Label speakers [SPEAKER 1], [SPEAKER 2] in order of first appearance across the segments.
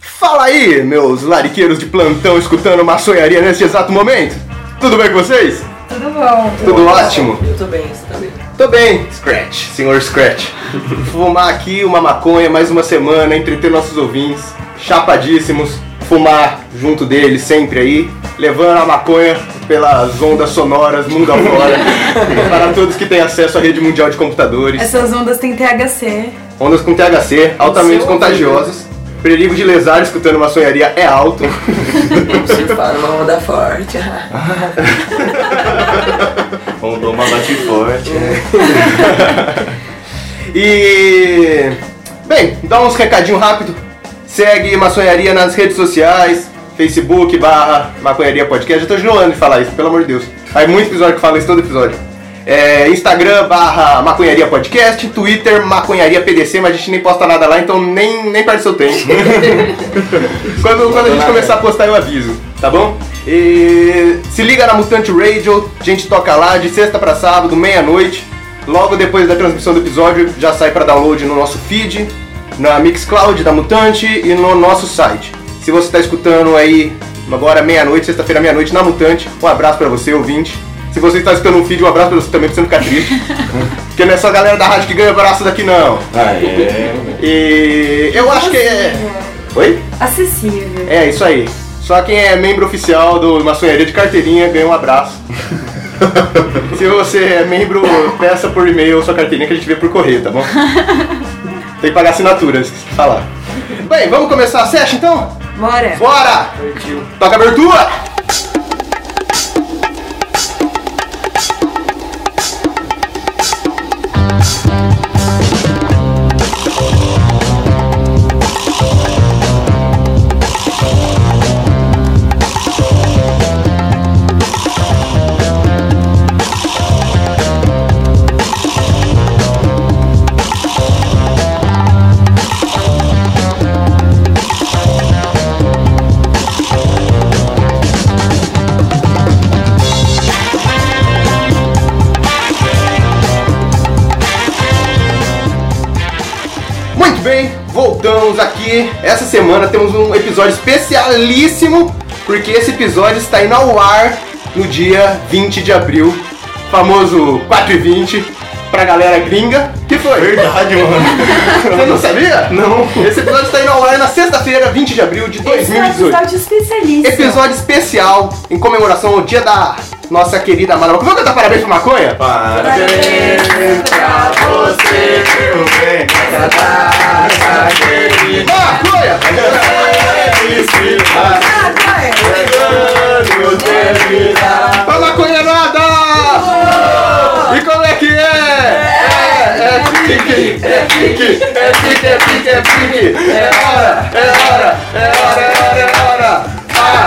[SPEAKER 1] Fala aí, meus lariqueiros de plantão escutando uma sonharia neste exato momento. Tudo bem com vocês?
[SPEAKER 2] Tudo bom?
[SPEAKER 1] Tudo ótimo?
[SPEAKER 3] Eu tô bem, você tá bem?
[SPEAKER 1] Tô bem, Scratch, senhor Scratch. Fumar aqui uma maconha mais uma semana, entreter nossos ouvintes, chapadíssimos, fumar junto deles sempre aí, levando a maconha pelas ondas sonoras mundo afora, para todos que têm acesso à rede mundial de computadores.
[SPEAKER 2] Essas ondas têm THC.
[SPEAKER 1] Ondas com THC, altamente
[SPEAKER 3] seu
[SPEAKER 1] contagiosas. Perigo de lesar escutando uma sonharia é alto.
[SPEAKER 3] Vamos surfar numa onda forte.
[SPEAKER 4] Rondou uma um bate forte. né?
[SPEAKER 1] E. Bem, dá uns recadinho rápido. Segue Maçonharia nas redes sociais, Facebook barra Maconharia Podcast. Eu tô enjoando de falar isso, pelo amor de Deus. Aí muito episódio que fala isso todo episódio. É, Instagram barra Maconharia Podcast, Twitter Maconharia PDC, mas a gente nem posta nada lá, então nem, nem perde seu tempo. quando, quando a gente começar a postar, eu aviso, tá bom? E se liga na Mutante Radio, a gente toca lá de sexta pra sábado, meia-noite. Logo depois da transmissão do episódio, já sai pra download no nosso feed, na Mixcloud da Mutante e no nosso site. Se você tá escutando aí agora meia-noite, sexta-feira meia-noite na Mutante, um abraço pra você, ouvinte. Se você está escutando um feed, um abraço pra você também, pra você não ficar triste. Porque não é só a galera da rádio que ganha abraço daqui, não.
[SPEAKER 4] Ah, é.
[SPEAKER 1] E eu acho que é... Oi?
[SPEAKER 2] Acessível.
[SPEAKER 1] É, isso aí. Só quem é membro oficial do Maçonharia de Carteirinha ganha um abraço. Se você é membro, peça por e-mail sua carteirinha que a gente vê por correio, tá bom? Tem que pagar assinatura, esqueci de falar. Bem, vamos começar a session então?
[SPEAKER 2] Bora.
[SPEAKER 1] Bora! Toca a abertura! Muito bem, voltamos aqui. Essa semana temos um episódio especialíssimo, porque esse episódio está indo ao ar no dia 20 de abril, famoso 4 e 20, pra galera gringa. Que foi?
[SPEAKER 4] Verdade, mano.
[SPEAKER 1] Você não sabia?
[SPEAKER 4] Não.
[SPEAKER 1] Esse episódio está indo ao ar na sexta-feira, 20 de abril de
[SPEAKER 2] Esse é um
[SPEAKER 1] 2018.
[SPEAKER 2] episódio especialista.
[SPEAKER 1] Episódio especial em comemoração ao dia da nossa querida amada maconha. Vamos cantar parabéns pra maconha?
[SPEAKER 4] Parabéns pra você, meu bem. Essa data querida.
[SPEAKER 1] Maconha!
[SPEAKER 4] Felicidade.
[SPEAKER 2] Ah, vai.
[SPEAKER 4] Anos de vida.
[SPEAKER 1] Pra maconha nada! E como é que é? É, é pique, é pique, é pique, é pique, é pique. É hora, é hora, é hora, é hora, é hora.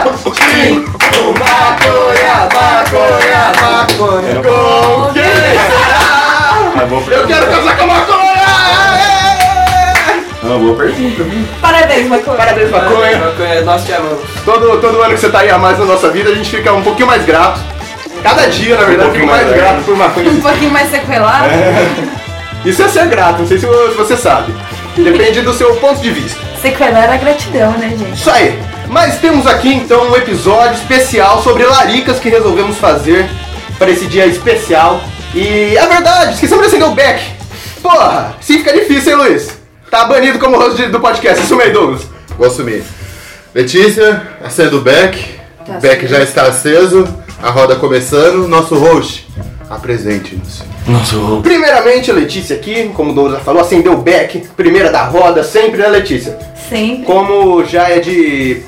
[SPEAKER 1] Ativo, maconha, maconha, maconha. Com quem será?
[SPEAKER 4] Uma boa
[SPEAKER 1] Eu quero
[SPEAKER 4] pergunta.
[SPEAKER 1] casar com a maconha!
[SPEAKER 4] Uma boa pergunta.
[SPEAKER 2] Parabéns, Marco.
[SPEAKER 1] Parabéns, maconha.
[SPEAKER 3] Maconha, é? Nós te amamos.
[SPEAKER 1] Todo, todo ano que você tá aí a mais na nossa vida, a gente fica um pouquinho mais grato. Cada dia, na verdade,
[SPEAKER 4] Um
[SPEAKER 1] fica
[SPEAKER 4] pouquinho
[SPEAKER 1] mais
[SPEAKER 4] mais
[SPEAKER 1] grato
[SPEAKER 4] grato.
[SPEAKER 1] por maconha.
[SPEAKER 2] Um pouquinho mais sequelado.
[SPEAKER 1] Isso é ser grato, não sei se vo- se você sabe. Depende do seu ponto de vista.
[SPEAKER 2] Sequelar a gratidão, né, gente?
[SPEAKER 1] Isso aí. Mas temos aqui então um episódio especial sobre laricas que resolvemos fazer para esse dia especial. E é verdade, esquecemos de acender o back. Porra, sim fica difícil, hein, Luiz? Tá banido como host de- do podcast, isso mesmo, Douglas.
[SPEAKER 5] Vou assumir. Letícia, acendo o Beck.
[SPEAKER 2] Tá
[SPEAKER 5] o Beck já está aceso. A roda começando. Nosso host, apresente-nos.
[SPEAKER 1] Primeiramente, Letícia aqui, como o Douglas já falou, acendeu o back, primeira da roda, sempre, né, Letícia?
[SPEAKER 2] Sempre.
[SPEAKER 1] Como já é de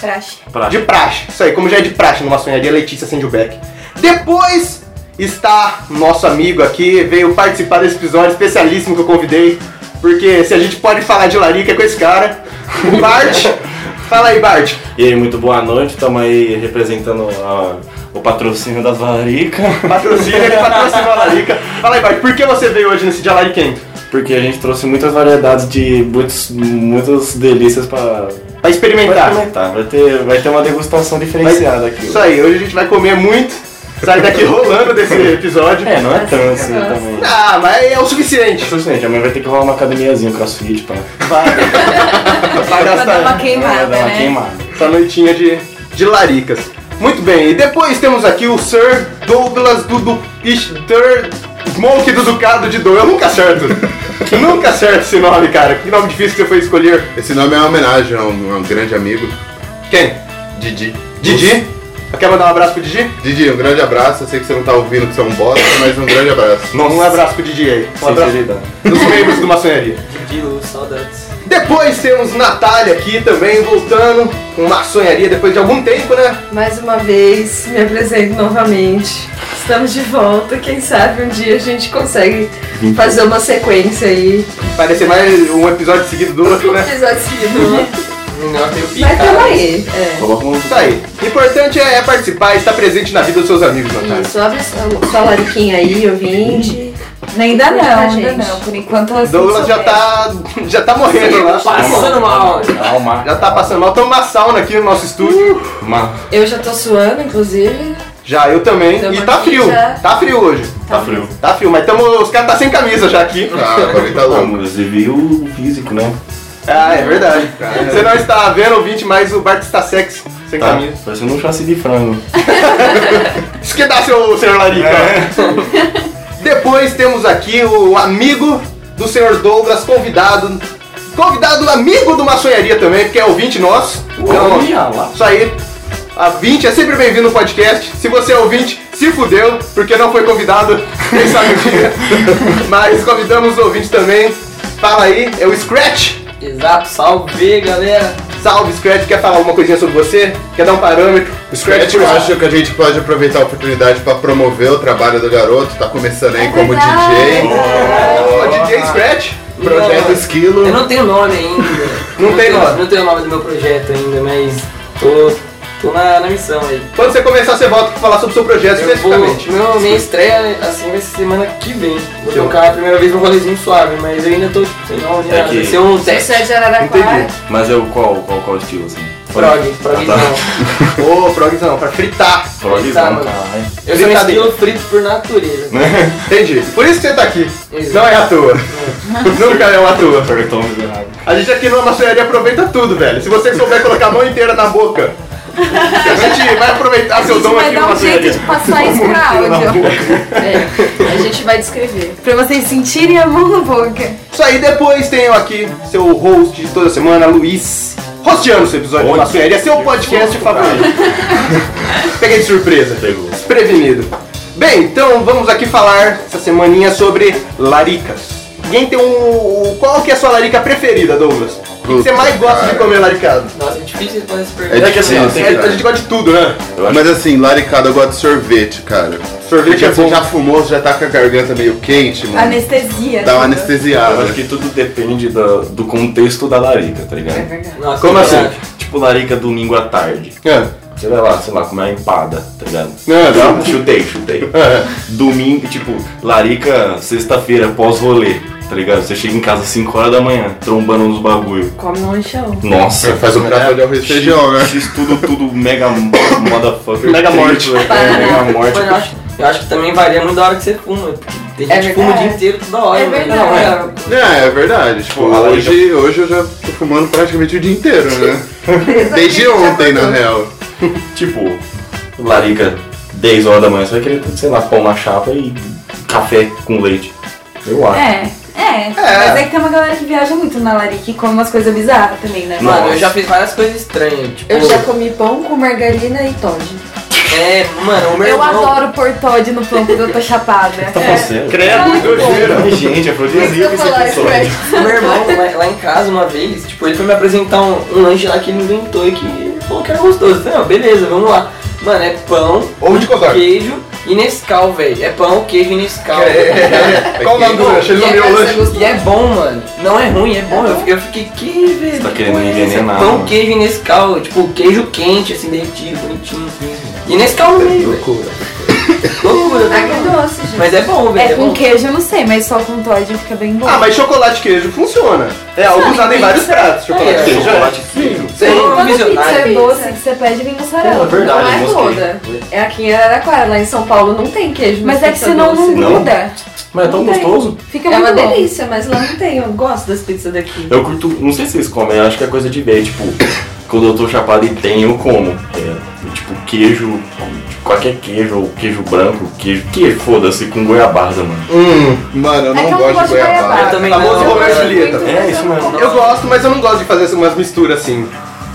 [SPEAKER 2] Praxe.
[SPEAKER 1] De praxe, isso aí, como já é de praxe numa sonharia, Letícia acende o beck. Depois está nosso amigo aqui, veio participar desse episódio especialíssimo que eu convidei, porque se a gente pode falar de larica é com esse cara, o Bart. Fala aí, Bart.
[SPEAKER 4] E aí, muito boa noite. Estamos aí representando a- o patrocínio das varicas.
[SPEAKER 1] Patrocina, ele patrocina a larica. Fala aí, Bart, por que você veio hoje nesse dia lariquento?
[SPEAKER 4] Porque a gente trouxe muitas variedades de muitos, muitas delícias pra
[SPEAKER 1] Pra
[SPEAKER 4] pra
[SPEAKER 1] experimentar.
[SPEAKER 4] experimentar. Vai ter, vai ter uma degustação diferenciada aqui.
[SPEAKER 1] Isso aí, hoje a gente vai comer muito Sai daqui rolando desse episódio.
[SPEAKER 4] É, não é tão assim também.
[SPEAKER 1] Ah, mas é o
[SPEAKER 4] É
[SPEAKER 1] suficiente.
[SPEAKER 4] suficiente, amanhã vai ter que rolar uma academiazinha crossfit pra,
[SPEAKER 1] Vai. Vai
[SPEAKER 2] Pra dar uma
[SPEAKER 1] gastar
[SPEAKER 4] pra
[SPEAKER 2] queimada,
[SPEAKER 4] dar uma
[SPEAKER 2] né?
[SPEAKER 4] queimada.
[SPEAKER 1] essa noitinha de, de laricas. Muito bem, e depois temos aqui o Sir Douglas Dudu... Ish- Sir Smoke do Ducado de Dom. Eu nunca acerto. nunca acerto esse nome, cara. Que nome difícil que você foi escolher.
[SPEAKER 5] Esse nome é uma homenagem a um, a um grande amigo,
[SPEAKER 1] Quem?
[SPEAKER 5] Didi.
[SPEAKER 1] Didi? Quer mandar um abraço pro Didi?
[SPEAKER 5] Didi, um grande abraço. Eu sei que você não tá ouvindo que você é um bosta, mas um grande abraço.
[SPEAKER 1] Um abraço pro Didi aí. Um abraço
[SPEAKER 4] Sinceridade.
[SPEAKER 1] dos membros do Maçonharia.
[SPEAKER 3] De luz, saudades.
[SPEAKER 1] Depois temos Natália aqui também, voltando com maçonharia depois de algum tempo, né?
[SPEAKER 6] Mais uma vez, me apresento novamente. Estamos de volta. Quem sabe um dia a gente consegue fazer uma sequência aí.
[SPEAKER 1] Parecer mais um episódio seguido do outro,
[SPEAKER 6] Um
[SPEAKER 1] né?
[SPEAKER 6] episódio seguido.
[SPEAKER 3] Melhor tem o
[SPEAKER 6] Mas
[SPEAKER 3] picado.
[SPEAKER 6] tamo aí. É.
[SPEAKER 4] Coloca um...
[SPEAKER 1] Isso aí. O importante é participar e estar presente na vida dos seus amigos, Natália.
[SPEAKER 6] É Isso, abre sua, sua lariquinha aí, ouvinte.
[SPEAKER 2] Ainda
[SPEAKER 6] Cuida
[SPEAKER 2] não,
[SPEAKER 6] da
[SPEAKER 2] ainda
[SPEAKER 6] gente.
[SPEAKER 2] não. Por enquanto assim.
[SPEAKER 1] Douglas já
[SPEAKER 2] souber.
[SPEAKER 1] tá, já tá morrendo lá.
[SPEAKER 3] Passando mal.
[SPEAKER 4] Calma.
[SPEAKER 1] Já tá passando mal. Tamo uma sauna aqui no nosso estúdio.
[SPEAKER 4] Mas
[SPEAKER 6] Eu já tô suando, inclusive.
[SPEAKER 1] Já, eu também.
[SPEAKER 6] Tamo
[SPEAKER 1] E tá
[SPEAKER 6] aqui
[SPEAKER 1] frio.
[SPEAKER 6] já.
[SPEAKER 1] Tá frio hoje.
[SPEAKER 4] tá frio.
[SPEAKER 1] Tá frio, mas tamo, os caras tá sem camisa já aqui.
[SPEAKER 5] Ah, o bagulho tá
[SPEAKER 4] Não,
[SPEAKER 5] louco.
[SPEAKER 4] inclusive o físico, né?
[SPEAKER 1] Ah, é verdade. Você não está vendo, ouvinte, mas o Bart está sexy, sem
[SPEAKER 4] Tá
[SPEAKER 1] camisa.
[SPEAKER 4] parecendo um chassi de frango.
[SPEAKER 1] Isso que dá seu senhor Larica.
[SPEAKER 4] É.
[SPEAKER 1] Depois temos aqui o amigo do senhor Douglas, convidado. Convidado amigo do maçonharia também, porque é ouvinte nosso. Então,
[SPEAKER 4] Olha lá.
[SPEAKER 1] isso aí. A 20 é sempre bem-vindo no podcast. Se você é ouvinte, se fudeu, porque não foi convidado, quem sabe o dia. Mas convidamos o ouvinte também. Fala aí, é o Scratch.
[SPEAKER 3] Exato, salve galera.
[SPEAKER 1] Salve, Scratch. Quer falar alguma coisinha sobre você? Quer dar um parâmetro?
[SPEAKER 5] Scratch, eu
[SPEAKER 1] por-
[SPEAKER 5] acho que a gente pode aproveitar a oportunidade pra promover o trabalho do garoto. Tá começando
[SPEAKER 4] É
[SPEAKER 5] aí como
[SPEAKER 2] verdade.
[SPEAKER 1] Ô,
[SPEAKER 5] DJ.
[SPEAKER 1] DJ Scratch.
[SPEAKER 5] Projeto Esquilo.
[SPEAKER 3] Eu não tenho nome ainda.
[SPEAKER 1] Não tem
[SPEAKER 3] tenho-
[SPEAKER 1] nome.
[SPEAKER 3] Não tenho o nome do meu projeto ainda, mas tô, tô na, na missão aí.
[SPEAKER 1] Quando você começar, você volta pra falar sobre o seu projeto
[SPEAKER 3] Eu vou,
[SPEAKER 1] especificamente.
[SPEAKER 3] meu, minha estreia assim vai ser semana que vem. Vou tocar a primeira vez no rolezinho suave, mas eu ainda tô sem nome,
[SPEAKER 4] É
[SPEAKER 3] nada.
[SPEAKER 4] que-
[SPEAKER 3] Vai ser um
[SPEAKER 6] Você é
[SPEAKER 3] teste.
[SPEAKER 6] de Araraquara.
[SPEAKER 1] Entendi.
[SPEAKER 4] Mas é o qual, qual, qual estilo, assim?
[SPEAKER 3] Prog, prog
[SPEAKER 4] tá.
[SPEAKER 3] não.
[SPEAKER 1] Ô, progzão, pra fritar.
[SPEAKER 4] Progzão,
[SPEAKER 3] Tá,
[SPEAKER 4] caralho.
[SPEAKER 3] Eu sou um
[SPEAKER 1] Brincadeira.
[SPEAKER 3] estilo frito por natureza.
[SPEAKER 1] Entendi. Por isso que você tá aqui.
[SPEAKER 3] Exato.
[SPEAKER 1] Não é à toa. Nunca é à toa.
[SPEAKER 4] Apertou um errado.
[SPEAKER 1] A gente aqui numa maçonaria aproveita tudo, velho. Se você souber colocar a mão inteira na boca, a gente vai aproveitar
[SPEAKER 2] A
[SPEAKER 1] seu
[SPEAKER 2] gente
[SPEAKER 1] dom
[SPEAKER 2] vai
[SPEAKER 1] aqui
[SPEAKER 2] dar
[SPEAKER 1] na
[SPEAKER 2] um jeito
[SPEAKER 1] maçonaria.
[SPEAKER 2] de passar isso pra áudio.
[SPEAKER 6] É, a gente vai descrever.
[SPEAKER 2] Pra vocês sentirem a mão na boca.
[SPEAKER 1] Isso aí, depois tenho aqui seu host de toda semana, Luiz. Hosteando seu episódio de
[SPEAKER 4] Onde?
[SPEAKER 1] maçonaria, seu podcast favorito. Peguei de surpresa.
[SPEAKER 4] Pegou.
[SPEAKER 1] Desprevenido. Bem, então vamos aqui falar essa semaninha sobre laricas. Quem tem um. Qual que é a sua larica preferida, Douglas? O que você mais gosta de
[SPEAKER 5] cara.
[SPEAKER 1] comer laricado?
[SPEAKER 3] Nossa, é difícil responder essa
[SPEAKER 5] É
[SPEAKER 3] pergunta.
[SPEAKER 5] que assim,
[SPEAKER 4] Nossa,
[SPEAKER 1] É,
[SPEAKER 5] tem
[SPEAKER 1] a gente gosta de tudo, né?
[SPEAKER 4] Eu acho
[SPEAKER 5] Mas assim, laricado, eu gosto de sorvete, cara.
[SPEAKER 1] Sorvete
[SPEAKER 5] Porque
[SPEAKER 1] é bom.
[SPEAKER 5] Você já fumou, você já tá com a garganta meio quente, mano.
[SPEAKER 2] Anestesia. tipo.
[SPEAKER 5] Dá uma
[SPEAKER 4] Eu
[SPEAKER 5] anestesiada.
[SPEAKER 4] acho que tudo depende da- do, contexto da larica, tá
[SPEAKER 2] É
[SPEAKER 4] ligado?
[SPEAKER 2] verdade.
[SPEAKER 3] Nossa,
[SPEAKER 1] Como
[SPEAKER 3] é
[SPEAKER 1] assim?
[SPEAKER 3] verdade.
[SPEAKER 4] Tipo larica domingo à tarde.
[SPEAKER 1] É.
[SPEAKER 4] Você vai lá, sei lá, comer uma empada, tá ligado?
[SPEAKER 1] É,
[SPEAKER 4] Não,
[SPEAKER 1] não.
[SPEAKER 4] chutei, chutei.
[SPEAKER 1] É.
[SPEAKER 4] Domingo, tipo, larica sexta-feira, pós-rolê, tá ligado? Você chega em casa às 5 horas da manhã, trombando nos bagulho.
[SPEAKER 6] Come um lanchão.
[SPEAKER 4] Nossa.
[SPEAKER 5] Você faz um prato de arroz e feijão, né?
[SPEAKER 4] X tudo, tudo mega mo- motherfucker.
[SPEAKER 1] Mega
[SPEAKER 4] Trito,
[SPEAKER 1] morte.
[SPEAKER 4] é, Mega
[SPEAKER 3] Mas
[SPEAKER 4] morte.
[SPEAKER 3] eu acho, eu acho que também varia muito da hora que você fuma. porque Tem gente
[SPEAKER 6] Tipo, É
[SPEAKER 3] que fuma o
[SPEAKER 6] verdade.
[SPEAKER 3] dia inteiro toda hora.
[SPEAKER 6] É
[SPEAKER 3] mas
[SPEAKER 6] verdade.
[SPEAKER 3] Não, é,
[SPEAKER 5] É, é verdade. Tipo,
[SPEAKER 4] A larica-
[SPEAKER 5] hoje, hoje eu já tô fumando praticamente o dia inteiro, né? Desde ontem, na real.
[SPEAKER 4] Tipo, larica 10 horas da manhã, você vai querer, sei lá, pão na chapa e café com leite. Eu acho.
[SPEAKER 2] É, é. Mas é que tem uma galera que viaja muito na larica e come umas coisas bizarras também, né?
[SPEAKER 4] Não.
[SPEAKER 3] Mano, eu já fiz várias coisas estranhas. Tipo,
[SPEAKER 6] Eu já comi pão com margarina e toge.
[SPEAKER 3] É, mano, o meu
[SPEAKER 2] Eu
[SPEAKER 3] irmão.
[SPEAKER 2] adoro pôr Todd no pão quando eu tô chapada. É
[SPEAKER 4] Tá falando sério?
[SPEAKER 1] Credo, que doideira.
[SPEAKER 4] Ai, Gente, é produzir esse episódio.
[SPEAKER 3] Meu irmão, lá, lá em casa, uma vez, tipo, ele foi me apresentar um, um lanche lá que ele inventou e que ele falou que era gostoso. Eu falei, não, beleza, vamos lá. Mano, é pão,
[SPEAKER 1] Ovo de codorna.
[SPEAKER 3] queijo e Nescau, velho. É pão, queijo e Nescau.
[SPEAKER 1] É. Qual o nome do lanche? Ele
[SPEAKER 3] E é
[SPEAKER 1] nomeou o lanche.
[SPEAKER 3] gostoso. E é bom, mano. Não é ruim, é bom. Eu fiquei, eu fiquei que, velho.
[SPEAKER 4] Tá
[SPEAKER 3] que
[SPEAKER 4] querendo
[SPEAKER 3] porra é essa?
[SPEAKER 4] envenenar,
[SPEAKER 3] Pão,
[SPEAKER 4] mano.
[SPEAKER 3] queijo e assim.
[SPEAKER 1] É
[SPEAKER 3] Nescau. Tipo, queijo quente, assim, derretido, bonitinho. E Nescau no meio, velho. Loucura, né?
[SPEAKER 2] Agridoce, gente.
[SPEAKER 3] Mas é bom, velho.
[SPEAKER 2] É, com
[SPEAKER 3] bom.
[SPEAKER 2] queijo eu não sei, mas só com Todd fica bem bom.
[SPEAKER 1] Ah, mas chocolate queijo funciona. É algo usado em vários pratos. Chocolate
[SPEAKER 3] É,
[SPEAKER 1] queijo.
[SPEAKER 4] Chocolate frio.
[SPEAKER 3] Você é um
[SPEAKER 2] Toda pizza
[SPEAKER 3] visionário.
[SPEAKER 2] é doce que você pede vem
[SPEAKER 4] Pô,
[SPEAKER 2] mussarela.
[SPEAKER 4] é verdade,
[SPEAKER 6] não é
[SPEAKER 4] mosquei.
[SPEAKER 6] toda. É aqui em Araraquara, lá em São Paulo não tem queijo.
[SPEAKER 2] Mas é que
[SPEAKER 6] pizza
[SPEAKER 2] senão
[SPEAKER 6] doce.
[SPEAKER 2] não
[SPEAKER 4] Não?
[SPEAKER 2] gruda.
[SPEAKER 4] Mas é tão
[SPEAKER 2] Não tem.
[SPEAKER 4] gostoso.
[SPEAKER 2] Fica
[SPEAKER 6] É
[SPEAKER 2] muito
[SPEAKER 6] uma
[SPEAKER 2] bom.
[SPEAKER 6] delícia, mas lá não tem. Eu gosto das pizzas daqui.
[SPEAKER 4] Eu curto, não sei se vocês comem, eu acho que é coisa de ver, tipo, quando eu tô chapado e tem, eu como. É, tipo, queijo, tipo, qualquer queijo, ou queijo branco, queijo, que foda-se, com goiabada, mano.
[SPEAKER 5] Hum, mano, eu
[SPEAKER 2] É
[SPEAKER 5] não
[SPEAKER 2] que eu
[SPEAKER 5] gosto de
[SPEAKER 3] Eu
[SPEAKER 5] goiabada.
[SPEAKER 3] também
[SPEAKER 1] Famoso
[SPEAKER 3] não.
[SPEAKER 1] Romeu e
[SPEAKER 3] cara.
[SPEAKER 1] Julieta.
[SPEAKER 2] Muito,
[SPEAKER 4] É,
[SPEAKER 2] mas
[SPEAKER 4] isso
[SPEAKER 2] não
[SPEAKER 4] mesmo.
[SPEAKER 2] gosto.
[SPEAKER 1] Eu gosto, mas eu não gosto de fazer umas misturas assim.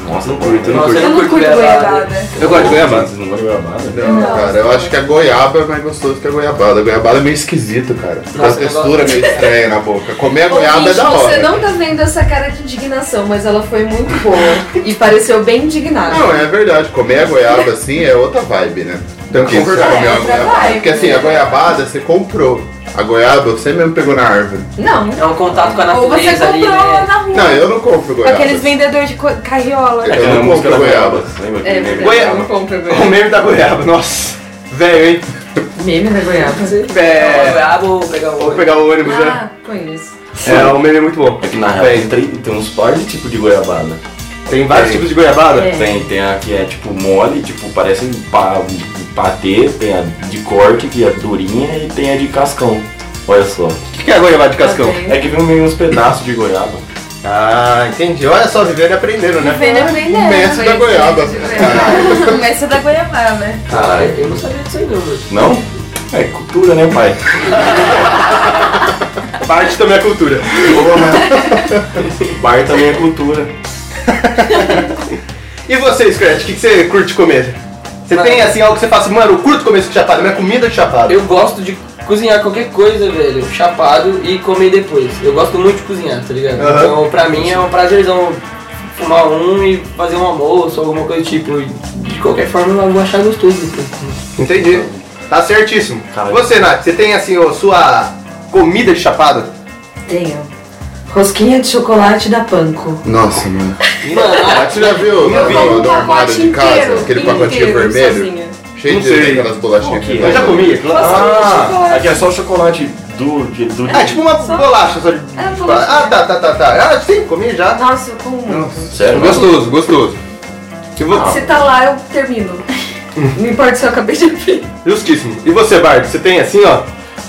[SPEAKER 4] Nossa, não
[SPEAKER 1] curto, não
[SPEAKER 3] Nossa,
[SPEAKER 1] curto.
[SPEAKER 2] Eu não curto goiabada.
[SPEAKER 1] Eu gosto de goiabada.
[SPEAKER 4] Vocês não gostam de goiabada?
[SPEAKER 5] Não,
[SPEAKER 2] Não.
[SPEAKER 5] cara, eu acho que a goiaba é mais gostoso que a goiabada. A goiabada é meio esquisito, cara. Tem uma
[SPEAKER 3] Nossa, eu
[SPEAKER 5] textura é meio estranha na boca. Comer a goiaba é
[SPEAKER 6] Ouvinte,
[SPEAKER 5] da
[SPEAKER 6] você
[SPEAKER 5] hora.
[SPEAKER 6] não tá vendo essa cara de indignação, mas ela foi muito boa e pareceu bem indignada.
[SPEAKER 5] Não, é verdade. Comer a goiaba assim é outra vibe, né? Tem que
[SPEAKER 1] É,
[SPEAKER 5] concordar comer a
[SPEAKER 2] outra
[SPEAKER 5] goiabada.
[SPEAKER 2] vibe,
[SPEAKER 5] Porque assim, a
[SPEAKER 2] né?
[SPEAKER 5] goiabada você comprou. A goiaba você mesmo pegou na árvore.
[SPEAKER 6] Não.
[SPEAKER 3] É um contato com a
[SPEAKER 2] Ou você
[SPEAKER 3] natureza
[SPEAKER 2] comprou
[SPEAKER 3] ali, né?
[SPEAKER 2] na rua.
[SPEAKER 5] Não, eu não compro goiaba.
[SPEAKER 2] Aqueles vendedores de co- carriola.
[SPEAKER 5] É.
[SPEAKER 4] É aquela
[SPEAKER 5] não
[SPEAKER 4] música da
[SPEAKER 5] compro
[SPEAKER 4] goiaba.
[SPEAKER 5] goiaba.
[SPEAKER 4] Lembra que
[SPEAKER 6] É,
[SPEAKER 4] meme?
[SPEAKER 6] verdade,
[SPEAKER 1] Goiaba.
[SPEAKER 6] não compra
[SPEAKER 1] O
[SPEAKER 6] goiaba.
[SPEAKER 1] meme da goiaba, nossa. Velho, hein?
[SPEAKER 6] Meme da goiaba.
[SPEAKER 3] Pegar o
[SPEAKER 1] É,
[SPEAKER 3] goiabo ou Ah, pegar o
[SPEAKER 1] vou
[SPEAKER 3] olho.
[SPEAKER 1] pegar o ônibus, né?
[SPEAKER 6] Ah, conheço.
[SPEAKER 1] É, o meme é muito bom.
[SPEAKER 4] É que na real
[SPEAKER 1] Tem,
[SPEAKER 4] tem, tri- tem uns par de tipo de goiabada.
[SPEAKER 1] tem vários
[SPEAKER 4] Tem.
[SPEAKER 1] tipos de goiabada.
[SPEAKER 6] É.
[SPEAKER 4] Tem, tem a que é tipo mole, tipo parece um pa, um patê, tem a de corte, que é durinha, e tem a de cascão. Olha só.
[SPEAKER 1] O que que é a goiabada de cascão?
[SPEAKER 6] Ok.
[SPEAKER 4] É que vem meio uns pedaços de goiaba.
[SPEAKER 1] Ah, entendi. Olha só, viveram e aprenderam,
[SPEAKER 6] Tá
[SPEAKER 1] né?
[SPEAKER 2] Vem
[SPEAKER 6] É
[SPEAKER 2] na frente
[SPEAKER 5] Mestre
[SPEAKER 6] né,
[SPEAKER 5] da goiaba.
[SPEAKER 2] dela. Mestre da goiabada. né?
[SPEAKER 4] Caralho.
[SPEAKER 3] Eu não sabia disso aí não, mano.
[SPEAKER 4] Não? É cultura, né, pai?
[SPEAKER 1] Parte também é cultura.
[SPEAKER 4] Bar também é cultura.
[SPEAKER 1] E você, Scratch, o que, que você curte comer? Você
[SPEAKER 3] Mano.
[SPEAKER 1] tem assim algo que você fala assim, mano, eu curto comer isso de chapado, minha comida é de chapado.
[SPEAKER 3] Eu gosto de cozinhar qualquer coisa, velho, chapado e comer depois. Eu gosto muito de cozinhar, tá ligado?
[SPEAKER 1] Aham.
[SPEAKER 3] Então, pra mim é um prazerzão fumar um e fazer um almoço ou alguma coisa do tipo. De qualquer forma, eu vou achar gostoso depois.
[SPEAKER 1] Entendi. Tá certíssimo.
[SPEAKER 4] Caralho.
[SPEAKER 1] Você, Nath, você tem assim a sua comida de chapado?
[SPEAKER 6] Tenho. Rosquinha de chocolate da Panko.
[SPEAKER 5] Nossa, mano.
[SPEAKER 3] Mano,
[SPEAKER 5] Você já viu
[SPEAKER 1] Eu vi
[SPEAKER 5] no-
[SPEAKER 2] um
[SPEAKER 5] no armário
[SPEAKER 2] pacote
[SPEAKER 5] de casa?
[SPEAKER 2] inteiro,
[SPEAKER 5] Aquele pacotinho
[SPEAKER 6] inteiro,
[SPEAKER 5] vermelho?
[SPEAKER 6] sozinha.
[SPEAKER 5] Cheio
[SPEAKER 1] Não sei.
[SPEAKER 5] de aquelas bolachinhas.
[SPEAKER 4] Ok.
[SPEAKER 1] Eu já comi. aquilo lá.
[SPEAKER 4] Ah, aqui é só chocolate do. de- do
[SPEAKER 1] É tipo uma bolacha só de.
[SPEAKER 6] É, bolacha.
[SPEAKER 1] Ah, tá, tá, tá, tá. Ah, sim, comi já.
[SPEAKER 6] Nossa, eu como muito.
[SPEAKER 4] Sério? mano?
[SPEAKER 1] Gostoso, gostoso. E vo-
[SPEAKER 4] Ah.
[SPEAKER 6] Se tá lá, eu termino. Não importa se eu acabei de abrir.
[SPEAKER 1] Justíssimo. E você, Bart, você tem assim, ó.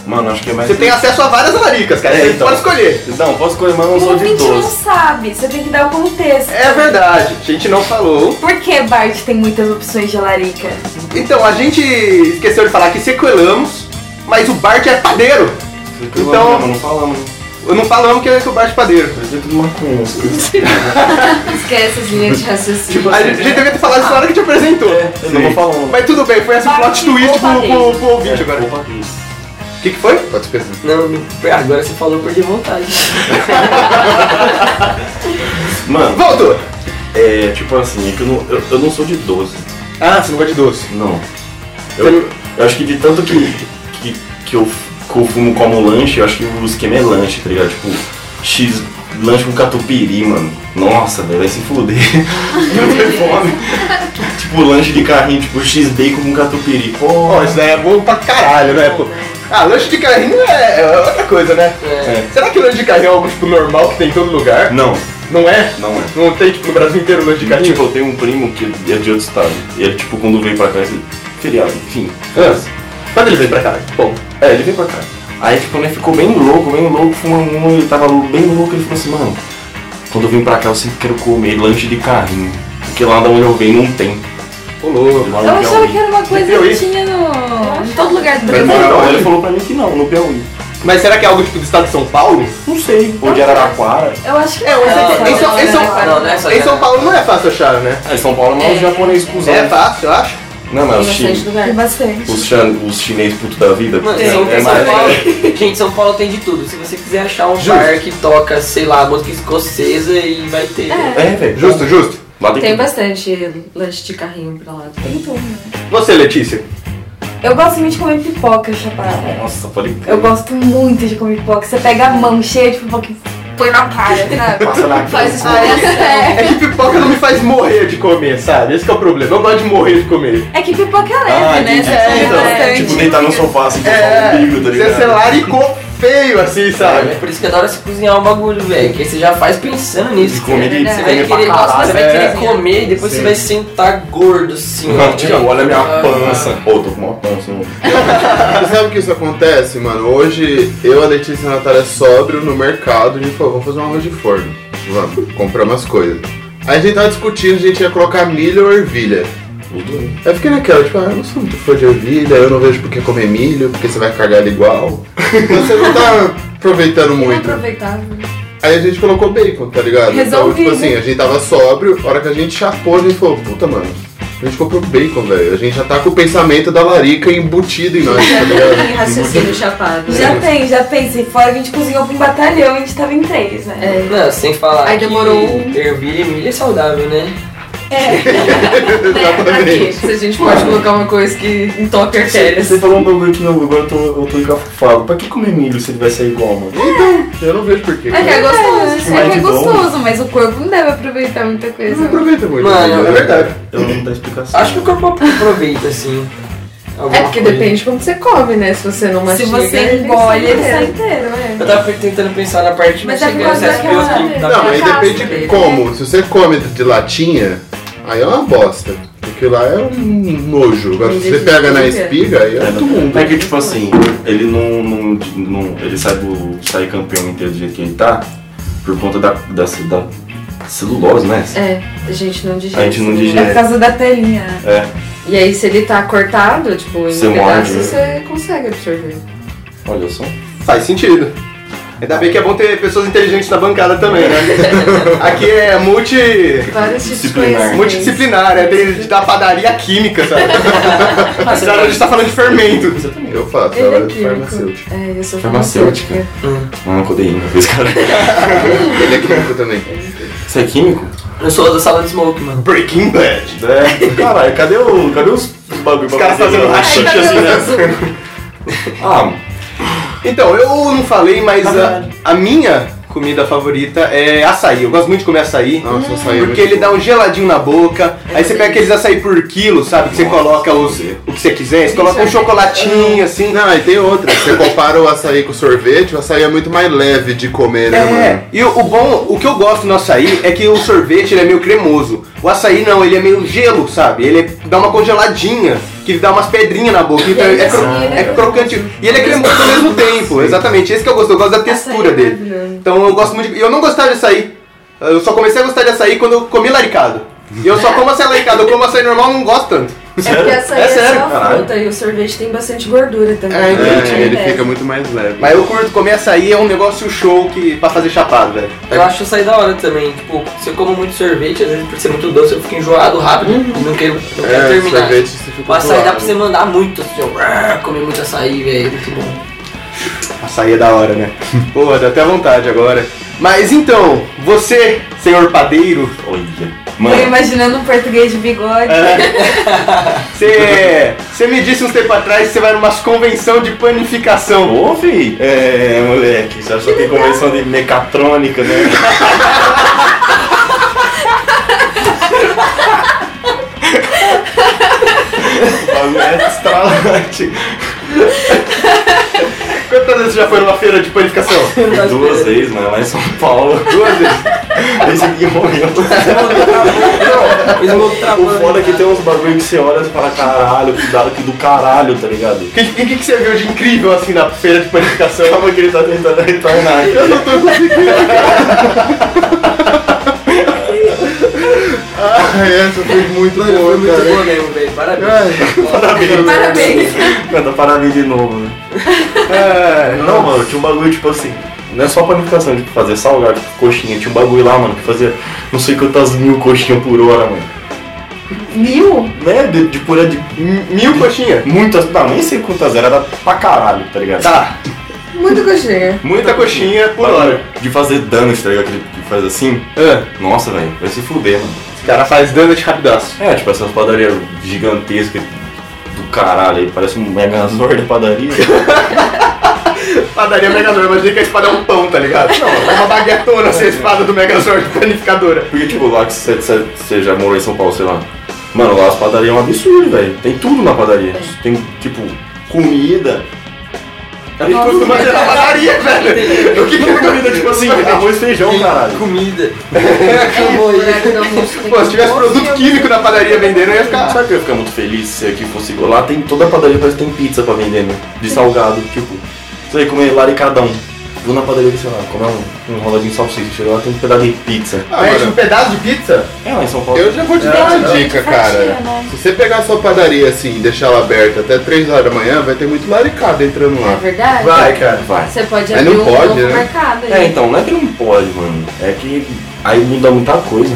[SPEAKER 4] Mano, acho que é mais.
[SPEAKER 1] Você tem acesso a várias laricas, cara.
[SPEAKER 4] É,
[SPEAKER 1] você
[SPEAKER 4] então.
[SPEAKER 1] pode escolher.
[SPEAKER 4] Não, posso comer, mas
[SPEAKER 2] O
[SPEAKER 4] eu não sou de
[SPEAKER 2] ouvinte não
[SPEAKER 4] todos.
[SPEAKER 2] sabe, você tem que dar o contexto.
[SPEAKER 1] É verdade, a gente não falou.
[SPEAKER 2] Por que Bart tem muitas opções de larica?
[SPEAKER 1] Então, a gente esqueceu de falar que sequelamos, mas o Bart é padeiro. Então-
[SPEAKER 4] Não falamos.
[SPEAKER 1] Eu não falamos que é o Bart é padeiro.
[SPEAKER 4] Parecia tudo maconha. assim.
[SPEAKER 6] Esquece as linhas de raciocínio.
[SPEAKER 1] A gente, a gente devia ter falado isso na hora que te apresentou.
[SPEAKER 4] É, Eu não vou falar. um.
[SPEAKER 1] Mas tudo bem, foi essa
[SPEAKER 2] Bart
[SPEAKER 1] plot twist
[SPEAKER 2] ou
[SPEAKER 1] pro,
[SPEAKER 2] padeiro?
[SPEAKER 1] pro, pro
[SPEAKER 4] é
[SPEAKER 1] ouvinte agora.
[SPEAKER 4] né?
[SPEAKER 1] O que, que foi?
[SPEAKER 5] Pode esquecer.
[SPEAKER 3] não, me- agora você falou, eu perdi a vontade.
[SPEAKER 4] Mano,
[SPEAKER 1] Voltou!
[SPEAKER 4] É, tipo assim, é que eu não, eu, eu não sou de doce,
[SPEAKER 1] Ah, você não gosta de doce.
[SPEAKER 4] não. Eu, eu acho que de tanto que, que, que, eu, que eu fumo como lanche, eu acho que o esquema é lanche, tá ligado? Tipo, X lanche com catupiry, mano. Nossa, velho, vai se fuder. eu tenho fome. tipo, lanche de carrinho, tipo, X bacon com catupiry. Pô,
[SPEAKER 1] Pô, isso daí é bom pra caralho, né, pô?
[SPEAKER 2] É.
[SPEAKER 1] Ah, lanche de carrinho é, é outra coisa, né?
[SPEAKER 3] É.
[SPEAKER 1] Será que lanche de carrinho é algo, tipo, normal que tem em todo lugar?
[SPEAKER 4] não,
[SPEAKER 1] Não é?
[SPEAKER 4] não é.
[SPEAKER 1] Não tem, tipo, no Brasil inteiro lanche de carrinho?
[SPEAKER 4] Tipo, eu tenho um primo que é de outro estado. E ele, tipo, quando veio pra cá, ele feriado, enfim.
[SPEAKER 1] Ah, Quando ele veio pra cá? Bom,
[SPEAKER 4] É, ele veio pra cá. Aí, tipo, né, ficou bem louco, bem louco, fumando um, ele tava lou- bem louco, ele falou assim, mano, quando eu vim pra cá eu sempre quero comer lanche de carrinho, porque lá da onde eu venho não tem.
[SPEAKER 1] rolou.
[SPEAKER 4] Lá no
[SPEAKER 2] Eu achava
[SPEAKER 4] Piauí.
[SPEAKER 2] que era uma coisa
[SPEAKER 1] Piauí?
[SPEAKER 2] que tinha no... em todo lugar do
[SPEAKER 5] Mas
[SPEAKER 4] Não,
[SPEAKER 5] era
[SPEAKER 2] Brasil.
[SPEAKER 4] não,
[SPEAKER 5] onde?
[SPEAKER 4] ele falou pra mim que não, no Piauí.
[SPEAKER 1] Mas será que é algo, tipo, do estado de São Paulo?
[SPEAKER 4] Não sei. Ou de Araraquara.
[SPEAKER 2] Eu acho que
[SPEAKER 1] É,
[SPEAKER 2] não,
[SPEAKER 1] esse aqui-
[SPEAKER 2] não,
[SPEAKER 1] em São-
[SPEAKER 2] não,
[SPEAKER 1] em
[SPEAKER 2] não,
[SPEAKER 1] São-
[SPEAKER 2] não,
[SPEAKER 3] Não, não é só
[SPEAKER 1] Em São Paulo não é fácil achar, né?
[SPEAKER 4] É, São Paulo é um japonês cuzão.
[SPEAKER 1] É fácil, eu acho.
[SPEAKER 4] Não, mas os,
[SPEAKER 6] Bastante
[SPEAKER 4] chi...
[SPEAKER 6] lugar.
[SPEAKER 2] tá. Tem bastante.
[SPEAKER 4] os, chan... os chinês puto da vida.
[SPEAKER 3] Mano,
[SPEAKER 4] é,
[SPEAKER 3] São,
[SPEAKER 4] é
[SPEAKER 3] São
[SPEAKER 4] mais...
[SPEAKER 3] Paulo, gente, São Paulo tem de tudo. Se você quiser achar um
[SPEAKER 1] Justo.
[SPEAKER 3] bar que toca, sei lá, música escocesa e vai ter.
[SPEAKER 2] É.
[SPEAKER 4] É, velho.
[SPEAKER 1] Justo, justo.
[SPEAKER 4] Lá tem,
[SPEAKER 6] Tem bastante lanche de carrinho pra lá.
[SPEAKER 2] Tem tudo.
[SPEAKER 1] Você, Letícia.
[SPEAKER 2] Eu gosto muito de comer pipoca chapada.
[SPEAKER 4] Nossa, pode crer.
[SPEAKER 2] Eu gosto muito de comer pipoca. Você pega a mão cheia de pipoca e põe na cara, sabe?
[SPEAKER 4] Passa na
[SPEAKER 6] Faz
[SPEAKER 4] cara.
[SPEAKER 6] experiência.
[SPEAKER 1] É que pipoca não me faz morrer de comer, sabe? Esse que é o problema. Eu gosto de morrer de comer.
[SPEAKER 2] É que pipoca é leve,
[SPEAKER 1] Ah,
[SPEAKER 2] né?
[SPEAKER 1] entendi.
[SPEAKER 2] Você come
[SPEAKER 1] Então,
[SPEAKER 2] bastante.
[SPEAKER 4] Tipo, deitar no sofá assim, com
[SPEAKER 1] É,
[SPEAKER 4] o umbigo, tá
[SPEAKER 1] você
[SPEAKER 4] ligado?
[SPEAKER 1] se laricou feio assim,
[SPEAKER 3] Sabe? É
[SPEAKER 1] sabe?
[SPEAKER 3] por isso que adora se cozinhar um bagulho, velho. Que aí você já faz pensando nisso.
[SPEAKER 4] E comer,
[SPEAKER 2] É
[SPEAKER 4] de-
[SPEAKER 2] verdade.
[SPEAKER 3] Você
[SPEAKER 4] você
[SPEAKER 3] vai
[SPEAKER 4] comer pra
[SPEAKER 3] querer, nossa,
[SPEAKER 4] caralho.
[SPEAKER 3] você vai querer
[SPEAKER 2] É.
[SPEAKER 3] comer e depois
[SPEAKER 4] Sim.
[SPEAKER 3] você vai sentar gordo assim, ó.
[SPEAKER 4] Tipo, olha minha pança. Pô, tô com uma pança. mano.
[SPEAKER 5] Você sabe que isso acontece, mano? Hoje eu, a Letícia e a Natália sóbrio no mercado. A gente falou, vamos fazer um arroz de forno. Vamos, comprar umas coisas. Aí a gente tava discutindo, a gente ia colocar milho ou ervilha. Aí eu fiquei naquela, tipo, ah, eu não sou muito fã de ervilha, eu não vejo por que comer milho, porque você vai cagar ele igual. Você não tá aproveitando
[SPEAKER 6] É
[SPEAKER 5] muito.
[SPEAKER 6] Inaproveitável.
[SPEAKER 5] Aí a gente colocou bacon, tá ligado? então,
[SPEAKER 6] Resolvi,
[SPEAKER 5] tipo
[SPEAKER 6] né?
[SPEAKER 5] assim, a gente tava sóbrio, a hora que a gente chapou, a gente falou, puta, mano, a gente comprou bacon, velho. A gente já tá com o pensamento da larica embutido em nós, tá ligado?
[SPEAKER 6] Tem raciocínio chapado.
[SPEAKER 2] Já tem, já pensei. Fora que a gente cozinhou pra um batalhão, a gente tava em três, né?
[SPEAKER 6] É.
[SPEAKER 3] Não, sem falar
[SPEAKER 6] Aí
[SPEAKER 3] que
[SPEAKER 6] demorou um.
[SPEAKER 3] ervilha e milho é saudável, né?
[SPEAKER 6] É, Aqui, se a gente pode colocar uma coisa que é entope a
[SPEAKER 4] Você,
[SPEAKER 6] artéria.
[SPEAKER 4] você falou um bagulho que não, agora eu tô, eu tô encafufado. Pra que comer milho se ele vai sair igual, mano?
[SPEAKER 5] Então, Eu não vejo por que.
[SPEAKER 6] É que é gostoso.
[SPEAKER 2] É
[SPEAKER 4] Mas
[SPEAKER 2] que é
[SPEAKER 4] de novo?
[SPEAKER 2] gostoso, mas o corpo não deve aproveitar muita
[SPEAKER 5] Não
[SPEAKER 2] coisa.
[SPEAKER 5] aproveita muito.
[SPEAKER 3] Mano,
[SPEAKER 5] né?
[SPEAKER 3] é
[SPEAKER 5] verdade.
[SPEAKER 4] Eu não dá explicação.
[SPEAKER 3] Acho que o corpo aproveita, assim. alguma
[SPEAKER 6] É porque
[SPEAKER 3] coisa.
[SPEAKER 6] depende de como você come, né? Se você não
[SPEAKER 2] Se
[SPEAKER 6] mastiga. é
[SPEAKER 2] você
[SPEAKER 6] ele
[SPEAKER 2] engole,
[SPEAKER 6] sai
[SPEAKER 2] ele sai
[SPEAKER 6] inteiro.
[SPEAKER 2] inteiro, é.
[SPEAKER 3] Eu tava tentando pensar na parte
[SPEAKER 2] Mas
[SPEAKER 3] mais
[SPEAKER 2] é por causa daquela-
[SPEAKER 5] Não, mas
[SPEAKER 6] É
[SPEAKER 2] Casa
[SPEAKER 5] depende de
[SPEAKER 2] dele.
[SPEAKER 6] né?
[SPEAKER 5] como. Se você come de latinha, aí é uma bosta. Porque lá é um nojo. Agora, se você pega na espiga, aí é
[SPEAKER 4] É,
[SPEAKER 5] outro
[SPEAKER 4] não-
[SPEAKER 5] mundo.
[SPEAKER 4] é que tipo assim, ele não. não- não- ele sai do. sai campeão inteiro do jeito que ele tá, por conta da, da, da celulose, né?
[SPEAKER 6] É, a gente não digere.
[SPEAKER 4] A gente não
[SPEAKER 6] né?
[SPEAKER 4] digere.
[SPEAKER 2] É por causa da telinha. né?
[SPEAKER 6] E aí, se ele tá cortado, tipo, em
[SPEAKER 4] Você
[SPEAKER 6] pedaços,
[SPEAKER 4] morde.
[SPEAKER 6] você consegue absorver.
[SPEAKER 4] Olha só.
[SPEAKER 1] Faz sentido. Ainda bem que é bom ter pessoas inteligentes na bancada também, né? Aqui é multi.
[SPEAKER 6] Vários tipos de
[SPEAKER 4] Disciplinar.
[SPEAKER 6] conhecimentos.
[SPEAKER 1] multidisciplinar, né? Tem da padaria à química, sabe?
[SPEAKER 3] Ah, você
[SPEAKER 1] A gente tá falando de fermento.
[SPEAKER 5] Eu faço,
[SPEAKER 6] Ele é
[SPEAKER 5] trabalho de farmacêutico.
[SPEAKER 6] químico. É, eu sou
[SPEAKER 4] Farmacêutica.
[SPEAKER 6] farmacêutica.
[SPEAKER 4] Não, codeína, fez cara.
[SPEAKER 5] Ele é químico também.
[SPEAKER 4] Você é químico?
[SPEAKER 3] Eu sou da sala de smoke, mano.
[SPEAKER 1] Breaking Bad.
[SPEAKER 4] É. Caralho, cadê, o, cadê os, os bagulho
[SPEAKER 1] Os caras fazendo
[SPEAKER 4] assim,
[SPEAKER 1] rachixe assim, né?
[SPEAKER 4] Ah,
[SPEAKER 1] Então, eu não falei, mas
[SPEAKER 3] Na
[SPEAKER 1] a,
[SPEAKER 3] verdade.
[SPEAKER 1] a minha comida favorita é açaí. Eu gosto muito de comer açaí.
[SPEAKER 5] Nossa, é saiu.
[SPEAKER 1] Porque ele dá um geladinho na boca,
[SPEAKER 3] É
[SPEAKER 1] aí você pega aqueles açaí por quilo, sabe? Que você
[SPEAKER 4] Nossa,
[SPEAKER 1] coloca os,
[SPEAKER 4] sim.
[SPEAKER 1] o que você quiser, você coloca um
[SPEAKER 3] é
[SPEAKER 1] chocolatinho, assim.
[SPEAKER 5] Não, e tem outra. Você compara o açaí com o sorvete, o açaí é muito mais leve de comer, né,
[SPEAKER 1] É,
[SPEAKER 5] mano?
[SPEAKER 1] e o, o bom, o que eu gosto no açaí é que o sorvete ele é meio cremoso. O açaí não, ele é meio gelo, sabe? Ele é- dá uma congeladinha, que dá umas pedrinhas na boca. Então
[SPEAKER 6] ele
[SPEAKER 1] é,
[SPEAKER 6] é
[SPEAKER 1] cro-
[SPEAKER 6] assim, ele
[SPEAKER 1] é
[SPEAKER 6] é
[SPEAKER 1] crocante. E ele é cremoso ao mesmo tempo, exatamente. Esse que eu gosto, eu gosto da textura
[SPEAKER 6] Açaí é
[SPEAKER 1] dele.
[SPEAKER 6] maravilhoso.
[SPEAKER 1] Então eu gosto muito. de- E eu não gostava de açaí. Eu só comecei a gostar de açaí quando eu comi laricado. E eu só como açaí laricado, eu como açaí normal, não gosto tanto.
[SPEAKER 6] É porque açaí
[SPEAKER 1] É
[SPEAKER 6] é,
[SPEAKER 1] sério,
[SPEAKER 6] só a
[SPEAKER 4] caralho.
[SPEAKER 6] fruta e o sorvete tem bastante gordura também.
[SPEAKER 1] É, então,
[SPEAKER 5] É,
[SPEAKER 1] Entendi.
[SPEAKER 5] ele fica muito mais leve.
[SPEAKER 1] Mas eu curto comer açaí, é um negócio show que, pra fazer chapado, velho.
[SPEAKER 5] É
[SPEAKER 3] Eu acho isso aí da hora também. Tipo, se eu como muito sorvete, às vezes por ser muito doce, eu fico enjoado rápido. Não quero, não quero
[SPEAKER 5] É,
[SPEAKER 3] terminar.
[SPEAKER 5] sorvete você fica
[SPEAKER 3] O açaí dá pra
[SPEAKER 5] suado.
[SPEAKER 3] você mandar muito, assim, ó. "Ah, Comer muito açaí, velho. Muito bom.
[SPEAKER 1] Açaí é da hora, né? Porra, dá até vontade agora. Mas então, você, senhor padeiro,
[SPEAKER 4] olha.
[SPEAKER 2] Tô
[SPEAKER 4] Mano,
[SPEAKER 2] imaginando um português de bigode.
[SPEAKER 1] você, você me disse uns tempo atrás que você vai numa convenção de panificação.
[SPEAKER 4] ô, fi. É, moleque, você acha que tem convenção de mecatrônica, né? O bagulho é estralante.
[SPEAKER 1] Quantas vezes você já foi numa feira de panificação?
[SPEAKER 4] Duas vezes, mano, lá em São Paulo. Então,
[SPEAKER 1] Duas vezes. é
[SPEAKER 4] Esse aqui morreu.
[SPEAKER 3] O smoke travou.
[SPEAKER 4] O foda é que tem uns bagulho que você olha e fala, caralho, cuidado que do caralho, tá ligado?
[SPEAKER 1] O que, que, que você viu de incrível assim na feira de panificação?
[SPEAKER 4] Calma que ele tá tentando retornar aqui. Eu não tô
[SPEAKER 5] Ah, essa foi muito
[SPEAKER 3] Mano, foi
[SPEAKER 5] boa,
[SPEAKER 3] muito
[SPEAKER 5] cara.
[SPEAKER 3] bom mesmo, velho. Parabéns.
[SPEAKER 5] Ai,
[SPEAKER 4] parabéns.
[SPEAKER 6] Parabéns.
[SPEAKER 4] Manda parabéns de novo, né?
[SPEAKER 1] É,
[SPEAKER 4] Não, mano, tinha um bagulho tipo assim. Não é só panificação, tipo, fazer salgado, coxinha. Tinha um bagulho lá, mano, que fazia não sei quantas mil coxinhas por hora, mano.
[SPEAKER 6] Mil?
[SPEAKER 4] Né? De, de purê de
[SPEAKER 1] m- mil coxinha.
[SPEAKER 4] muitas. Não, nem sei quantas era, era pra caralho, tá ligado?
[SPEAKER 1] Tá,
[SPEAKER 6] Muito gostinha.
[SPEAKER 1] muita coxinha por hora.
[SPEAKER 4] De fazer danos, tá ligado? Que que faz assim.
[SPEAKER 1] Ah,
[SPEAKER 4] Nossa, velho, vai se fuder, mano.
[SPEAKER 1] esse cara faz dano de rapidaço.
[SPEAKER 4] É, tipo, essas padarias gigantescas do caralho aí, parece um megazord de padaria.
[SPEAKER 1] Padaria Megazord, imagina que a espada é um pão, tá ligado? Não, é uma baguetona essa espada do Megazord panificadora.
[SPEAKER 4] Porque, tipo, lá que você, você- você já morou em São Paulo, sei lá. Mano, lá as padarias é um absurdo, velho. Tem tudo na padaria. Tem, tipo, comida.
[SPEAKER 1] A gente costuma ter tá na padaria, velho. O que que é comida, tipo assim, arroz?
[SPEAKER 4] arroz, feijão, caralho.
[SPEAKER 3] Comida.
[SPEAKER 6] O horário do almoço tem
[SPEAKER 1] Pô,
[SPEAKER 6] que
[SPEAKER 1] se tivesse
[SPEAKER 6] almoço e
[SPEAKER 1] produto
[SPEAKER 6] eu-
[SPEAKER 1] químico na padaria vendendo, eu ia ficar...
[SPEAKER 4] Sabe que eu ia ficar muito feliz se aqui fosse igual? Lá tem toda a padaria, parece que tem pizza pra vender, né? De salgado, tipo. Você vai comer laricadão. Vou na padaria, sei lá, comer um, um roladinho de salsicha. Chega lá, tem um pedaço de pizza.
[SPEAKER 1] Gente, um
[SPEAKER 5] Agora,
[SPEAKER 1] pedaço de pizza?
[SPEAKER 4] É lá em São Paulo.
[SPEAKER 5] eu já vou te dar uma dica, cara. Se você pegar a sua padaria assim e deixar ela aberta até 3 horas da manhã, vai ter muito laricado entrando
[SPEAKER 6] É
[SPEAKER 5] lá.
[SPEAKER 6] verdade?
[SPEAKER 1] Vai, cara.
[SPEAKER 4] Vai.
[SPEAKER 6] Você
[SPEAKER 3] É
[SPEAKER 6] pode
[SPEAKER 5] Mas
[SPEAKER 6] abrir
[SPEAKER 5] não
[SPEAKER 6] um
[SPEAKER 5] pode,
[SPEAKER 6] novo
[SPEAKER 5] né?
[SPEAKER 6] mercado aí.
[SPEAKER 4] É, então, não é que não pode, mano. É que aí muda muita coisa.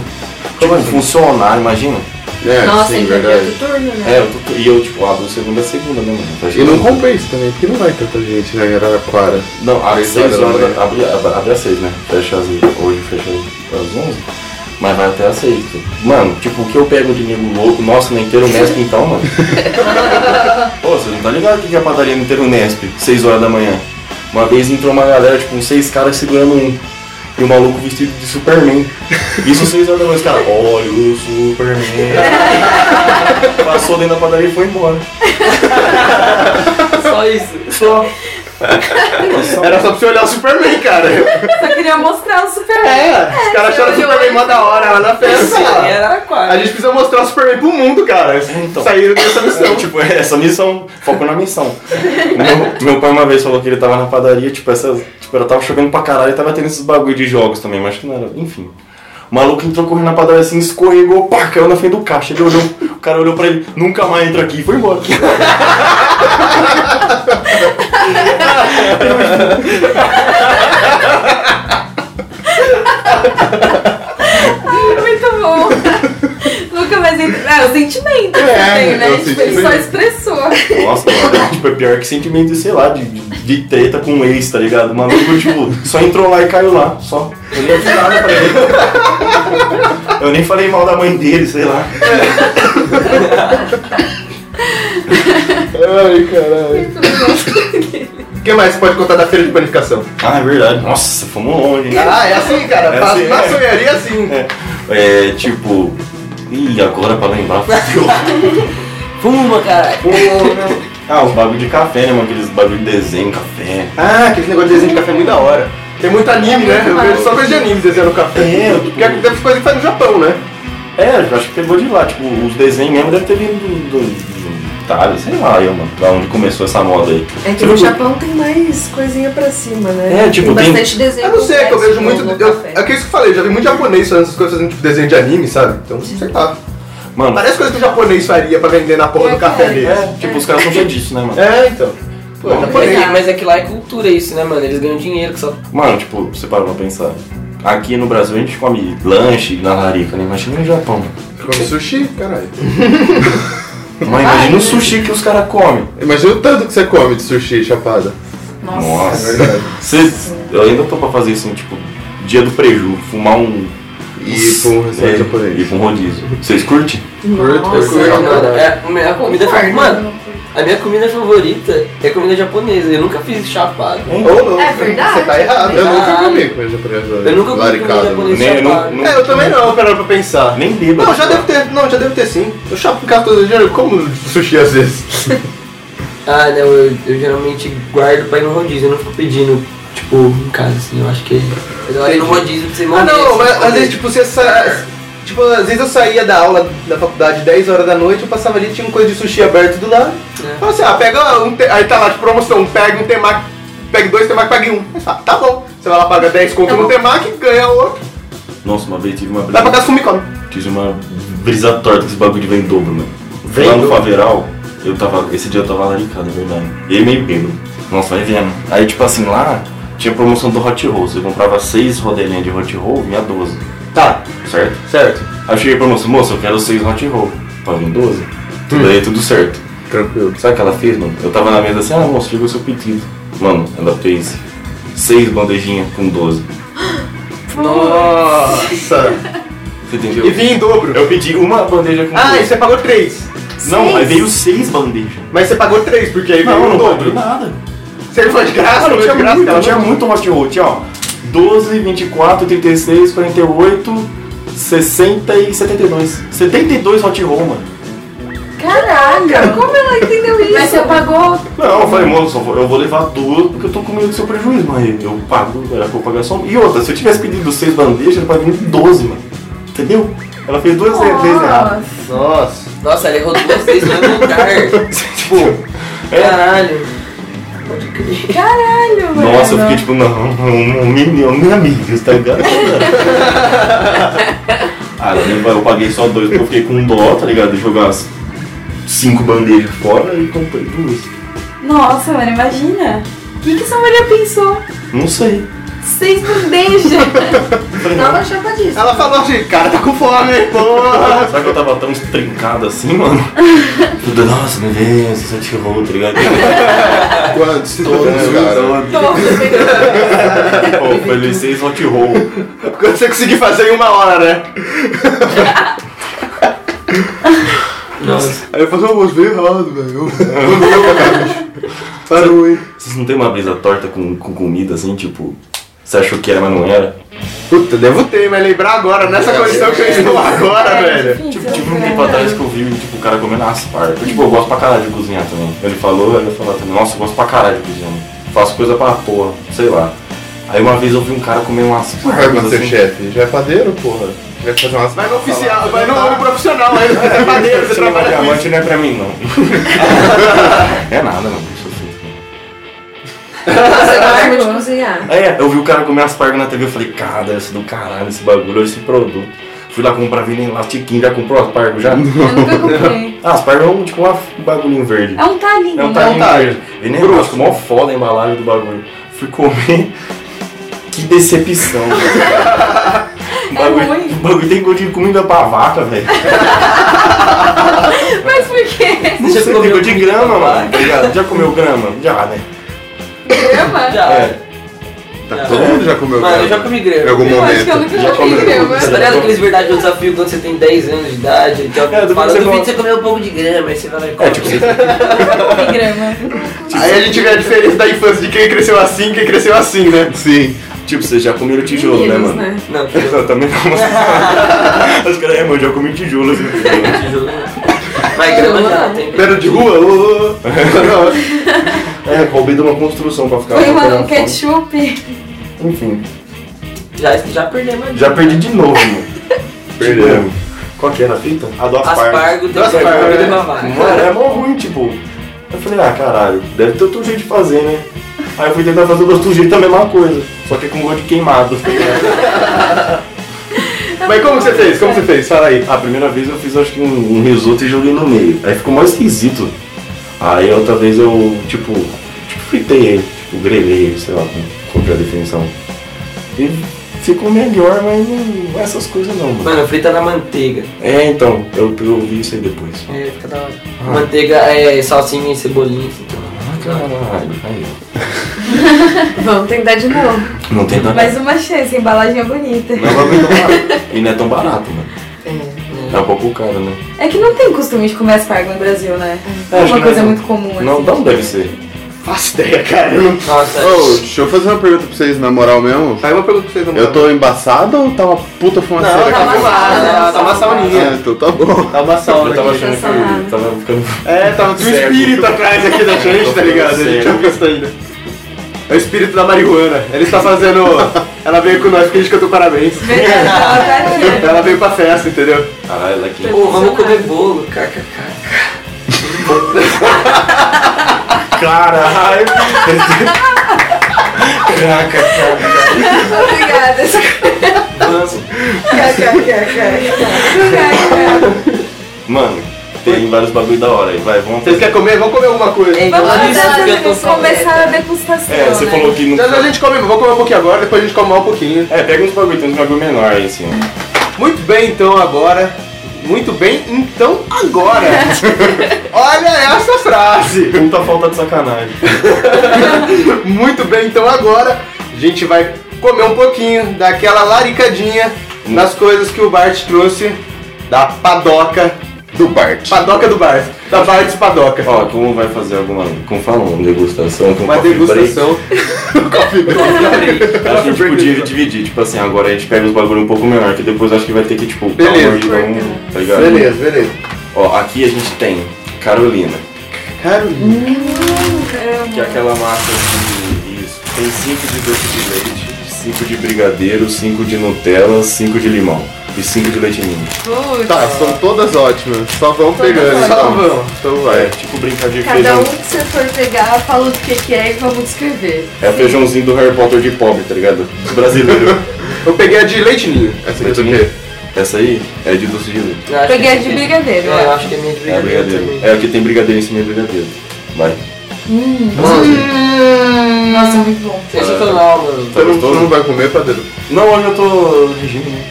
[SPEAKER 4] tipo,
[SPEAKER 5] assim?
[SPEAKER 4] funcionar, imagina.
[SPEAKER 5] É,
[SPEAKER 6] Nossa,
[SPEAKER 5] sim,
[SPEAKER 6] em primeiro
[SPEAKER 5] verdade.
[SPEAKER 6] turno, né?
[SPEAKER 4] É, eu tô- e eu, tipo, abro segunda a segunda, né, mano? Tá
[SPEAKER 5] E não
[SPEAKER 4] chegando-
[SPEAKER 5] compensa também, porque não vai tanta gente né, em Araraquara.
[SPEAKER 4] Não, abre às
[SPEAKER 5] Seis
[SPEAKER 4] 6
[SPEAKER 5] horas da
[SPEAKER 4] horas,
[SPEAKER 5] manhã.
[SPEAKER 4] abre, abre, abre às 6, né? Fecha às hoje fecha às 11, mas vai até às 6. Mano, tipo, o que eu pego de nego louco, nossa, no inteiro Nesp então, mano. Pô, você não tá ligado o que que é a padaria no inteiro Nesp, 6 horas da manhã. Uma vez entrou uma galera, tipo, uns 6 caras segurando um. E o maluco vestido de Superman. Isso 6 horas da manhã, os caras, olha o Superman. Passou dentro da padaria e foi embora.
[SPEAKER 3] Só isso.
[SPEAKER 4] Só.
[SPEAKER 1] Era só pra você olhar o Superman, cara.
[SPEAKER 2] Só queria mostrar o Superman.
[SPEAKER 1] É, os caras acharam o é. Superman mó da hora lá na festa.
[SPEAKER 3] Sim,
[SPEAKER 1] lá.
[SPEAKER 3] era aquário.
[SPEAKER 1] A gente precisa mostrar o Superman pro mundo, cara.
[SPEAKER 4] Então.
[SPEAKER 1] Saíram dessa
[SPEAKER 4] Então,
[SPEAKER 1] missão.
[SPEAKER 4] tipo, é essa missão, foco na missão. Meu, meu pai uma vez falou que ele tava na padaria, tipo, essa, tipo, ela tava chovendo pra caralho e tava tendo esses bagulho de jogos também, mas que não era, enfim. O maluco entrou correndo na padaria assim, escorregou, pá, caiu na frente do caixa. Ele olhou, o cara olhou pra ele, nunca mais entra aqui e foi embora.
[SPEAKER 6] Ah,
[SPEAKER 2] Muito bom. Nunca mais entendi. É, o sentimento
[SPEAKER 5] É,
[SPEAKER 2] também,
[SPEAKER 5] é o
[SPEAKER 2] né? Tipo, ele só
[SPEAKER 5] sentimento.
[SPEAKER 2] expressou.
[SPEAKER 4] Nossa, mano, tipo, é pior que sentimento, sei lá, de, de, de treta com um ex, tá ligado? O maluco, tipo, só entrou lá e caiu lá, só. Eu nem fiz nada pra ele. Eu nem falei mal da mãe dele, sei lá.
[SPEAKER 5] Ai, caralho.
[SPEAKER 1] O que mais você pode contar da feira de panificação?
[SPEAKER 4] Ah, é verdade. Nossa, fomos longe, hein?
[SPEAKER 1] Ah, é assim, cara.
[SPEAKER 4] É
[SPEAKER 1] Faz-
[SPEAKER 4] assim,
[SPEAKER 1] na
[SPEAKER 4] é.
[SPEAKER 1] sonharia, assim.
[SPEAKER 4] É, tipo. Ih, agora pra lembrar, fudeu.
[SPEAKER 3] Fuma, caralho.
[SPEAKER 4] ah, os bagulho de café, né, mano? Aqueles bagulho de desenho, café.
[SPEAKER 1] Ah, aquele negócio de desenho de café é muito da hora. Tem muito anime, né? Eu vejo só coisa de anime desenhando café.
[SPEAKER 4] É,
[SPEAKER 1] Porque deve coisa que faz no Japão, né?
[SPEAKER 4] É, eu acho que pegou de lá. Tipo, os desenhos mesmo deve ter vindo do. do, do Itália, sei lá, eu, mano. Da onde começou essa moda aí.
[SPEAKER 6] É que
[SPEAKER 4] Tipo,
[SPEAKER 6] no Japão tem mais coisinha pra cima, né?
[SPEAKER 4] É, tipo,
[SPEAKER 6] tem
[SPEAKER 4] tem-
[SPEAKER 6] bastante desenho.
[SPEAKER 1] Eu não sei, é que eu vejo
[SPEAKER 6] complexo
[SPEAKER 1] muito.
[SPEAKER 6] no- no
[SPEAKER 1] Eu,
[SPEAKER 6] café.
[SPEAKER 1] é que isso que eu falei, já vi muito japonês fazendo essas coisas, fazendo tipo desenho de anime, sabe? Então, sei lá.
[SPEAKER 4] Mano,
[SPEAKER 1] Parece coisa que o japonês faria pra vender na porra do café deles.
[SPEAKER 4] é, tipo, os caras são cheios disso, né, mano?
[SPEAKER 1] É, então. Pô, tá
[SPEAKER 3] Mas
[SPEAKER 1] japonês.
[SPEAKER 3] é que- Mas é que lá é cultura isso, né, mano? Eles ganham dinheiro que só.
[SPEAKER 4] Mano, tipo, você parou pra pensar. Aqui no Brasil a gente come lanche na larica, né? Imagina no Japão.
[SPEAKER 5] Come sushi, caralho.
[SPEAKER 4] Mas imagina o sushi que os caras comem.
[SPEAKER 5] Imagina o tanto que você come de sushi, chapada.
[SPEAKER 2] Nossa.
[SPEAKER 5] É
[SPEAKER 4] Cês- eu ainda tô pra fazer assim, tipo, dia do preju, fumar um.
[SPEAKER 5] E ir pra um restaurante
[SPEAKER 4] é,
[SPEAKER 5] japonês.
[SPEAKER 4] Ir pra um rodízio. Vocês curtem?
[SPEAKER 5] Curto,
[SPEAKER 6] Nossa,
[SPEAKER 5] curto.
[SPEAKER 3] mano,
[SPEAKER 5] caralho.
[SPEAKER 3] é a minha comida favorita. Mano, a minha comida favorita é comida japonesa. Eu nunca fiz chapado.
[SPEAKER 1] Ou não.
[SPEAKER 6] É verdade.
[SPEAKER 1] Você tá errado.
[SPEAKER 5] Eu nunca
[SPEAKER 3] Caralho.
[SPEAKER 5] comi coisa japonesa.
[SPEAKER 3] Eu nunca comi
[SPEAKER 5] laricada,
[SPEAKER 3] comida
[SPEAKER 5] mano.
[SPEAKER 3] japonesa.
[SPEAKER 4] Nem, eu não,
[SPEAKER 3] chapado.
[SPEAKER 4] não-
[SPEAKER 1] É, eu também não, parando pra pensar.
[SPEAKER 4] Nem bebo.
[SPEAKER 1] Não, já devo ter. Não, já devo ter sim. Eu chapo um em casa todo dia, eu como sushi às vezes.
[SPEAKER 3] Ah, não, eu, eu geralmente guardo pra ir no rodízio. Eu não fico pedindo, tipo, em casa, assim. Eu acho que. Eu acho que no rodízio pra você
[SPEAKER 1] Ah,
[SPEAKER 3] morrer.
[SPEAKER 1] não,
[SPEAKER 3] assim,
[SPEAKER 1] mas às
[SPEAKER 3] poder.
[SPEAKER 1] vezes, tipo, você sai. Tipo, às vezes eu saía da aula da faculdade 10 horas da noite, eu passava ali, tinha uma coisa de sushi aberto do lado.
[SPEAKER 3] É.
[SPEAKER 1] Falei assim, ah, pega um. te- Aí tá lá de promoção, pega um temaki, pega dois temaki, pague um. Aí você fala, tá bom. Você vai lá, paga 10 conto
[SPEAKER 6] Tá
[SPEAKER 1] no
[SPEAKER 6] bom.
[SPEAKER 1] temaki, ganha outro,
[SPEAKER 4] Nossa, uma vez tive uma
[SPEAKER 1] dá pra
[SPEAKER 4] brisa.
[SPEAKER 1] casa comigo, come.
[SPEAKER 4] Tive uma brisa torta que esse bagulho de vem dobro, mano. Lá no Faveral, eu tava. Esse dia eu tava laricado, é verdade. E aí meio bêbado. Nossa, vai vendo. Aí tipo assim, lá tinha promoção do Hot Rolls. Eu comprava seis rodelinhas de Hot Roll, vinha 12.
[SPEAKER 1] Tá,
[SPEAKER 4] Certo?
[SPEAKER 1] certo.
[SPEAKER 4] Aí eu cheguei pra moça, moça, eu quero seis hot roll. Pra vir 12. Tudo aí, tudo certo.
[SPEAKER 5] Tranquilo.
[SPEAKER 4] Sabe o que ela fez, mano? Eu tava na mesa assim, ah, moça, chegou o seu pedido. Mano, ela fez seis bandejinhas com 12.
[SPEAKER 1] Nossa.
[SPEAKER 4] Você
[SPEAKER 1] E
[SPEAKER 4] entendeu?
[SPEAKER 1] vim em dobro.
[SPEAKER 4] Eu pedi uma bandeja com
[SPEAKER 1] Ah, e
[SPEAKER 4] 12.
[SPEAKER 1] você pagou 3.
[SPEAKER 4] Não,
[SPEAKER 6] Seis?
[SPEAKER 4] mas veio seis bandejas.
[SPEAKER 1] Mas você pagou 3, porque aí veio o dobro.
[SPEAKER 4] nada.
[SPEAKER 1] Você foi de graça?
[SPEAKER 4] Mano,
[SPEAKER 1] Foi
[SPEAKER 4] tinha
[SPEAKER 1] de graça,
[SPEAKER 4] muito,
[SPEAKER 1] cara.
[SPEAKER 4] tinha muito rock and roll. Tinha, ó, 12, 24, 36, 48, 60 e 72. 72 hot roll, mano.
[SPEAKER 6] Caraca, como ela entendeu isso?
[SPEAKER 2] Mas você pagou.
[SPEAKER 4] Não, eu falei, moço, eu vou- eu vou levar duas porque eu tô com medo do seu prejuízo, mas eu pago, era pra eu pagar só uma. E outra, se eu tivesse pedido seis bandejas, eu pagaria 12, mano. Entendeu? Ela fez duas vezes errado.
[SPEAKER 6] Nossa.
[SPEAKER 1] Nossa.
[SPEAKER 3] Nossa, ela errou duas vezes no mesmo lugar.
[SPEAKER 4] tipo, é.
[SPEAKER 3] Caralho. Pode crer.
[SPEAKER 6] Caralho, mano.
[SPEAKER 4] Nossa, eu
[SPEAKER 2] É,
[SPEAKER 4] fiquei tipo, não, um milhão de amigos, tá ligado? ah, eu, lembro, eu paguei só dois porque eu fiquei com dó, tá ligado? De jogar as cinco bandejas fora e comprei duas.
[SPEAKER 2] Nossa, mano, imagina. O que, que essa mulher pensou?
[SPEAKER 4] Não sei.
[SPEAKER 2] Seis bandejas.
[SPEAKER 6] Não achava disso.
[SPEAKER 1] Ela falou assim, cara, tá com fome, hein? Porra.
[SPEAKER 4] Será que eu tava tão estrincado assim, mano? Tudo, nossa, meu Deus, você te roubou, tá ligado?
[SPEAKER 5] Quantos? Todos, né, cara.
[SPEAKER 4] Pô, falei seis hot roll.
[SPEAKER 1] Quando você conseguir fazer em uma hora, né?
[SPEAKER 3] Nossa.
[SPEAKER 1] Aí eu falei, eu vou errado, velho. Parou, hein?
[SPEAKER 4] Vocês não tem uma brisa torta com, com comida assim, tipo. Você achou que era, mas não era?
[SPEAKER 1] Puta, devo ter, mas lembrar agora, nessa condição que eu estou agora, velho.
[SPEAKER 4] Tipo, tipo um tempo atrás que eu vi tipo, o cara comendo aspargo. Tipo, eu gosto pra caralho de cozinhar também. Ele falou, aí eu falava também, nossa, eu gosto pra caralho de cozinhar. Faço coisa pra porra, sei lá. Aí uma vez eu vi um cara comer um
[SPEAKER 5] Vai
[SPEAKER 4] aspargo.
[SPEAKER 5] Masterchef,
[SPEAKER 4] Assim,
[SPEAKER 5] chefe. Já é padeiro, porra. Vai fazer umas
[SPEAKER 1] Vai no oficial, vai no no profissional aí, você é padeiro, você
[SPEAKER 4] Esse negócio de
[SPEAKER 1] trabalha com isso.
[SPEAKER 4] amante não é pra mim, não. é nada, mano. assim. Deixa eu ver.
[SPEAKER 6] Você gosta de cozinhar.
[SPEAKER 4] É, eu vi o cara comer aspargo na TV, eu falei, cara, deve ser do caralho esse bagulho, esse produto. Fui lá comprar, vi lá, Tiquinho, já comprou aspargo já?
[SPEAKER 2] Eu nunca comprei.
[SPEAKER 4] Ah, aspargo é um, tipo um bagulhinho verde.
[SPEAKER 2] É um talinho.
[SPEAKER 4] É um
[SPEAKER 1] talinho.
[SPEAKER 4] tarrinho. Ele nem acho mó foda a embalagem do bagulho. Fui comer. Que decepção, velho. O bagulho,
[SPEAKER 2] ruim.
[SPEAKER 4] o bagulho tem gosto de comida pra vaca, velho.
[SPEAKER 2] Mas por quê?
[SPEAKER 4] Não
[SPEAKER 3] Já
[SPEAKER 4] sei, tem
[SPEAKER 3] comeu
[SPEAKER 4] gosto de
[SPEAKER 3] comida
[SPEAKER 4] grama,
[SPEAKER 3] pra
[SPEAKER 4] mano.
[SPEAKER 3] vaca?
[SPEAKER 4] tá ligado? Já comeu grama? Já, né?
[SPEAKER 2] Grama?
[SPEAKER 3] Já.
[SPEAKER 4] É.
[SPEAKER 5] Tá, todo mundo já comeu
[SPEAKER 3] Mano, eu já
[SPEAKER 5] grama.
[SPEAKER 3] comi
[SPEAKER 5] Em
[SPEAKER 3] grama.
[SPEAKER 5] algum
[SPEAKER 2] Eu acho que eu
[SPEAKER 5] momento.
[SPEAKER 2] nunca
[SPEAKER 4] Já comeu.
[SPEAKER 2] comprei grama.
[SPEAKER 3] Tá ligado aqueles verdade ou desafio quando você tem 10 anos de idade? Que
[SPEAKER 4] É,
[SPEAKER 3] alguém
[SPEAKER 4] do
[SPEAKER 3] fala,
[SPEAKER 4] que você
[SPEAKER 3] eu duvido
[SPEAKER 4] gosta.
[SPEAKER 3] você comer um pouco de grama, aí você vai lá e
[SPEAKER 4] É,
[SPEAKER 3] come.
[SPEAKER 4] tipo,
[SPEAKER 2] comprei grama.
[SPEAKER 1] Aí a gente vê a diferença da infância de quem cresceu assim e quem cresceu assim, né?
[SPEAKER 4] Sim. Tipo, vocês já comeram tijolo,
[SPEAKER 6] Meninos,
[SPEAKER 4] né, mano?
[SPEAKER 3] Não,
[SPEAKER 4] Eu também não. Os caras, é, mano, já comi tijolo. Assim.
[SPEAKER 3] tijolo não. Mas grama já tem.
[SPEAKER 1] Pera de rua, ô, ô, ô.
[SPEAKER 4] É, roubei de uma construção pra ficar.
[SPEAKER 2] Foi
[SPEAKER 4] pra pegar
[SPEAKER 2] uma um
[SPEAKER 4] uma
[SPEAKER 2] ketchup.
[SPEAKER 4] foto. Enfim,
[SPEAKER 3] Já, já perdemos ali.
[SPEAKER 4] já perdi de novo, mano.
[SPEAKER 5] Perdeu.
[SPEAKER 4] Tipo, Qual que era a fita? A do aspargo.
[SPEAKER 3] Aspargo tem
[SPEAKER 1] Nossa,
[SPEAKER 3] que
[SPEAKER 1] aspargo,
[SPEAKER 3] perder
[SPEAKER 1] né?
[SPEAKER 3] uma vaca.
[SPEAKER 4] Mano, é mó ruim, tipo. Eu falei, ah, caralho, deve ter outro jeito de fazer, né? Aí eu fui tentar fazer do outro jeito da mesma coisa, só que com um gosto de queimado.
[SPEAKER 1] Mas como você fez? Como você fez? Fala aí.
[SPEAKER 4] A primeira vez eu fiz, acho que um, um risoto e joguei no meio. Aí ficou mais esquisito. Aí a outra vez eu, tipo, tipo fritei ele, tipo, grelhei ele, sei lá, qual que é a definição. E ficou melhor, mas não essas coisas não, mano.
[SPEAKER 3] Mano, frita na manteiga.
[SPEAKER 4] É, então, eu, eu ouvi isso aí depois.
[SPEAKER 3] É, fica da hora. Manteiga é salsinha e cebolinha. Assim, então.
[SPEAKER 4] Ah, caralho, aí,
[SPEAKER 6] Vamos tentar de novo.
[SPEAKER 4] ó. Não tem nada.
[SPEAKER 2] Mais uma chance, a embalagem é bonita.
[SPEAKER 4] Não é um bagulho tão barato. E não é tão barato, mano. É um pouco caro, né?
[SPEAKER 2] É que não tem costume de comer aspargo no Brasil, né?
[SPEAKER 4] É,
[SPEAKER 2] É
[SPEAKER 4] acho que
[SPEAKER 2] uma
[SPEAKER 4] não
[SPEAKER 2] coisa
[SPEAKER 4] é.
[SPEAKER 2] muito comum, assim.
[SPEAKER 4] Não, não deve ser.
[SPEAKER 1] Faço ideia, cara. eu não-
[SPEAKER 3] Nossa,
[SPEAKER 5] Ô, deixa eu fazer uma pergunta pra vocês na moral mesmo.
[SPEAKER 1] Aí uma pergunta pra vocês,
[SPEAKER 5] Eu tô embaçado ou tá uma puta fumaceira
[SPEAKER 1] Tá, Não, tá
[SPEAKER 5] aqui?
[SPEAKER 1] amassada, tá uma sauninha.
[SPEAKER 5] Ah, então tá bom.
[SPEAKER 1] Tá uma
[SPEAKER 4] Eu
[SPEAKER 1] sauna
[SPEAKER 4] tava
[SPEAKER 1] aqui.
[SPEAKER 4] achando que
[SPEAKER 2] Sensacional.
[SPEAKER 4] eu tava ficando.
[SPEAKER 1] É, tá um
[SPEAKER 4] Cego.
[SPEAKER 1] espírito atrás aqui da gente, tá ligado? A gente
[SPEAKER 4] Cego.
[SPEAKER 1] não gostou ainda. É o espírito da marihuana. Ela está fazendo. Ela veio com nós porque a gente cantou parabéns.
[SPEAKER 2] Verdade, ela tá aqui.
[SPEAKER 1] Ela veio pra festa, entendeu?
[SPEAKER 4] Caralho, ela aqui.
[SPEAKER 3] Ô, tipo, vamos comer bolo, kkk.
[SPEAKER 4] Caralho! Caraca, cara.
[SPEAKER 6] Obrigada.
[SPEAKER 4] Mano, tem vários bagulho da hora aí. Vai, vamos.
[SPEAKER 1] Vocês querem comer? Vamos comer alguma coisa.
[SPEAKER 3] É
[SPEAKER 2] Vamos
[SPEAKER 3] igual a
[SPEAKER 2] fazer-
[SPEAKER 3] isso que eu tô falando.
[SPEAKER 2] começar a degustação,
[SPEAKER 4] É, você
[SPEAKER 2] né?
[SPEAKER 4] falou que não.
[SPEAKER 1] Já já a gente come, vamos comer um pouquinho agora, depois a gente come mais um pouquinho.
[SPEAKER 4] É, pega uns bagulho, tem uns bagulho menor aí, assim. ó.
[SPEAKER 1] Muito bem, então, agora. Muito bem, então, agora. Olha essa frase.
[SPEAKER 4] Puta Um tá falta de sacanagem.
[SPEAKER 1] Muito bem, então, agora. A gente vai comer um pouquinho daquela laricadinha nas coisas que o Bart trouxe da padoca
[SPEAKER 5] do Bart.
[SPEAKER 1] Padoca do Bart. Da Bart Padoca.
[SPEAKER 4] Ó, como vai fazer alguma. Como fala? Uma degustação? Com
[SPEAKER 1] Uma
[SPEAKER 4] coffee break?
[SPEAKER 1] degustação.
[SPEAKER 4] Acho que a gente podia dividir, tipo assim, agora a gente pega os bagulho um pouco menor, que depois acho que vai ter que, tipo, dar
[SPEAKER 1] Beleza.
[SPEAKER 4] uma mordida, um, tá ligado?
[SPEAKER 5] Beleza, beleza.
[SPEAKER 4] Ó, aqui a gente tem Carolina,
[SPEAKER 1] Carolina.
[SPEAKER 4] que
[SPEAKER 6] Uhum.
[SPEAKER 4] é aquela massa de. Isso. Tem 5 de doce de leite, 5 de brigadeiro, 5 de Nutella, 5 de limão e 5 de leite ninho.
[SPEAKER 6] Putz.
[SPEAKER 5] Tá, são todas ótimas. Só vão pegando,
[SPEAKER 6] ótimas.
[SPEAKER 5] então.
[SPEAKER 1] Só vão.
[SPEAKER 5] Então
[SPEAKER 4] É
[SPEAKER 5] vai.
[SPEAKER 4] tipo brincar de
[SPEAKER 6] Cada
[SPEAKER 4] feijão.
[SPEAKER 6] um que você for pegar, fala do que, que é e vamos descrever.
[SPEAKER 4] É o feijãozinho do Harry Potter de pobre, tá ligado? Brasileiro.
[SPEAKER 1] Eu peguei a de leite ninho.
[SPEAKER 5] Essa aqui é do quê?
[SPEAKER 4] Essa aí é de doce de leite.
[SPEAKER 3] Eu acho
[SPEAKER 2] Peguei
[SPEAKER 3] que
[SPEAKER 2] a de
[SPEAKER 3] é-
[SPEAKER 2] brigadeiro, eu
[SPEAKER 3] É, eu
[SPEAKER 2] acho.
[SPEAKER 3] acho que é minha de
[SPEAKER 4] É a
[SPEAKER 3] brigadeiro.
[SPEAKER 4] brigadeiro.
[SPEAKER 3] também.
[SPEAKER 4] É a que tem brigadeiro em cima e brigadeiro. Vai.
[SPEAKER 2] Nossa, muito bom.
[SPEAKER 3] Sensacional, mano.
[SPEAKER 5] Você não,
[SPEAKER 4] gostoso?
[SPEAKER 5] não vai comer, padeiro?
[SPEAKER 4] Não, hoje eu tô no regime, né?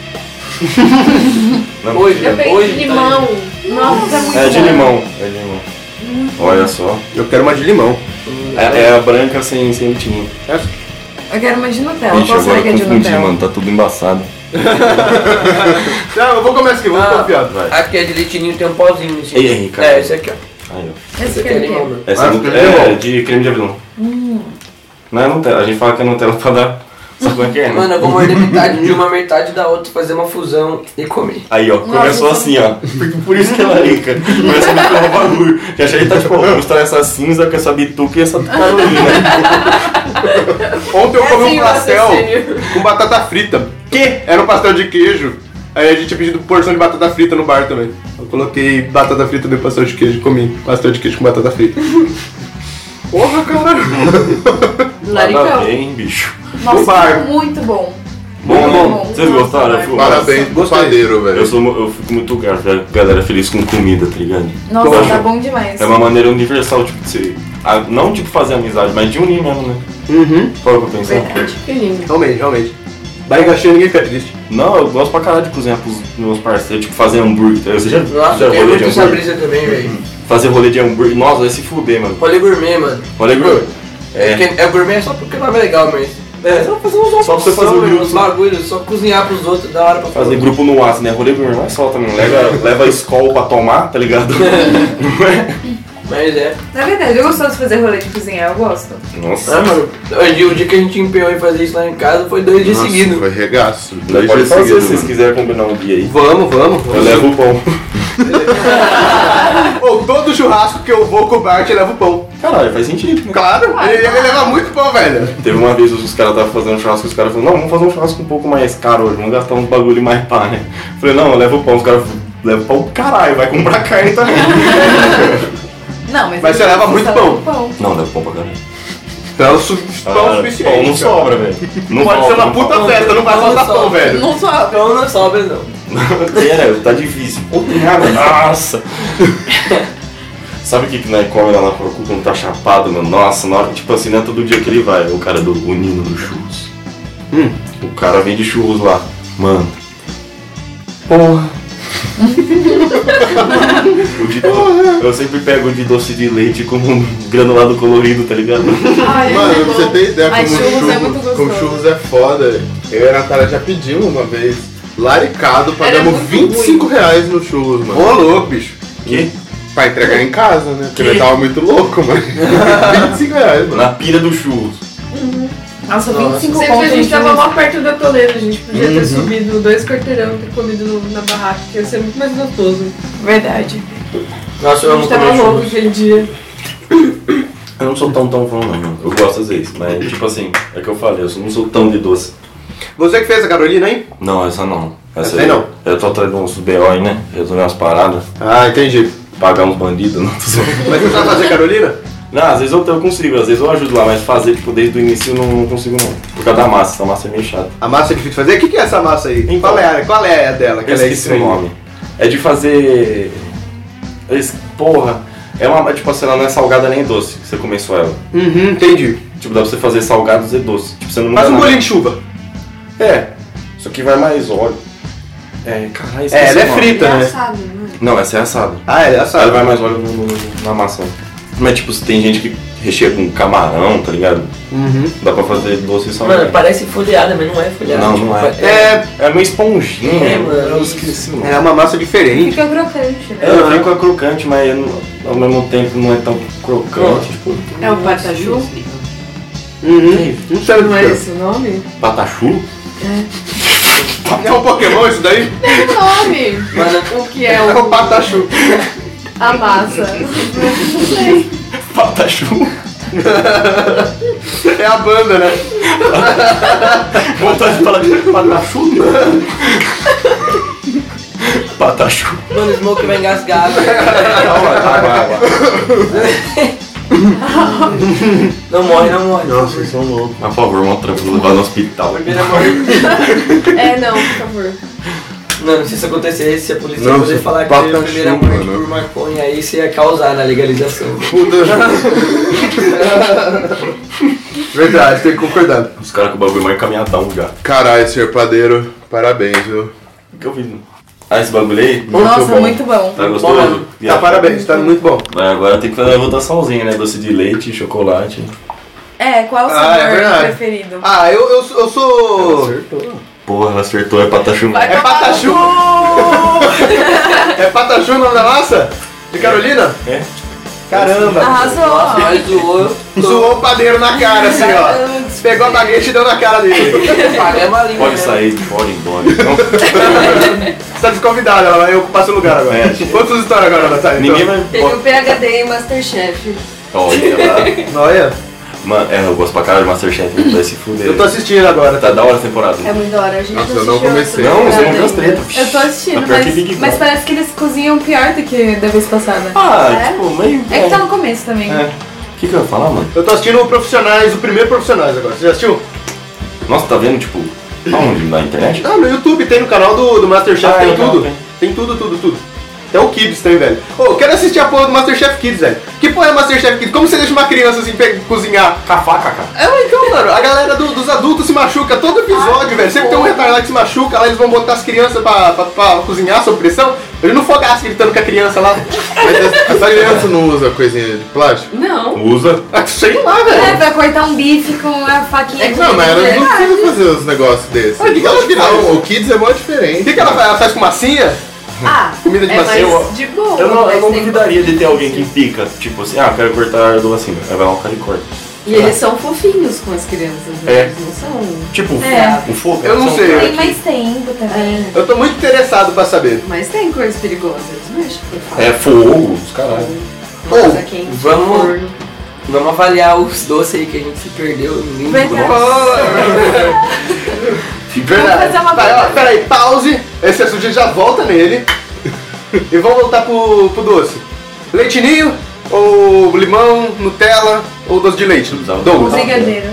[SPEAKER 4] Não,
[SPEAKER 3] Hoje,
[SPEAKER 6] Eu peguei
[SPEAKER 3] hoje.
[SPEAKER 6] de limão. Nossa, é muito
[SPEAKER 4] É de
[SPEAKER 6] bom.
[SPEAKER 4] limão, é de limão. Olha só.
[SPEAKER 1] Eu quero uma de limão.
[SPEAKER 4] É, é a branca sem, sem leitinho.
[SPEAKER 2] Eu quero uma de Nutella.
[SPEAKER 4] Ixi,
[SPEAKER 2] Qual
[SPEAKER 4] agora
[SPEAKER 2] será que é
[SPEAKER 4] eu
[SPEAKER 2] de
[SPEAKER 4] confundi,
[SPEAKER 2] Nutella?
[SPEAKER 4] mano. Tá tudo embaçado.
[SPEAKER 1] Não, eu vou começar aqui, vamos
[SPEAKER 3] Ah.
[SPEAKER 1] confiar.
[SPEAKER 4] Vai.
[SPEAKER 3] A que é de leitinho tem um pauzinho em cima.
[SPEAKER 4] Ei, Henrique,
[SPEAKER 3] É,
[SPEAKER 4] cara.
[SPEAKER 3] esse aqui, ó.
[SPEAKER 4] Aí, ó.
[SPEAKER 3] Esse
[SPEAKER 2] Esse
[SPEAKER 3] aqui é
[SPEAKER 2] quer
[SPEAKER 3] limão,
[SPEAKER 2] o quê?
[SPEAKER 3] mano.
[SPEAKER 4] Essa
[SPEAKER 5] Ah,
[SPEAKER 4] é,
[SPEAKER 5] creme
[SPEAKER 4] Nutella-
[SPEAKER 5] de
[SPEAKER 4] é
[SPEAKER 5] avelã.
[SPEAKER 4] de creme de avelã. Não é Nutella. A gente fala que é Nutella pra dar... Sabe como é que é, né?
[SPEAKER 3] Mano, eu vou morder metade de uma, metade da outra, fazer uma fusão e comer.
[SPEAKER 4] Aí, ó, começou
[SPEAKER 2] Nossa.
[SPEAKER 4] assim, ó. Por- Por isso que ela é rica. Começou a misturar o bagulho. Que a gente tá, tipo, vamos mostrar essa cinza com essa bituca e essa né? carolina.
[SPEAKER 1] Ontem eu
[SPEAKER 6] É
[SPEAKER 1] comi
[SPEAKER 6] assim,
[SPEAKER 1] um pastel
[SPEAKER 6] raciocínio.
[SPEAKER 1] com batata frita.
[SPEAKER 4] Que?
[SPEAKER 1] Era um pastel de queijo. Aí a gente tinha pedido porção de batata frita no bar também. Eu coloquei batata frita no pastel de queijo. Comi pastel de queijo com batata frita. Porra, cara.
[SPEAKER 4] Nada Tá
[SPEAKER 6] Laricão.
[SPEAKER 4] bem, bicho.
[SPEAKER 1] No bar.
[SPEAKER 2] Nossa, tá muito bom.
[SPEAKER 4] Bom,
[SPEAKER 2] bom.
[SPEAKER 4] bom. Vocês gostaram? Eu fui-
[SPEAKER 5] Parabéns pro
[SPEAKER 1] gostei.
[SPEAKER 5] padeiro,
[SPEAKER 4] Eu,
[SPEAKER 5] velho.
[SPEAKER 4] sou, mu- eu fico muito grato da galera feliz com comida, tá ligado?
[SPEAKER 2] Nossa,
[SPEAKER 4] Bom.
[SPEAKER 2] tá bom demais.
[SPEAKER 4] É uma maneira universal, tipo, de se. a- não tipo fazer amizade, mas de unir mesmo, né?
[SPEAKER 1] Uhum.
[SPEAKER 4] Fala pra pensar.
[SPEAKER 6] Verdade, que lindo.
[SPEAKER 1] Realmente, realmente. Barriga cheia, ninguém fica triste.
[SPEAKER 4] Não, eu gosto pra caralho de cozinhar pros meus parceiros, tipo, fazer hambúrguer. tá ligado? Você já,
[SPEAKER 3] Nossa,
[SPEAKER 4] já
[SPEAKER 3] eu tenho
[SPEAKER 4] rolê de
[SPEAKER 3] muito essa
[SPEAKER 4] hambúrguer?
[SPEAKER 3] brisa também, velho.
[SPEAKER 4] Fazer rolê de hambúrguer. Nossa, vai se fuder, mano.
[SPEAKER 3] Rolê gourmet, mano.
[SPEAKER 4] Olha, Gru.
[SPEAKER 3] É. que- é gourmet só porque o nome é legal, mas.
[SPEAKER 4] É, só fazer uns Só pra você fazer o grupo. né?
[SPEAKER 3] os bagulhos, só cozinhar pros outros, da hora pra
[SPEAKER 4] Fazer grupo no WhatsApp, né? Rolê gourmet não é só também. Leva, leva a escola pra tomar, tá ligado?
[SPEAKER 3] Mas é.
[SPEAKER 2] Na verdade, eu gosto de fazer rolê de cozinhar, eu gosto.
[SPEAKER 3] Ah,
[SPEAKER 4] Nossa.
[SPEAKER 3] mano. Hoje, o dia que a gente empenhou em fazer isso lá em casa foi dois dias
[SPEAKER 5] Nossa,
[SPEAKER 3] seguidos.
[SPEAKER 5] Foi regaço. Dois
[SPEAKER 4] Pode
[SPEAKER 5] dias
[SPEAKER 4] fazer
[SPEAKER 5] seguidos.
[SPEAKER 4] se vocês
[SPEAKER 5] mano.
[SPEAKER 4] quiserem combinar um dia aí.
[SPEAKER 1] Vamos, vamos.
[SPEAKER 4] é Eu levo o pão.
[SPEAKER 1] Ou todo churrasco que eu vou com o Bart, eu levo pão.
[SPEAKER 4] Caralho, faz sentido, né?
[SPEAKER 1] Claro, ele, ele leva muito pão, velho.
[SPEAKER 4] Teve uma vez os caras estavam fazendo churrasco e os caras falaram, não, vamos fazer um churrasco um pouco mais caro hoje, vamos gastar uns bagulho mais pá, né? Falei, não, leva o pão, os caras leva o pão, caralho, vai comprar carne também.
[SPEAKER 2] Não, mas...
[SPEAKER 1] Mas você leva muito
[SPEAKER 2] só
[SPEAKER 1] pão.
[SPEAKER 2] pão.
[SPEAKER 4] não, leva pão pra caralho.
[SPEAKER 1] Então, su pão
[SPEAKER 4] Ah,
[SPEAKER 1] suficiente.
[SPEAKER 4] Pão
[SPEAKER 1] cara.
[SPEAKER 4] não sobra, velho. Não
[SPEAKER 1] Pode ser
[SPEAKER 4] falta,
[SPEAKER 1] uma
[SPEAKER 4] não
[SPEAKER 1] puta festa, não vai
[SPEAKER 3] Pão não
[SPEAKER 1] faltar pão,
[SPEAKER 3] sobra.
[SPEAKER 1] velho.
[SPEAKER 2] Não só...
[SPEAKER 3] Então não sobra, não.
[SPEAKER 4] falta. Pera, tá difícil. Pô, tem água, Nossa. Sabe o que que nós come lá na Procu quando tá chapado, mano? Nossa, na hora, tipo assim, não é todo dia que ele vai. O cara do o Nino do Churros. O cara vende churros lá. Mano. Porra. O de do- Eu sempre pego o de doce de leite como um granulado colorido, tá ligado?
[SPEAKER 6] Ai,
[SPEAKER 5] Mano, pra
[SPEAKER 6] muito
[SPEAKER 5] você
[SPEAKER 6] bom.
[SPEAKER 5] ter ideia como
[SPEAKER 6] Ai, churros
[SPEAKER 5] churros,
[SPEAKER 6] é muito gostoso.
[SPEAKER 5] como churros é foda. Eu e a Natália já pedimos uma vez, laricado, pagamos
[SPEAKER 6] muito
[SPEAKER 5] 25 reais no churros, mano.
[SPEAKER 1] Ô, louco, bicho.
[SPEAKER 4] Que?
[SPEAKER 5] Pra entregar em casa, né? Porque ele tava muito louco, mano. 25 reais, mano.
[SPEAKER 4] Na pira do churros.
[SPEAKER 2] Nossa,
[SPEAKER 3] Nossa.
[SPEAKER 2] 25
[SPEAKER 6] Sempre que
[SPEAKER 2] pontos.
[SPEAKER 6] a gente tava
[SPEAKER 2] não-
[SPEAKER 6] lá perto da Toledo, a gente podia
[SPEAKER 4] Uhum.
[SPEAKER 6] ter subido dois quarteirão e ter comido no- na barraca, que ia ser muito mais gostoso.
[SPEAKER 2] Verdade.
[SPEAKER 3] Nossa, eu
[SPEAKER 6] A
[SPEAKER 3] amo
[SPEAKER 6] gente tava
[SPEAKER 3] comer
[SPEAKER 6] louco
[SPEAKER 3] churros.
[SPEAKER 6] aquele dia.
[SPEAKER 4] Eu não sou tão tão fã, não. mano. Eu gosto às vezes, mas tipo assim, é que eu falei, eu não sou tão de doce.
[SPEAKER 1] Você que fez a Carolina, hein?
[SPEAKER 4] Não, essa não.
[SPEAKER 1] Essa aí não.
[SPEAKER 4] Eu tô atrás de uns BO aí, né? Resolver umas paradas,
[SPEAKER 1] Ah, entendi.
[SPEAKER 4] pagar uns bandidos, não tô zoando.
[SPEAKER 1] Mas você sabe fazer Carolina?
[SPEAKER 4] Não, às vezes eu, eu consigo, às vezes eu ajudo lá, mas fazer, tipo, desde o início eu não, não consigo não. Por causa da massa, essa massa é meio chata.
[SPEAKER 1] A massa é difícil de fazer? O que, que é essa massa aí?
[SPEAKER 4] Então.
[SPEAKER 1] qual, é a, qual é a dela? Que
[SPEAKER 4] Eu
[SPEAKER 1] ela é
[SPEAKER 4] esqueci o
[SPEAKER 1] estranha.
[SPEAKER 4] nome. É de fazer. eu es- Porra, é uma. Tipo assim, ela não é salgada nem doce, que você começou ela.
[SPEAKER 1] Uhum, entendi.
[SPEAKER 4] Tipo, dá pra você fazer salgados e doces. Tipo, você não muda
[SPEAKER 1] Faz um
[SPEAKER 4] nada.
[SPEAKER 1] bolinho de chuva.
[SPEAKER 4] É, isso aqui vai mais óleo. É, caralho, esqueci
[SPEAKER 1] É, ela
[SPEAKER 4] o
[SPEAKER 1] é
[SPEAKER 4] nome.
[SPEAKER 1] frita, né?
[SPEAKER 6] Engraçado, né?
[SPEAKER 4] Não, essa é assada.
[SPEAKER 1] Ah, ela é
[SPEAKER 4] Ela vai
[SPEAKER 1] assada.
[SPEAKER 4] mais óleo no- no- na maçã. Mas tipo, se tem gente que recheia com camarão, tá ligado?
[SPEAKER 1] Uhum.
[SPEAKER 4] Dá pra fazer doce só.
[SPEAKER 3] Mano, parece folheada, mas não é folheada.
[SPEAKER 4] Não,
[SPEAKER 3] tipo,
[SPEAKER 4] não é.
[SPEAKER 1] É,
[SPEAKER 4] É meio esponjinha.
[SPEAKER 3] É, mano.
[SPEAKER 4] Eu esqueci o nome.
[SPEAKER 1] é uma massa diferente.
[SPEAKER 2] Fica crocante, né?
[SPEAKER 4] Ela fica crocante, mas eu não- ao mesmo tempo não é tão crocante. Tipo,
[SPEAKER 7] É o pataju?
[SPEAKER 1] Uhum. Não sei
[SPEAKER 6] Não
[SPEAKER 1] o
[SPEAKER 6] é
[SPEAKER 1] que
[SPEAKER 6] esse o nome?
[SPEAKER 4] patachu?
[SPEAKER 1] é. É um Pokémon isso daí?
[SPEAKER 7] O nome! O que é
[SPEAKER 1] É
[SPEAKER 7] o,
[SPEAKER 1] um Patachu.
[SPEAKER 7] a massa?
[SPEAKER 4] Patachu?
[SPEAKER 1] É a banda, né?
[SPEAKER 4] Vontade de falar de patachu? não. patachu.
[SPEAKER 3] Mano, o Smoke vai engasgar. velho.
[SPEAKER 4] Água, água, tá água.
[SPEAKER 3] Não morre, não morre.
[SPEAKER 5] Nossa, vocês são loucos.
[SPEAKER 4] Mas, Por favor, uma trampa vou levar no hospital.
[SPEAKER 3] Primeiro é morrer.
[SPEAKER 7] É, não, por favor.
[SPEAKER 3] Mano, se isso acontecesse, se a polícia
[SPEAKER 5] Não,
[SPEAKER 3] poder
[SPEAKER 5] você
[SPEAKER 3] falar que
[SPEAKER 5] bota
[SPEAKER 3] teve a
[SPEAKER 5] na
[SPEAKER 3] primeira
[SPEAKER 5] chuva,
[SPEAKER 3] morte
[SPEAKER 5] né?
[SPEAKER 3] por maconha, aí você ia causar na legalização.
[SPEAKER 1] Puta. Verdade, tem que concordar.
[SPEAKER 4] Os caras com o bagulho mais caminhadão já.
[SPEAKER 5] Caralho, senhor padeiro, parabéns, viu?
[SPEAKER 4] O que eu fiz? Ah, esse bagulho aí?
[SPEAKER 2] Nossa,
[SPEAKER 5] bom.
[SPEAKER 2] muito bom.
[SPEAKER 4] Tá gostoso?
[SPEAKER 1] Tá, parabéns, tá muito bom.
[SPEAKER 4] Mas agora tem que fazer a votaçãozinha, né? Doce de leite, chocolate.
[SPEAKER 2] É, qual o sabor
[SPEAKER 1] Ah, é verdade.
[SPEAKER 2] preferido?
[SPEAKER 1] Ah, eu, eu, sou- eu sou.
[SPEAKER 4] Porra, ela acertou, é patachu.
[SPEAKER 1] É Patachu! é Patachu o nome da massa? De Carolina?
[SPEAKER 4] É.
[SPEAKER 2] Ah,
[SPEAKER 1] Caramba!
[SPEAKER 3] Nossa,
[SPEAKER 2] Arrasou!
[SPEAKER 3] mas zoou.
[SPEAKER 1] Zoou o padeiro na cara, assim, ó. Pegou a baguete e deu na cara dele.
[SPEAKER 3] Pagamos a língua.
[SPEAKER 4] Pode
[SPEAKER 3] né?
[SPEAKER 4] sair, pode ir embora. Então,
[SPEAKER 1] Você tá desconvidado, ela vai ocupar seu lugar agora.
[SPEAKER 4] É.
[SPEAKER 1] Conta suas histórias agora, Natália. então.
[SPEAKER 4] ninguém vai.
[SPEAKER 6] Teve um o PHD em Masterchef.
[SPEAKER 4] Olha lá.
[SPEAKER 1] Olha,
[SPEAKER 4] Mano, é, eu gosto pra caralho de Masterchef, não vai se fuder.
[SPEAKER 1] eu tô assistindo agora, tá?
[SPEAKER 4] Tá da hora a temporada.
[SPEAKER 6] É muito da hora, a gente
[SPEAKER 5] Nossa, eu
[SPEAKER 6] assistiu.
[SPEAKER 5] não comecei.
[SPEAKER 4] Não, você não
[SPEAKER 6] Cadê?
[SPEAKER 4] viu as treta.
[SPEAKER 2] Eu tô assistindo,
[SPEAKER 4] Mas pior que Big
[SPEAKER 2] mas, mas
[SPEAKER 4] Brother.
[SPEAKER 2] parece que eles cozinham pior do que da vez passada.
[SPEAKER 4] Ah, tipo, meio.
[SPEAKER 2] É que tá no começo também.
[SPEAKER 4] É. O que, que eu ia falar, mano?
[SPEAKER 1] Eu tô assistindo o Profissionais, o primeiro Profissionais agora. Você já assistiu?
[SPEAKER 4] Nossa, tá vendo, tipo, aonde? Na internet?
[SPEAKER 1] Ah, no YouTube tem no canal do, do Masterchef,
[SPEAKER 4] Ah,
[SPEAKER 1] tem
[SPEAKER 4] legal,
[SPEAKER 1] tudo.
[SPEAKER 4] tem.
[SPEAKER 1] Tem tudo, tudo, tudo. Até o Kids tem, velho. Ô, eu quero assistir a porra do Masterchef Kids, velho. Que porra é Masterchef Kids? Como você deixa uma criança assim pe- cozinhar?
[SPEAKER 4] Com a faca, cara.
[SPEAKER 1] É, mas então, mano, a galera do- dos adultos se machuca todo episódio, velho. Sempre tem um retardado que se machuca, lá eles vão botar as crianças pra, pra, pra cozinhar sob pressão. Ele não fogasse gritando com a criança lá.
[SPEAKER 5] Mas essa essa criança não usa coisinha de plástico?
[SPEAKER 6] Não.
[SPEAKER 4] Usa.
[SPEAKER 1] Ah, Sei lá,
[SPEAKER 2] É,
[SPEAKER 1] velho.
[SPEAKER 2] pra cortar um bife com a faquinha. de
[SPEAKER 5] É Não, mas elas não
[SPEAKER 2] dente.
[SPEAKER 5] precisam fazer os negócios desses.
[SPEAKER 1] Mas o que que elas fazem?
[SPEAKER 5] Não, o Kids é mó
[SPEAKER 1] O
[SPEAKER 5] diferente.
[SPEAKER 1] que, que ela faz? Ela faz com massinha?
[SPEAKER 6] Ah,
[SPEAKER 1] Comida de
[SPEAKER 6] é
[SPEAKER 1] macio, ó.
[SPEAKER 6] mais de boa.
[SPEAKER 4] Eu não, eu
[SPEAKER 6] mas
[SPEAKER 4] não
[SPEAKER 6] tem-
[SPEAKER 4] duvidaria de ter alguém que pica, tipo assim, ah, quero cortar do assim. Aí vai lá um cara e corta.
[SPEAKER 6] E eles são fofinhos com as crianças, né?
[SPEAKER 4] É.
[SPEAKER 6] Eles não são...
[SPEAKER 4] Tipo,
[SPEAKER 2] É.
[SPEAKER 4] o fogo.
[SPEAKER 1] Eu não
[SPEAKER 4] são
[SPEAKER 1] sei.
[SPEAKER 4] cara
[SPEAKER 2] Tem
[SPEAKER 4] que-
[SPEAKER 2] mais tempo também.
[SPEAKER 6] É.
[SPEAKER 1] Eu tô muito interessado pra saber.
[SPEAKER 6] Mas tem coisas perigosas, né? mas por favor.
[SPEAKER 4] É fogo, os caralho.
[SPEAKER 6] Nossa, quem
[SPEAKER 3] vamos-
[SPEAKER 6] forno.
[SPEAKER 3] Vamos avaliar os doces aí que a gente se perdeu. Ninguém
[SPEAKER 2] Vai
[SPEAKER 3] lembrou.
[SPEAKER 1] Verdade.
[SPEAKER 2] fazer uma
[SPEAKER 1] Vai, ó,
[SPEAKER 2] pergunta.
[SPEAKER 1] peraí, pause. Esse assunto a gente já volta nele. e vamos voltar pro, pro doce. Leitinho ou limão, Nutella ou doce de leite?
[SPEAKER 4] Precisava
[SPEAKER 1] Douglas.
[SPEAKER 4] de um
[SPEAKER 2] Brigadeiro.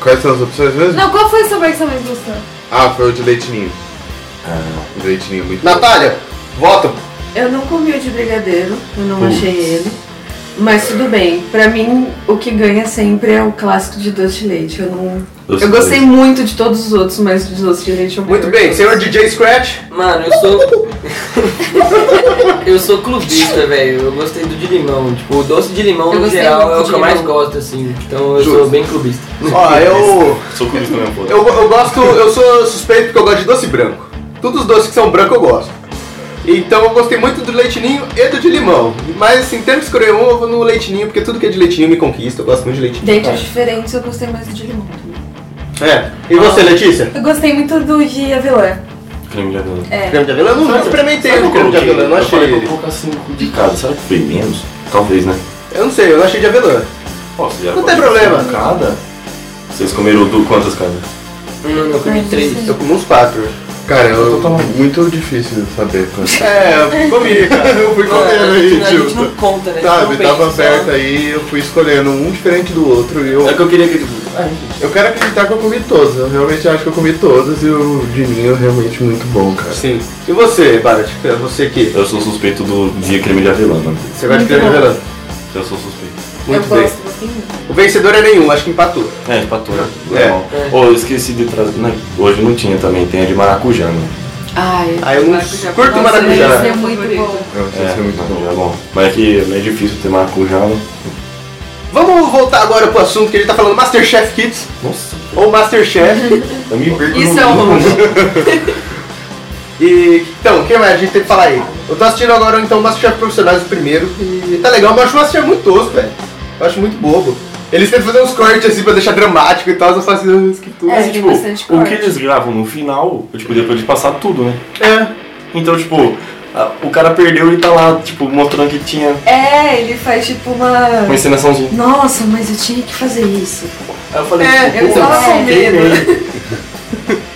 [SPEAKER 5] Quais são as opções mesmo?
[SPEAKER 2] Não, qual foi o sabor que você mais gostou?
[SPEAKER 5] Ah, foi o de leitinho. O de leitinho é muito bom.
[SPEAKER 1] Natália, voto.
[SPEAKER 6] Eu não comi o de brigadeiro, eu não achei ele. Mas tudo bem, pra mim o que ganha sempre é o clássico de doce de leite. Eu não.
[SPEAKER 4] Doce
[SPEAKER 6] eu
[SPEAKER 4] de
[SPEAKER 6] gostei
[SPEAKER 4] leite.
[SPEAKER 6] muito de todos os outros, mas o de doce de leite é o
[SPEAKER 1] Muito
[SPEAKER 6] melhor.
[SPEAKER 1] bem, senhor DJ Scratch.
[SPEAKER 3] Mano, eu sou. eu sou clubista, velho. Eu gostei do de limão. Tipo, o doce de limão,
[SPEAKER 6] Eu
[SPEAKER 3] no
[SPEAKER 6] gostei
[SPEAKER 3] geral,
[SPEAKER 6] muito
[SPEAKER 3] é o
[SPEAKER 6] de
[SPEAKER 3] que eu mais
[SPEAKER 6] limão.
[SPEAKER 3] gosto, assim. Então eu
[SPEAKER 1] Justo.
[SPEAKER 3] sou bem clubista.
[SPEAKER 1] Ó, eu,
[SPEAKER 4] Sou curioso também, pô.
[SPEAKER 1] eu. Eu gosto. Eu sou suspeito porque eu gosto de doce branco. Todos os doces que são branco eu gosto. Então eu gostei muito do leitinho e do de limão. Mas assim, tendo que escolher um, eu vou no leitinho, porque tudo que é de leitinho me conquista. Eu gosto muito de leitinho.
[SPEAKER 6] Dentre os diferentes, eu gostei mais do de limão.
[SPEAKER 1] É. E você, Letícia?
[SPEAKER 2] Eu gostei muito do de avelã.
[SPEAKER 4] Creme de avelã.
[SPEAKER 1] Creme de avelã? Eu não, não experimentei
[SPEAKER 4] Sabe
[SPEAKER 1] o creme de
[SPEAKER 4] qual que é?
[SPEAKER 1] avelã, eu não
[SPEAKER 4] Eu
[SPEAKER 1] achei
[SPEAKER 4] falei pra
[SPEAKER 1] ele.
[SPEAKER 4] eu colocar cinco de cada. Será que foi menos? Talvez, né?
[SPEAKER 1] Eu não sei, eu não achei de avelã.
[SPEAKER 4] Posso já
[SPEAKER 1] Não tem problema.
[SPEAKER 4] Cada? Vocês comeram do quantas cada?
[SPEAKER 3] Hum, eu comi três.
[SPEAKER 1] Eu comi uns quatro.
[SPEAKER 5] Cara, eu,
[SPEAKER 4] Totalmente.
[SPEAKER 5] É muito difícil saber quanto.
[SPEAKER 1] É, eu comi, cara.
[SPEAKER 5] Eu fui
[SPEAKER 3] Mano,
[SPEAKER 5] comendo
[SPEAKER 3] É, a gente,
[SPEAKER 5] aí,
[SPEAKER 3] a gente
[SPEAKER 5] tio.
[SPEAKER 3] não conta, né? a
[SPEAKER 5] Sabe,
[SPEAKER 3] gente não
[SPEAKER 5] tava
[SPEAKER 3] pensa,
[SPEAKER 5] perto aí, eu fui escolhendo um diferente do outro e eu.
[SPEAKER 4] É que eu queria que.
[SPEAKER 5] Eu quero acreditar que eu comi todos. Eu realmente acho que eu comi todos e o de mim é realmente muito bom, cara.
[SPEAKER 1] Sim. E você, Barat? Você que
[SPEAKER 4] Eu sou suspeito do dia creme de avelã, mano.
[SPEAKER 1] Você gosta de creme de avelã?
[SPEAKER 4] Eu sou suspeito.
[SPEAKER 1] Muito
[SPEAKER 2] eu
[SPEAKER 1] bem.
[SPEAKER 2] gosto muito.
[SPEAKER 1] O vencedor é nenhum, acho que empatou.
[SPEAKER 4] É, empatou.
[SPEAKER 1] É.
[SPEAKER 4] Normal. Ô, eu esqueci de trazer. né? Hoje não tinha também, tem a de maracujá, né?
[SPEAKER 6] Ai,
[SPEAKER 1] Ah, eu não curto maracujá.
[SPEAKER 2] Esse é muito bom.
[SPEAKER 5] Eu achei isso muito bom.
[SPEAKER 4] maracujá é bom. Mas é que é meio difícil ter maracujá, né?
[SPEAKER 5] Não
[SPEAKER 1] Vamos voltar agora pro assunto que a gente tá falando Masterchef Kids
[SPEAKER 4] Nossa,
[SPEAKER 1] ou Masterchef.
[SPEAKER 4] eu me perco
[SPEAKER 7] Isso
[SPEAKER 4] no
[SPEAKER 7] é um
[SPEAKER 4] mundo.
[SPEAKER 1] e então, o que mais a gente tem que falar aí? Eu tô assistindo agora então Masterchef Profissionais o primeiro e tá legal, mas eu acho o Masterchef muito tosco, velho. Eu acho muito bobo. Eles tentam fazer uns cortes assim pra deixar dramático e tal, mas eu faço isso que tudo.
[SPEAKER 7] É,
[SPEAKER 4] Mas,
[SPEAKER 7] tem
[SPEAKER 4] tipo,
[SPEAKER 7] bastante
[SPEAKER 4] o
[SPEAKER 7] corte.
[SPEAKER 4] que eles gravam no final, tipo, depois de passar tudo, né?
[SPEAKER 1] É.
[SPEAKER 4] Então, tipo, a- o cara perdeu e tá lá, tipo, mostrando que tinha
[SPEAKER 6] É, ele faz tipo uma.
[SPEAKER 2] Então,
[SPEAKER 4] uma encenaçãozinha.
[SPEAKER 6] Nossa, mas eu tinha que fazer isso.
[SPEAKER 3] Aí eu falei,
[SPEAKER 6] É, eu
[SPEAKER 3] tipo, pô,
[SPEAKER 6] tava
[SPEAKER 3] não tem,
[SPEAKER 6] com medo.
[SPEAKER 3] né?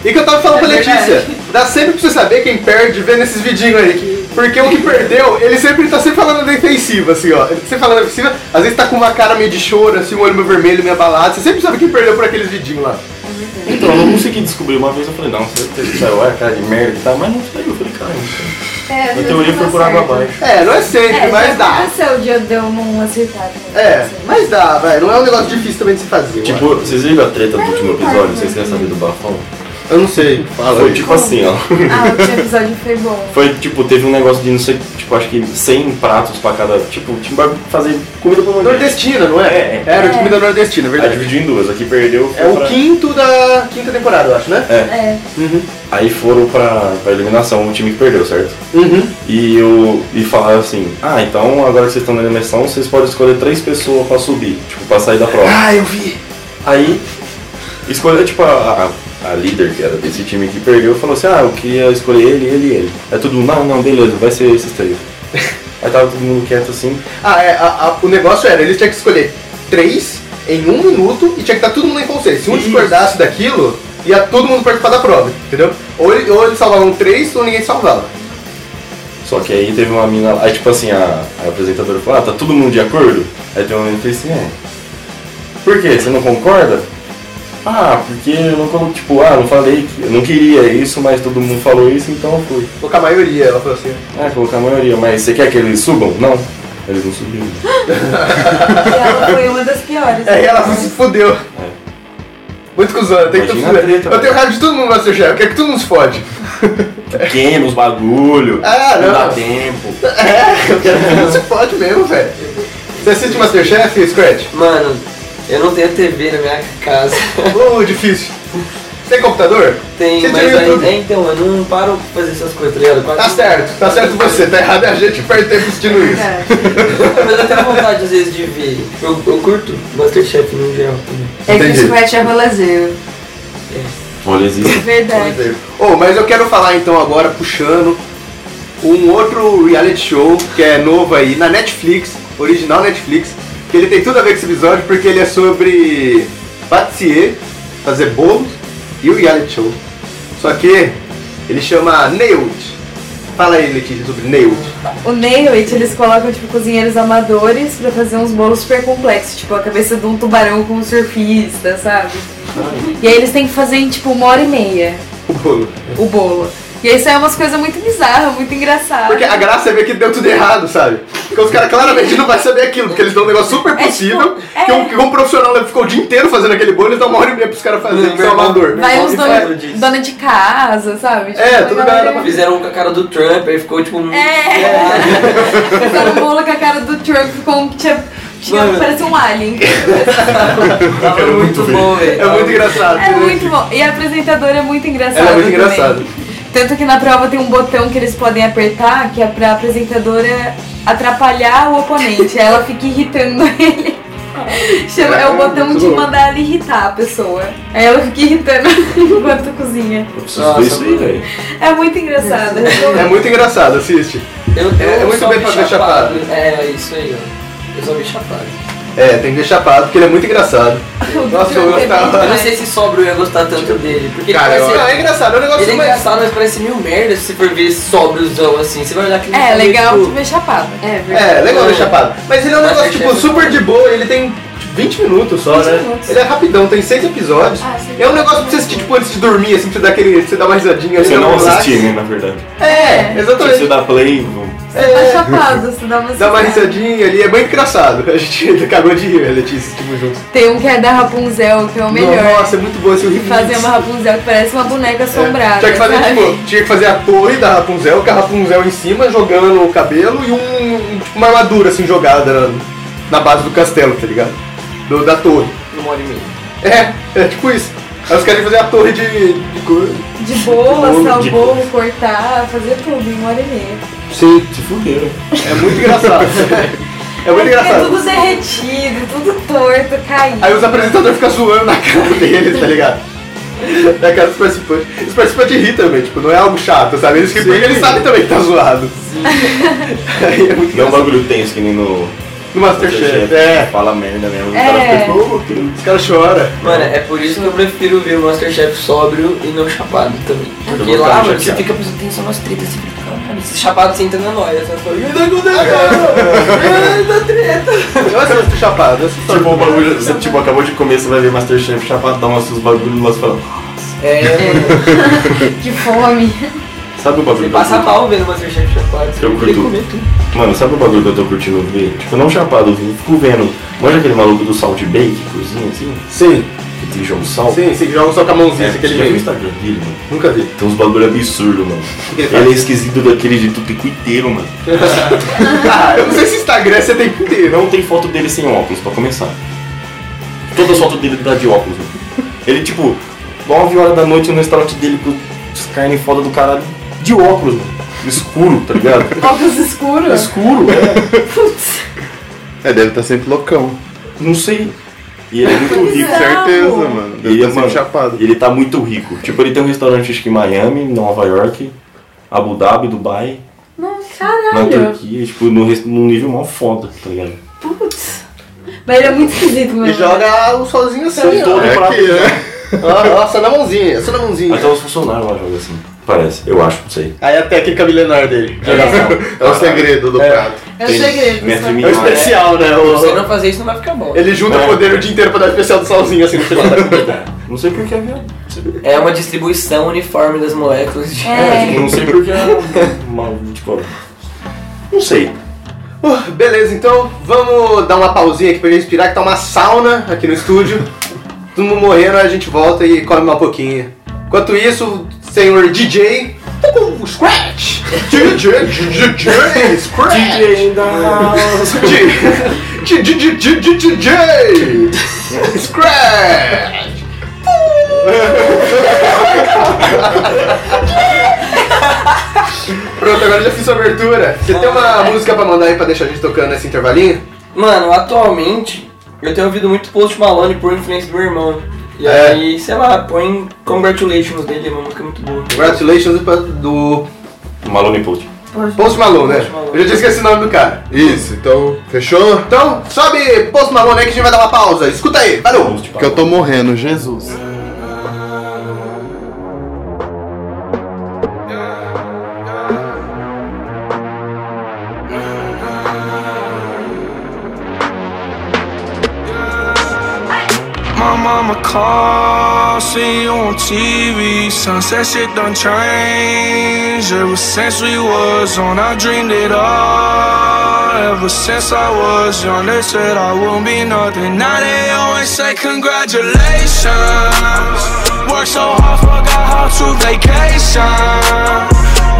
[SPEAKER 1] E que eu tava falando pra
[SPEAKER 6] É
[SPEAKER 1] Letícia, dá sempre pra você saber quem perde vendo esses vidinhos aí. Porque o que perdeu, ele sempre tá sempre falando na defensiva, assim, ó. Ele sempre falando na defensiva, às vezes tá com uma cara meio de choro, assim, um olho meio vermelho, meio abalado. Você sempre sabe quem perdeu por aqueles vidinhos lá.
[SPEAKER 4] Então, eu não consegui descobrir. Uma vez eu falei, não, certeza que saiu, é cara de merda e tal, mas não saiu. Eu falei, cara, então.
[SPEAKER 6] É,
[SPEAKER 4] Minha teoria foi por água abaixo.
[SPEAKER 1] É, não é sempre,
[SPEAKER 2] É,
[SPEAKER 1] mas
[SPEAKER 2] já
[SPEAKER 1] dá.
[SPEAKER 2] aconteceu de eu deu um né? uma acertada.
[SPEAKER 1] É, mas dá, vai. Não é um negócio difícil também de se fazer.
[SPEAKER 4] Tipo, vocês viram a treta do último episódio? Vocês querem saber do bafão?
[SPEAKER 1] eu não sei. Fala
[SPEAKER 4] Foi tipo assim, ó.
[SPEAKER 2] Ah, o último episódio foi bom.
[SPEAKER 4] Foi tipo, teve um negócio de não sei, tipo, acho que 100 pratos pra cada. Tipo, tinha pra fazer comida pra mulher.
[SPEAKER 1] Nordestina, não é?
[SPEAKER 4] É, é.
[SPEAKER 1] Era de comida nordestina, é
[SPEAKER 4] Aí
[SPEAKER 1] verdade.
[SPEAKER 4] dividiu em duas, aqui perdeu. foi
[SPEAKER 1] É o
[SPEAKER 4] pra-
[SPEAKER 1] quinto da quinta temporada, eu acho, né?
[SPEAKER 2] É.
[SPEAKER 4] Aí foram pra, pra eliminação, o time que perdeu, certo?
[SPEAKER 1] Uhum.
[SPEAKER 4] E, eu, e falaram assim: ah, então agora que vocês estão na eliminação, vocês podem escolher três pessoas pra subir, tipo, pra sair da prova.
[SPEAKER 1] Ah, eu vi.
[SPEAKER 4] Aí escolheu, tipo, a, a, a líder que era desse time que perdeu, falou assim, ah, eu queria escolher ele, ele e ele. Aí todo mundo, não, não, beleza, vai ser esses três. Aí tava todo mundo quieto assim.
[SPEAKER 1] Ah, é, a- a- o negócio era, eles tinham que escolher três em um minuto e tinha que estar todo mundo em consenso. Se um
[SPEAKER 4] Isso.
[SPEAKER 1] discordasse daquilo, ia todo mundo participar da prova, entendeu? Ou, ele- ou eles salvavam três ou ninguém salvava.
[SPEAKER 4] Só que aí teve uma mina lá, aí tipo assim, a, a apresentadora falou, ah, tá todo mundo de acordo? Aí teve uma mina que fez assim, é. Por quê? Você não concorda? Ah, porque eu não, con- tipo, ah, não falei que eu não queria isso, mas todo mundo falou isso, então eu fui.
[SPEAKER 1] Colocar a maioria, ela falou assim.
[SPEAKER 4] Ah, colocar a maioria, mas você quer que eles subam? Não. Eles não subiram.
[SPEAKER 2] E ela foi uma das piores.
[SPEAKER 1] Aí É, ela se fudeu. Muito cuzona, tem que todo
[SPEAKER 4] É. Imagina a treta,
[SPEAKER 1] Eu tenho
[SPEAKER 4] velho.
[SPEAKER 1] raiva de todo mundo no Masterchef, eu quero que todo mundo se fode.
[SPEAKER 4] Queima os bagulho,
[SPEAKER 1] Ah,
[SPEAKER 4] não dá
[SPEAKER 1] não.
[SPEAKER 4] tempo.
[SPEAKER 1] É, eu quero que todo mundo se fode mesmo, velho. Você assiste Masterchef, Scratch?
[SPEAKER 3] Mano, eu não tenho TV na minha casa.
[SPEAKER 1] Ô, difícil. Você tem computador?
[SPEAKER 3] Tem,
[SPEAKER 1] Você
[SPEAKER 3] mas
[SPEAKER 1] tem
[SPEAKER 3] aí,
[SPEAKER 1] YouTube?
[SPEAKER 3] é, então, eu não paro pra fazer essas coisas, tá ligado? Quase-
[SPEAKER 1] Tá certo, tá certo você, tá errado é a gente que perde tempo assistindo isso.
[SPEAKER 6] É,
[SPEAKER 3] Mas eu tenho vontade, às vezes, de ver. Eu, eu curto Masterchef no geral também.
[SPEAKER 6] É que o
[SPEAKER 1] Entendi.
[SPEAKER 6] squat é rolezeiro.
[SPEAKER 4] Olha, existe.
[SPEAKER 2] Verdade.
[SPEAKER 1] Oh, mas eu quero falar então agora, puxando, um outro reality show que é novo aí na Netflix, original Netflix, que ele tem tudo a ver com esse episódio porque ele é sobre patissier, fazer bolos e o reality show. Só que ele chama Nailed. Fala aí, Letícia, sobre Nailed.
[SPEAKER 2] O Nailed, eles colocam, tipo, cozinheiros amadores pra fazer uns bolos super complexos. Tipo, a cabeça de um tubarão com um surfista, sabe? E aí eles têm que fazer em, tipo, uma hora e meia
[SPEAKER 1] O bolo.
[SPEAKER 2] o bolo. E aí sai umas coisas muito bizarras, muito engraçadas.
[SPEAKER 1] Porque a graça é ver que deu tudo errado, sabe? Porque os caras claramente não vão saber aquilo, porque eles dão um negócio super
[SPEAKER 2] tipo,
[SPEAKER 1] possível,
[SPEAKER 2] é.
[SPEAKER 1] que, um, que um profissional ficou o dia inteiro fazendo aquele bolo, eles dão uma hora e meia pros caras
[SPEAKER 4] é
[SPEAKER 1] fazerem, que são amador.
[SPEAKER 2] Vai
[SPEAKER 3] Meu
[SPEAKER 2] uns
[SPEAKER 3] irmão
[SPEAKER 2] dona,
[SPEAKER 3] fala disso.
[SPEAKER 2] dona de casa, sabe? Tipo,
[SPEAKER 1] É,
[SPEAKER 2] uma
[SPEAKER 1] tudo
[SPEAKER 2] galera-
[SPEAKER 1] galera-
[SPEAKER 3] Fizeram com a cara do Trump, aí ficou tipo. um-
[SPEAKER 2] É. Fizeram um bolo com a cara do Trump, ficou um... Tinha, tinha,
[SPEAKER 3] Mano.
[SPEAKER 2] parecia um alien.
[SPEAKER 3] Tava muito bom, velho.
[SPEAKER 1] É muito engraçado.
[SPEAKER 2] É muito bom. E a apresentadora é muito engraçada.
[SPEAKER 1] Ela é muito
[SPEAKER 2] também.
[SPEAKER 1] engraçada.
[SPEAKER 2] Tanto que na prova tem um botão que eles podem apertar que é pra apresentadora atrapalhar o oponente. Ela fica irritando ele. Chama- É o botão de mandar ela irritar a pessoa. Aí ela fica irritando enquanto cozinha.
[SPEAKER 4] Eu preciso ver isso aí, velho.
[SPEAKER 2] É muito engraçada.
[SPEAKER 1] É muito engraçado, assiste.
[SPEAKER 3] Eu, eu
[SPEAKER 1] É muito
[SPEAKER 3] só
[SPEAKER 1] bem
[SPEAKER 3] me
[SPEAKER 1] pra ver
[SPEAKER 3] chapado. É, isso aí, ó. Eu só vi chapado.
[SPEAKER 1] É, tem que ver chapado, porque ele é muito engraçado. Nossa,
[SPEAKER 2] é
[SPEAKER 1] eu
[SPEAKER 3] Eu
[SPEAKER 1] gostava.
[SPEAKER 3] não sei se sobra eu ia gostar tanto dele. Porque
[SPEAKER 1] Cara,
[SPEAKER 3] ele
[SPEAKER 1] eu...
[SPEAKER 3] parece.
[SPEAKER 1] é engraçado, é um
[SPEAKER 3] Ele é
[SPEAKER 1] negócio mais...
[SPEAKER 3] engraçado, mas parece mil merda se você for ver sóbriozão assim. Você vai olhar aquele.
[SPEAKER 2] É,
[SPEAKER 3] cara,
[SPEAKER 2] legal
[SPEAKER 3] tipo,
[SPEAKER 2] de ver chapada.
[SPEAKER 7] É, verdade.
[SPEAKER 1] É, legal ver chapado. Mas ele é um
[SPEAKER 3] Mas
[SPEAKER 1] negócio,
[SPEAKER 3] é
[SPEAKER 1] tipo,
[SPEAKER 3] que-
[SPEAKER 1] super de boa, ele tem tipo, 20 minutos só,
[SPEAKER 2] 20
[SPEAKER 1] né?
[SPEAKER 2] minutos.
[SPEAKER 1] Ele é rapidão, tem 6 episódios.
[SPEAKER 7] Ah, sim.
[SPEAKER 1] É um negócio pra você assistir, tipo, antes de dormir, assim, pra você dar, aquele, você dar uma risadinha.
[SPEAKER 4] Você
[SPEAKER 1] ali,
[SPEAKER 4] não
[SPEAKER 1] um relax.
[SPEAKER 4] assistir, né, na verdade.
[SPEAKER 1] É,
[SPEAKER 4] Você
[SPEAKER 1] exatamente.
[SPEAKER 4] dá play, vamos.
[SPEAKER 2] Você
[SPEAKER 1] É.
[SPEAKER 2] tá chapado, você dá uma
[SPEAKER 1] Dá uma
[SPEAKER 2] sentada.
[SPEAKER 1] risadinha ali, é bem engraçado. A gente acabou de rir, a Letícia, tipo, junto.
[SPEAKER 2] Tem um que é da Rapunzel, que é o melhor.
[SPEAKER 1] Nossa, é muito bom esse remix.
[SPEAKER 2] Fazer uma Rapunzel que parece uma boneca assombrada.
[SPEAKER 1] Tinha que fazer,
[SPEAKER 2] sabe?
[SPEAKER 1] tipo, tinha que fazer a torre da um, Rapunzel, com a Rapunzel em cima, jogando o cabelo e um, tipo, uma armadura assim jogada. né? na base do castelo, tá ligado? Do, da torre.
[SPEAKER 3] Uma hora e meia.
[SPEAKER 1] É, é tipo isso. Aí os caras fazer a torre de, de coisa.
[SPEAKER 2] De boa,
[SPEAKER 4] Bolo,
[SPEAKER 2] assar
[SPEAKER 4] de
[SPEAKER 2] o bolo, cortar, fazer tudo em uma hora e meia.
[SPEAKER 1] Sim.
[SPEAKER 4] Se fuderam.
[SPEAKER 1] É muito engraçado. É muito
[SPEAKER 2] É
[SPEAKER 1] engraçado.
[SPEAKER 2] tudo derretido, tudo torto, caído.
[SPEAKER 1] Aí os apresentadores ficam zoando na cara deles, tá ligado? Na cara dos participantes. Os participantes ri também, tipo, não é algo chato, sabe? Eles riem porque eles sabem também que tá zoado. Aí é muito
[SPEAKER 4] Não é um
[SPEAKER 1] engraçado.
[SPEAKER 4] bagulho tenso que nem no
[SPEAKER 1] No Masterchef. É,
[SPEAKER 4] Fala merda mesmo.
[SPEAKER 2] É.
[SPEAKER 4] Os caras ficam, tipo,
[SPEAKER 1] os caras choram.
[SPEAKER 3] Mano, é por isso que eu prefiro ver o Masterchef sóbrio e não chapado também. Porque
[SPEAKER 4] Eu vou
[SPEAKER 3] lá,
[SPEAKER 4] ficar
[SPEAKER 3] mano, você
[SPEAKER 4] chateado.
[SPEAKER 3] fica pensando, tem só umas tretas, você fica, caralho, esse chapado você entra na noia, você fala, "Ih, tá acontecendo, tá treta.
[SPEAKER 1] Eu assisto chapado, eu assisto
[SPEAKER 4] Tipo, um bagulho, você tipo, acabou de comer, você vai ver Masterchef chapadão, assim, os bagulhos lá, você fala.
[SPEAKER 3] É,
[SPEAKER 2] Que fome.
[SPEAKER 4] Sabe o bagulho
[SPEAKER 3] você
[SPEAKER 4] que eu
[SPEAKER 3] passa
[SPEAKER 4] curto?
[SPEAKER 3] mal vendo o Masterchef chapado, você
[SPEAKER 4] Eu
[SPEAKER 3] quer
[SPEAKER 4] curto.
[SPEAKER 3] comer tudo.
[SPEAKER 4] Mano, sabe o bagulho que eu tô curtindo ver? Tipo, não chapado, eu fico vendo. Manja aquele maluco do salt bake, que cozinha assim,
[SPEAKER 1] Sim,
[SPEAKER 4] que tem jogo sal.
[SPEAKER 1] sim, sim, joga só com a mãozinha,
[SPEAKER 4] É,
[SPEAKER 1] assim, aquele
[SPEAKER 4] já viu o
[SPEAKER 1] meio.
[SPEAKER 4] Instagram dele, mano?
[SPEAKER 1] Nunca vi.
[SPEAKER 4] Tem uns bagulho absurdo, mano.
[SPEAKER 1] que ele faz?
[SPEAKER 4] Ele é esquisito daquele de tupico inteiro, mano.
[SPEAKER 1] Ah, eu não sei se Instagram você tem que ter, não.
[SPEAKER 4] Não tem foto dele sem óculos, pra começar. Todas as fotos dele tá de óculos, mano. Ele, tipo, 9 horas da noite no restaurante dele com as carnes foda do caralho, de óculos, mano. Escuro, tá ligado?
[SPEAKER 2] Óculos escuros.
[SPEAKER 4] Escuro, é.
[SPEAKER 5] É, deve estar sempre loucão.
[SPEAKER 4] Não sei. E ele é muito
[SPEAKER 2] Pois
[SPEAKER 5] Com
[SPEAKER 4] rico.
[SPEAKER 2] é.
[SPEAKER 5] certeza, mano. Deve
[SPEAKER 4] E,
[SPEAKER 5] estar sempre
[SPEAKER 4] mano,
[SPEAKER 5] chapado.
[SPEAKER 4] Ele tá muito rico. Tipo, ele tem um restaurante acho que em Miami, Nova York, Abu Dhabi, Dubai,
[SPEAKER 2] Nossa,
[SPEAKER 4] na
[SPEAKER 2] caralho.
[SPEAKER 4] Turquia, tipo, num, res- num nível mó foda, tá ligado?
[SPEAKER 2] Putz. Mas ele é muito esquisito, mano.
[SPEAKER 1] E joga o sozinho assim,
[SPEAKER 4] São
[SPEAKER 1] ó.
[SPEAKER 4] todos
[SPEAKER 5] É
[SPEAKER 4] pra-
[SPEAKER 5] que, né?
[SPEAKER 1] Ó, ó, só na mãozinha, só na mãozinha.
[SPEAKER 4] Até os funcionários lá jogam assim. Parece, eu acho, não sei.
[SPEAKER 1] Aí a técnica milenar dele. Jogação.
[SPEAKER 5] É o segredo do prato.
[SPEAKER 2] É o segredo.
[SPEAKER 4] Mestre
[SPEAKER 2] sabe?
[SPEAKER 1] É o
[SPEAKER 4] Mimar.
[SPEAKER 1] especial, né?
[SPEAKER 3] Se você
[SPEAKER 1] O-
[SPEAKER 3] não fazer isso, não vai ficar bom.
[SPEAKER 1] Ele junta o
[SPEAKER 4] é.
[SPEAKER 1] poder o dia inteiro pra dar o especial do solzinho assim no final da comida.
[SPEAKER 4] Não sei porque é viado.
[SPEAKER 3] É uma distribuição uniforme das moléculas de...
[SPEAKER 4] É,
[SPEAKER 2] É.
[SPEAKER 4] tipo, não sei porque é uma, tipo, não sei.
[SPEAKER 1] Uh, beleza, então vamos dar uma pausinha aqui pra gente respirar, que tá uma sauna aqui no estúdio. Todo mundo morrendo, a gente volta e come uma pouquinho. Enquanto isso, o senhor DJ. tá com o Scratch! DJ, DJ, Scratch!
[SPEAKER 4] DJ da
[SPEAKER 1] DJ! Scratch! Pronto, agora já fiz a abertura. Você tem
[SPEAKER 3] Ah,
[SPEAKER 1] uma
[SPEAKER 3] é.
[SPEAKER 1] música pra mandar aí pra deixar a gente tocando nesse intervalinho?
[SPEAKER 3] Mano, atualmente, eu tenho ouvido muito Post Malone por influência do meu irmão. E
[SPEAKER 1] É.
[SPEAKER 3] aí, sei lá, põe Congratulations dele, é uma música muito boa.
[SPEAKER 1] Congratulations pra- do
[SPEAKER 4] Malone Post.
[SPEAKER 1] Post Malone, né?
[SPEAKER 3] Post Malone.
[SPEAKER 1] Eu já tinha esquecido o nome do cara.
[SPEAKER 5] Isso, então, fechou?
[SPEAKER 1] Então, sobe Post Malone aí que a gente vai dar uma pausa. Escuta aí, valeu!
[SPEAKER 5] Que eu tô morrendo, Jesus.
[SPEAKER 8] My mama called, see you on TV. Sunset shit done changed ever since we was on. I dreamed it all ever since I was young. They said I won't be nothing. Now they always say congratulations. Work so hard, forgot how to vacation.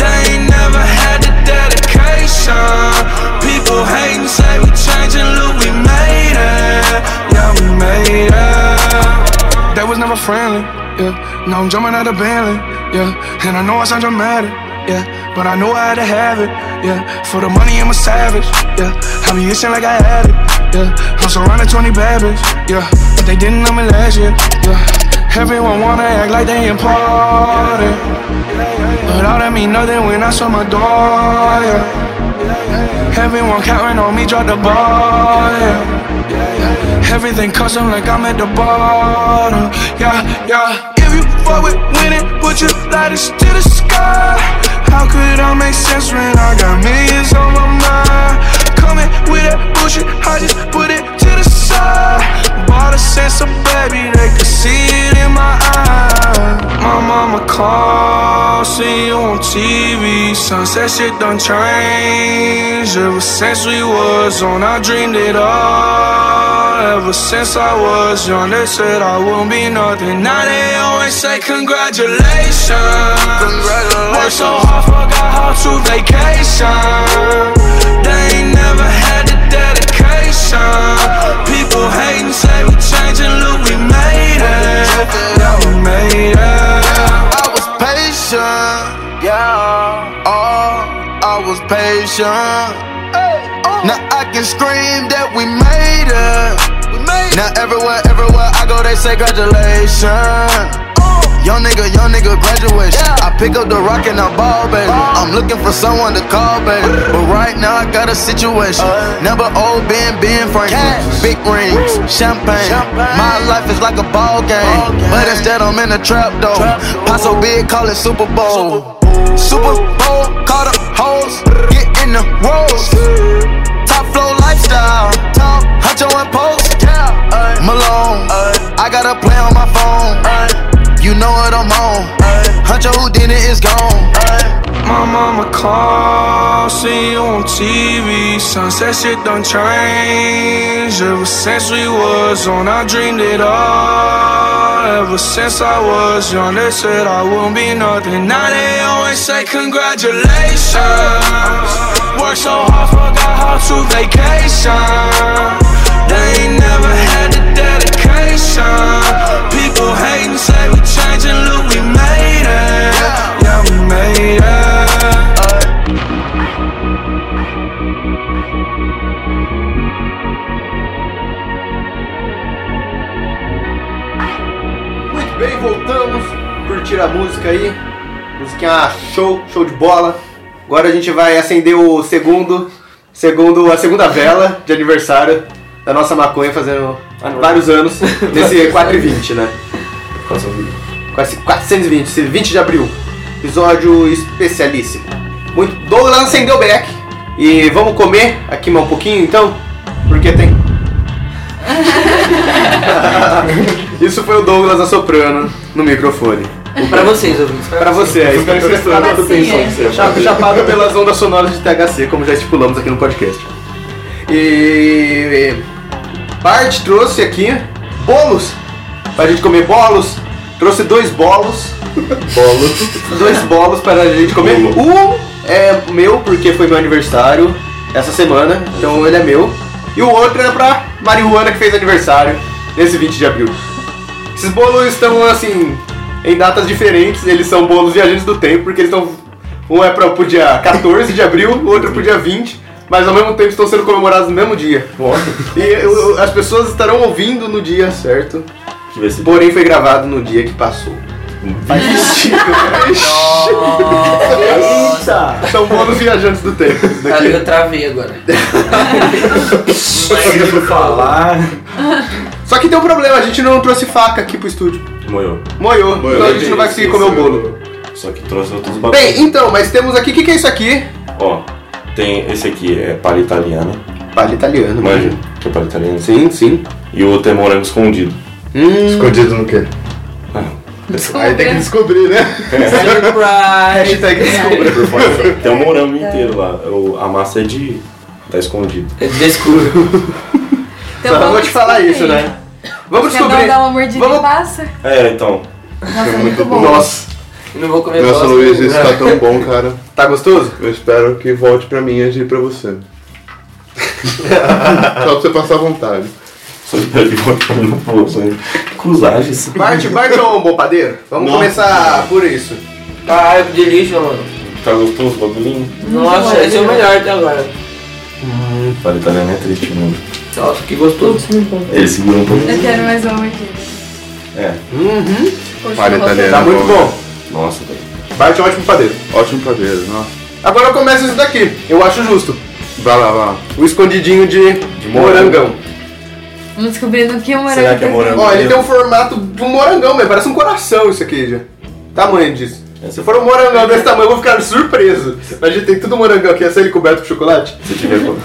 [SPEAKER 8] They ain't never had the dedication. People hating, say we changing, look, we made it. Yeah, we made it. That was never friendly, yeah. Now I'm jumping out of Bentley, yeah. And I know I sound dramatic, yeah. But I know I had to have it, yeah. For the money, I'm a savage, yeah. I be itching like I had it, yeah. I'm surrounded 20 bad bitch, yeah. But they didn't know me last year, yeah. Everyone wanna act like they important. But all that mean nothing when I saw my door, yeah. Everyone counting on me, drop the ball, yeah. Everything custom like I'm at the bottom. Yeah, yeah. If you fuck with winning, put your lighters to the sky. How could I make sense when I got millions on my mind? Coming with that bullshit, I just put it to the side. Bought a sense of baby, they could see it in my eyes. My mama called, see you on TV. Sunset shit done changed ever since we was on. I dreamed it all ever since I was young. They said I won't be nothing. Now they always say congratulations. Worked so hard, forgot how to vacation. They ain't never had the dedication. Oh, I was patient. Now I can scream that we made it. Now everywhere, everywhere I go, they say congratulations. Young nigga, young nigga, graduation. I pick up the rock and I ball, baby. I'm looking for someone to call, baby. But right now I got a situation. Never old Ben, Ben Franklin. Big rings, champagne. My life is like a ball game. But instead I'm in a trap though. Pop so big, call it Super Bowl. Super Bowl, call the hoes. Get in the rolls. Top flow lifestyle. Top huncho and post. Malone. I got a play on my phone. You know what I'm on. Huncho Houdini is gone.
[SPEAKER 9] My mama called, see you on TV. Sunset shit done changed. Ever since we was on, I dreamed it all. Ever since I was young, they said I won't be nothing. Now they always say congratulations. Work so hard, forgot how to vacation. They ain't never had the dedication. People hating, say we changing, look, we made it. Yeah, we made it.
[SPEAKER 1] Muito bem, voltamos. Curtir a música aí. Musiquinha show, show de bola. Agora a gente vai acender o segundo, segundo a segunda vela de aniversário da nossa maconha, fazendo vários anos, nesse 420, né? Quase 420, esse 20 de abril. Episódio especialíssimo. Muito Douglas acendeu o beck. E vamos comer aqui mais um pouquinho então? Porque tem. Isso foi o Douglas assoprando no microfone.
[SPEAKER 3] Pra vocês, ouvintes.
[SPEAKER 1] Pra você aí,
[SPEAKER 7] Fala assim, é.
[SPEAKER 1] Cha- Chapado pelas ondas sonoras de THC, como já estipulamos aqui no podcast. E. Bart trouxe aqui bolos pra gente comer bolos. Trouxe dois bolos. Bolos. dois bolos para a gente comer. Um é meu, porque foi meu aniversário essa semana, então ele é meu. E o outro é pra Marihuana, que fez aniversário nesse 20 de abril. Esses bolos estão assim, em datas diferentes, eles são bolos viajantes do tempo, porque eles estão. Um é para pro dia 14 de abril, o outro pro dia 20, mas ao mesmo tempo estão sendo comemorados no mesmo dia. E eu- as pessoas estarão ouvindo no dia certo,
[SPEAKER 4] Deixa eu ver se.
[SPEAKER 1] porém foi gravado no dia que passou. Faz sentido. Eita! São bolos viajantes do tempo. isso
[SPEAKER 3] Cara,
[SPEAKER 1] daqui.
[SPEAKER 3] eu travei agora.
[SPEAKER 4] Conseguiu falar.
[SPEAKER 1] Só que tem um problema, a gente não trouxe faca aqui pro estúdio.
[SPEAKER 4] Moiou.
[SPEAKER 1] Moiou, então a gente não vai conseguir comer o bolo.
[SPEAKER 4] Só que trouxe outros bagulhos.
[SPEAKER 1] Bem, então, mas temos aqui, o que, que é isso aqui?
[SPEAKER 4] Ó, tem esse aqui é palha italiana.
[SPEAKER 1] Palha italiano,
[SPEAKER 4] Manja, que é palha italiana.
[SPEAKER 1] Sim, sim. Hum,
[SPEAKER 4] E o outro é morango escondido.
[SPEAKER 5] Escondido no quê? Ah, Aí tem que descobrir, né?
[SPEAKER 3] Surprise!
[SPEAKER 1] Hashtag descubra.
[SPEAKER 4] Por fora, tem um morango inteiro lá. O- a massa é de. tá escondido.
[SPEAKER 3] Descubro.
[SPEAKER 1] Só
[SPEAKER 2] Então vamos
[SPEAKER 1] vou te falar
[SPEAKER 2] descobrir.
[SPEAKER 1] isso, né? Vamos
[SPEAKER 2] Quer dar,
[SPEAKER 1] descobrir.
[SPEAKER 2] dar uma mordida
[SPEAKER 1] Vamos-
[SPEAKER 2] e passa?
[SPEAKER 4] É, então.
[SPEAKER 2] Nossa, muito bom.
[SPEAKER 1] Nossa,
[SPEAKER 3] Não vou comer
[SPEAKER 5] Nossa,
[SPEAKER 3] bosta.
[SPEAKER 5] Luiz, isso tá tão bom, cara.
[SPEAKER 1] tá gostoso?
[SPEAKER 5] Eu espero que volte pra mim antes de ir pra você. Só pra você passar vontade.
[SPEAKER 4] Só espero que volte pra mim no bolso, hein? né? Cruzagens.
[SPEAKER 1] Bart, Bart é um bom padeiro? Vamos
[SPEAKER 5] Nossa.
[SPEAKER 1] começar por isso.
[SPEAKER 3] Ai, que delícia, é mano.
[SPEAKER 4] Tá gostoso o bagulhinho?
[SPEAKER 3] Nossa, esse é o melhor até agora.
[SPEAKER 4] Palha italiana é triste, mano.
[SPEAKER 3] Nossa, que gostoso.
[SPEAKER 4] Ele segura um pouco.
[SPEAKER 2] Eu quero mais uma mordida.
[SPEAKER 4] É.
[SPEAKER 5] Palha italiana.
[SPEAKER 1] Tá muito bom.
[SPEAKER 4] Nossa, velho.
[SPEAKER 1] Bart é um ótimo padeiro.
[SPEAKER 5] Ótimo padeiro, nossa.
[SPEAKER 1] Agora eu começo isso daqui. Eu acho justo.
[SPEAKER 5] Vai lá, vai lá.
[SPEAKER 1] O escondidinho de, morangão.
[SPEAKER 2] Vamos descobrir no que o morango.
[SPEAKER 4] Será que é morango?
[SPEAKER 1] Ó, ele tem
[SPEAKER 4] mesmo?
[SPEAKER 1] um formato de um morangão mesmo. Parece um coração isso aqui, já. Tamanho disso.
[SPEAKER 4] É,
[SPEAKER 1] Se for um morangão desse tamanho, eu vou ficar surpreso. A gente tem tudo morangão aqui. Ia ser ele coberto com chocolate?
[SPEAKER 4] Se tiver com-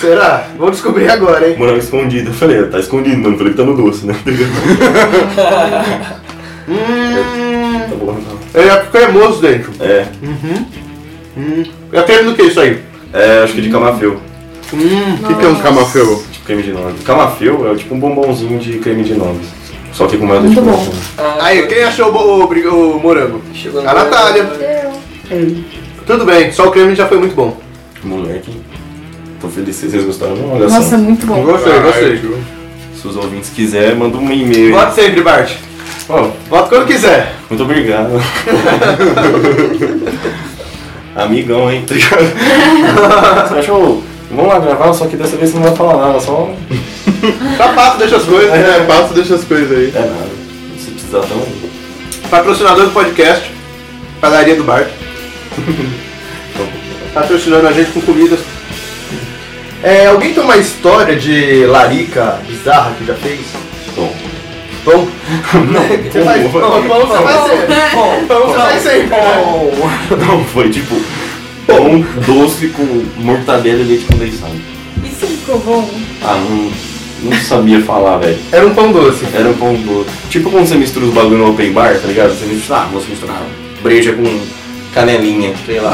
[SPEAKER 1] Será? Vamos descobrir agora, hein?
[SPEAKER 4] morango escondido. Eu falei, tá escondido, mano. Eu Falei que tá no doce, né?
[SPEAKER 1] Hum,
[SPEAKER 4] tá bom, não.
[SPEAKER 1] ele é cremoso dentro.
[SPEAKER 4] É.
[SPEAKER 1] É creme do que isso aí? Hum,
[SPEAKER 4] É, acho que de camafeu.
[SPEAKER 5] O que, que é um camafeu?
[SPEAKER 4] Tipo creme de nozes. Camafeu é tipo um bombonzinho de creme de nozes. Só que com mais de
[SPEAKER 6] bom.
[SPEAKER 4] nozes.
[SPEAKER 3] Ah,
[SPEAKER 1] Aí, quem achou o, bo- o bri- o morango?
[SPEAKER 3] chegou
[SPEAKER 1] A Natália. Tudo bem, só o creme já foi muito bom.
[SPEAKER 4] Moleque. Tô feliz que vocês gostaram. Não, olha
[SPEAKER 2] Nossa,
[SPEAKER 4] só.
[SPEAKER 2] muito bom.
[SPEAKER 1] Gostei, gostei.
[SPEAKER 4] Se os ouvintes quiserem, manda um e-mail.
[SPEAKER 1] Vote sempre, Bart.
[SPEAKER 4] Ó,
[SPEAKER 1] Vote quando quiser.
[SPEAKER 4] muito obrigado. amigão, hein? Tá ligado? Você acha, ô, vamos lá gravar, só que dessa vez você não vai falar nada, só. um-
[SPEAKER 5] Tá passo, deixa as coisas, né? Passo, deixa as coisas aí.
[SPEAKER 4] É nada. Se precisar, tamo aí.
[SPEAKER 1] Patrocinador do podcast, Padaria do Bar. Patrocinando a gente com comidas. É, alguém tem uma história de larica bizarra que já fez?
[SPEAKER 4] Bom.
[SPEAKER 1] Bom? Você faz, bom, bom, você faz sempre. Bom, você faz sempre. né?
[SPEAKER 4] Não, foi tipo pão doce com mortadela e leite condensado.
[SPEAKER 2] Isso ficou bom.
[SPEAKER 4] Ah, não, não sabia falar, velho.
[SPEAKER 1] Era um pão doce.
[SPEAKER 4] Era um pão doce. Tipo quando você mistura os bagulho no open bar, tá ligado? Você mistura, ah, você mistura breja com canelinha, sei lá,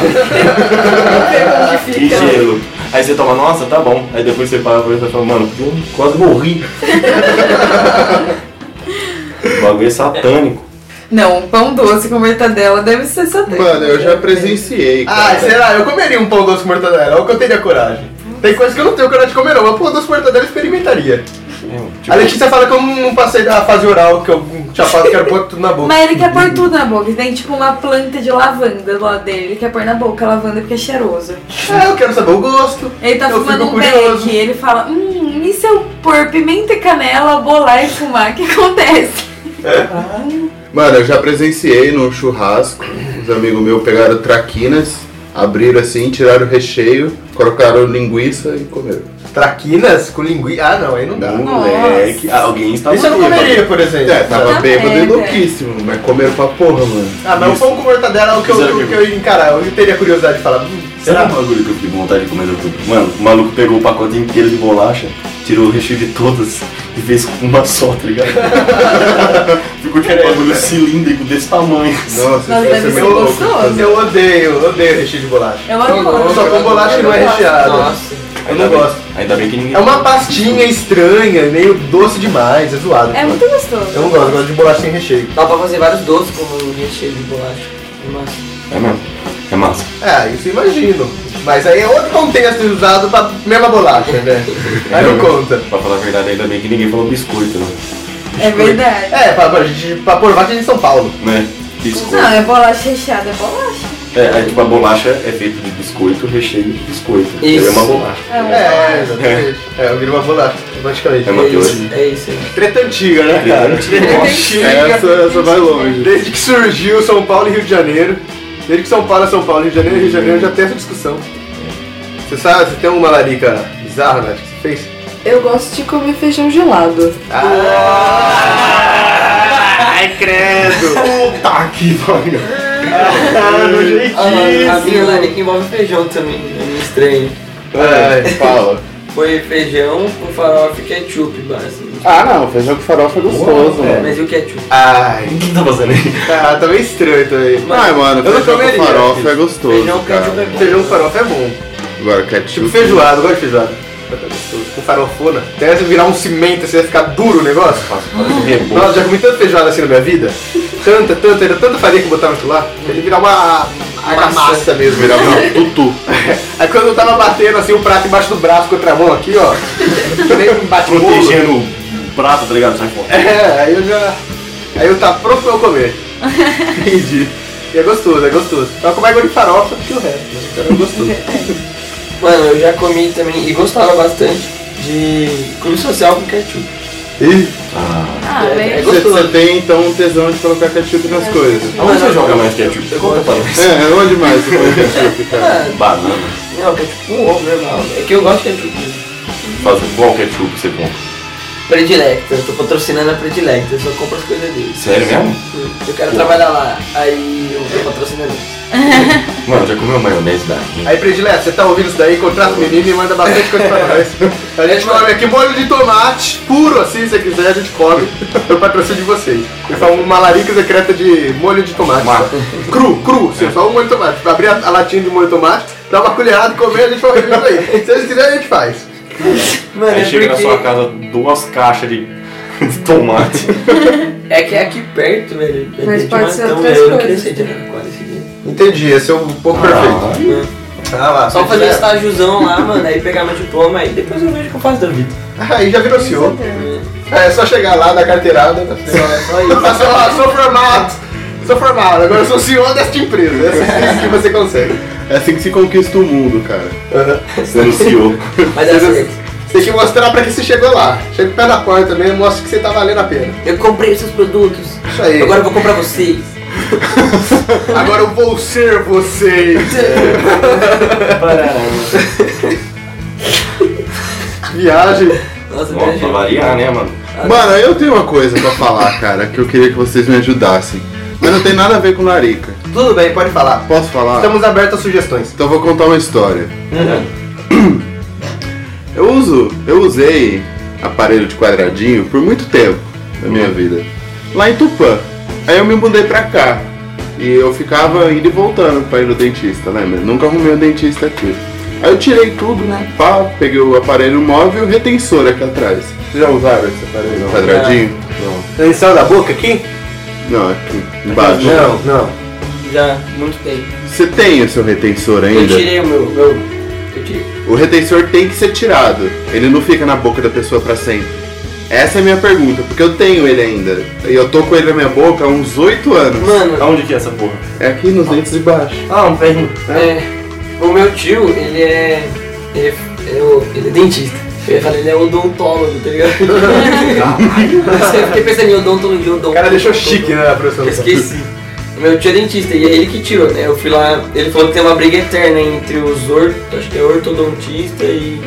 [SPEAKER 4] e gelo. Aí você toma, nossa, tá bom. Aí depois você para pra pensar e fala, mano, eu quase morri. o bagulho é satânico.
[SPEAKER 2] Não, um pão doce com mortadela deve ser satânico.
[SPEAKER 5] Mano, eu já presenciei,
[SPEAKER 1] Ah,
[SPEAKER 5] cara.
[SPEAKER 1] será? Eu comeria um pão doce com mortadela, é o que eu teria coragem. Tem coisa que eu não tenho coragem de comer não, mas pão doce com mortadela eu experimentaria.
[SPEAKER 4] Tipo,
[SPEAKER 1] A Letícia fala que eu não passei da fase oral, que eu tinha falado que quero pôr tudo na boca.
[SPEAKER 2] Mas ele quer pôr tudo na boca. Tem tipo uma planta de lavanda do lado dele. Ele quer pôr na boca a lavanda porque é cheiroso.
[SPEAKER 1] É, eu quero saber o gosto.
[SPEAKER 2] Ele tá
[SPEAKER 1] Eu
[SPEAKER 2] fumando
[SPEAKER 1] fico
[SPEAKER 2] um
[SPEAKER 1] curioso.
[SPEAKER 2] beck. Ele fala: Hum, e se eu pôr pimenta e canela, bolar e fumar? O que acontece?
[SPEAKER 5] Mano, eu já presenciei num churrasco. Os amigos meus pegaram traquinas, abriram assim, tiraram o recheio, colocaram linguiça e comeram.
[SPEAKER 1] Traquinas com linguiça. Ah, não, aí não dá.
[SPEAKER 4] um moleque, alguém está
[SPEAKER 1] Isso eu não comeria, por exemplo.
[SPEAKER 5] É, tava
[SPEAKER 2] Tá
[SPEAKER 5] bêbado e
[SPEAKER 2] merda.
[SPEAKER 5] louquíssimo, mas comeram pra porra, mano.
[SPEAKER 1] Ah, mas o pão com mortadela é o que eu,
[SPEAKER 4] Fizeram
[SPEAKER 1] o que eu ia encarar. Eu teria curiosidade de falar. hum,
[SPEAKER 4] Será
[SPEAKER 1] será?
[SPEAKER 4] um bagulho que eu fiquei com vontade de comer do tubo? Mano, o maluco pegou o pacote inteiro de bolacha, tirou o recheio de todas e fez com uma só, tá ligado? Ficou tipo um bagulho cilíndrico desse tamanho.
[SPEAKER 5] Nossa,
[SPEAKER 2] Nossa,
[SPEAKER 5] isso
[SPEAKER 2] deve
[SPEAKER 5] é
[SPEAKER 2] ser
[SPEAKER 5] muito louco.
[SPEAKER 2] gostoso.
[SPEAKER 1] Eu odeio, odeio recheio de bolacha.
[SPEAKER 2] Eu adoro.
[SPEAKER 1] Eu só como bolacha que não é recheada.
[SPEAKER 3] Nossa.
[SPEAKER 1] Eu não gosto.
[SPEAKER 4] Ainda bem que ninguém.
[SPEAKER 1] É uma pastinha estranha, meio doce demais, é zoado.
[SPEAKER 2] É muito gostoso.
[SPEAKER 1] Eu não gosto, eu gosto de bolacha sem recheio.
[SPEAKER 3] Dá pra fazer vários doces como recheio de bolacha. Nossa.
[SPEAKER 4] É mesmo. É massa.
[SPEAKER 1] É, isso eu imagino. Mas aí é outro contexto usado pra mesma bolacha, né? Aí não conta.
[SPEAKER 4] Pra falar a verdade, ainda bem que ninguém falou biscoito, né?
[SPEAKER 2] É verdade.
[SPEAKER 1] É, pra, pra, gente, pra pôr vaca de São Paulo.
[SPEAKER 4] Né?
[SPEAKER 2] Não,
[SPEAKER 4] Biscoito.
[SPEAKER 2] é bolacha recheada, é bolacha.
[SPEAKER 4] É, é, tipo a bolacha é feita de biscoito, recheio de biscoito.
[SPEAKER 3] Isso.
[SPEAKER 4] É uma bolacha.
[SPEAKER 2] É uma
[SPEAKER 1] É, exatamente. É, eu viro uma bolacha, automaticamente.
[SPEAKER 4] É uma
[SPEAKER 3] É isso,
[SPEAKER 4] teoria.
[SPEAKER 3] é isso aí.
[SPEAKER 1] Treta antiga, né, cara? Treta antiga.
[SPEAKER 5] Essa, essa vai longe.
[SPEAKER 1] Desde que surgiu São Paulo e Rio de Janeiro. Desde que São Paulo é São Paulo, Rio de Janeiro, Rio de Janeiro já tem essa discussão. Você sabe, você tem uma larica bizarra, né? Que você fez?
[SPEAKER 7] Eu gosto de comer feijão gelado.
[SPEAKER 1] Ai, credo!
[SPEAKER 4] Puta que pariu.
[SPEAKER 1] Mano,
[SPEAKER 3] A, a minha larica envolve feijão também, é meio estranho.
[SPEAKER 5] É,
[SPEAKER 1] tipo,
[SPEAKER 5] fala.
[SPEAKER 3] Foi feijão com farofa e ketchup, basicamente.
[SPEAKER 5] Ah, não, feijão com farofa é gostoso, mano.
[SPEAKER 3] Mas e o ketchup?
[SPEAKER 1] Ai,
[SPEAKER 4] O que tá fazendo aí?
[SPEAKER 1] cara, tá meio estranho também.
[SPEAKER 4] Ah, é
[SPEAKER 5] Ai, mano,
[SPEAKER 1] Eu não
[SPEAKER 5] feijão
[SPEAKER 1] comeria.
[SPEAKER 5] com farofa é gostoso,
[SPEAKER 3] Feijão com ketchup é
[SPEAKER 5] cara.
[SPEAKER 3] bom.
[SPEAKER 1] Feijão com farofa é bom.
[SPEAKER 5] Agora,
[SPEAKER 1] Tipo
[SPEAKER 5] ketchup...
[SPEAKER 1] feijoada, eu gosto de feijoada. Com farofona. Até você virar um cimento, você vai ficar duro o negócio. Nossa, já comi tanta feijoada assim na minha vida. Tanta, tanta, era tanta farinha que botaram aquilo lá. Ele virar uma. Uma massa mesmo.
[SPEAKER 5] Virar um tutu.
[SPEAKER 1] Aí É, quando eu tava batendo assim o prato embaixo do braço com outra mão aqui, ó. Nem um bate bolo.
[SPEAKER 4] Protegendo o prato, tá ligado? Sai fora.
[SPEAKER 1] É, aí eu já. Aí eu tava pronto pra eu comer. Entendi. E é gostoso, é gostoso. Só comer agora de farofa do que o resto, né? Então é gostoso.
[SPEAKER 3] Mano, eu já comi também e gostava bastante de cruz social com ketchup.
[SPEAKER 5] Ih,
[SPEAKER 2] Ah,
[SPEAKER 3] É,
[SPEAKER 2] bem.
[SPEAKER 3] é
[SPEAKER 5] você,
[SPEAKER 3] gostoso.
[SPEAKER 5] você tem, então, um tesão de colocar ketchup nas coisas.
[SPEAKER 4] Onde É, você joga mais ketchup? Conta pra nós.
[SPEAKER 5] É, onde mais você põe ketchup, cara?
[SPEAKER 3] Ah,
[SPEAKER 4] Banana.
[SPEAKER 3] não, ketchup com ovo normal. É que eu gosto de ketchup.
[SPEAKER 4] Faz um qual ketchup que você compra?
[SPEAKER 3] Predilecta, eu tô patrocinando a Predilecta, eu só compro as coisas deles.
[SPEAKER 4] Sério mesmo?
[SPEAKER 3] Eu quero trabalhar lá, aí eu tô patrocinando.
[SPEAKER 4] Mano, já comeu maionese da Rinha?
[SPEAKER 1] Aí, Predileto, você tá ouvindo isso daí? Contrata o menino e manda bastante coisa pra nós. A gente come aqui molho de tomate, puro assim, se você quiser, a gente come. Eu patrocínio de vocês. Eu falo uma larica secreta de molho de tomate. Cru, cru, sim, só um molho de tomate. Pra abrir a, a latinha de molho de tomate, dá uma colherada e comer, a gente faz isso aí. Se vocês quiserem, a gente faz.
[SPEAKER 3] Mano,
[SPEAKER 4] Aí
[SPEAKER 3] é
[SPEAKER 4] chega na
[SPEAKER 3] porque-
[SPEAKER 4] sua casa duas caixas de de tomate.
[SPEAKER 3] É que é aqui perto, velho. É
[SPEAKER 6] Mas
[SPEAKER 3] de
[SPEAKER 6] pode ser
[SPEAKER 3] Matão,
[SPEAKER 6] outras
[SPEAKER 3] Eu não queria
[SPEAKER 6] coisas.
[SPEAKER 3] ser de assim, Araraquara esse dia.
[SPEAKER 1] Entendi, esse é um pouco perfeito.
[SPEAKER 3] Uhum.
[SPEAKER 1] Ah lá,
[SPEAKER 3] Só fazer
[SPEAKER 1] Predileto.
[SPEAKER 3] estágiozão lá, mano, aí pegar meu diploma, aí depois eu vejo o que eu faço da vida.
[SPEAKER 1] Aí já virou CEO. É, é só chegar lá, dar carteirada. né? Tá
[SPEAKER 3] Só, só isso.
[SPEAKER 1] Eu sou, sou formado, sou formado, agora eu sou CEO desta empresa. É isso É assim que você consegue.
[SPEAKER 5] É assim que se conquista o mundo, cara.
[SPEAKER 4] Denunciou.
[SPEAKER 3] Mas
[SPEAKER 1] Você
[SPEAKER 3] assim,
[SPEAKER 1] tem que mostrar pra que você chegou lá. Chega o pé da porta mesmo, mostra que você tá valendo a pena.
[SPEAKER 3] eu comprei os seus produtos.
[SPEAKER 1] Isso aí.
[SPEAKER 3] Agora eu vou comprar vocês.
[SPEAKER 1] Agora eu vou ser vocês. Viagem.
[SPEAKER 3] Nossa,
[SPEAKER 4] Bom, pra
[SPEAKER 3] viajei.
[SPEAKER 4] variar, né, mano?
[SPEAKER 5] Mano, eu tenho uma coisa pra falar, cara, que eu queria que vocês me ajudassem. Mas não tem nada a ver com Larica.
[SPEAKER 1] Tudo bem, pode falar.
[SPEAKER 5] Posso falar?
[SPEAKER 1] Estamos abertos a sugestões.
[SPEAKER 5] Então eu vou contar uma história. Eu uso, eu usei aparelho de quadradinho por muito tempo na minha vida. Lá em Tupã. Aí eu me mudei pra cá. E eu ficava indo e voltando pra ir no dentista, né? Mas nunca arrumei um dentista aqui. Aí eu tirei tudo, né? Pá, peguei o aparelho móvel e o retensor aqui atrás. Vocês já usaram esse aparelho? Quadradinho?
[SPEAKER 1] Em cima da boca aqui?
[SPEAKER 5] Não. Não, aqui embaixo.
[SPEAKER 1] Não, não.
[SPEAKER 3] Já, muito bem.
[SPEAKER 5] Você tem o seu retensor ainda?
[SPEAKER 3] Eu tirei o meu. meu eu tirei.
[SPEAKER 5] O retensor tem que ser tirado. Ele não fica na boca da pessoa pra sempre. Essa é a minha pergunta, porque eu tenho ele ainda. E eu tô com ele na minha boca há uns 8 anos.
[SPEAKER 3] Mano,
[SPEAKER 4] Aonde que é essa porra?
[SPEAKER 5] É aqui nos dentes de baixo.
[SPEAKER 1] Ah, um ferrinho.
[SPEAKER 3] é, o meu tio, ele é. Ele é, ele é o- ele é dentista. Eu ia falar, ele é odontólogo, tá ligado? Mas eu fiquei pensando em odontologia, odontólogo.
[SPEAKER 1] O cara deixou chique, né, professor?
[SPEAKER 3] Eu esqueci. O meu tio é dentista e é ele que tirou, né? Eu fui lá, ele falou que tem uma briga eterna entre os or, acho que é ortodontista e.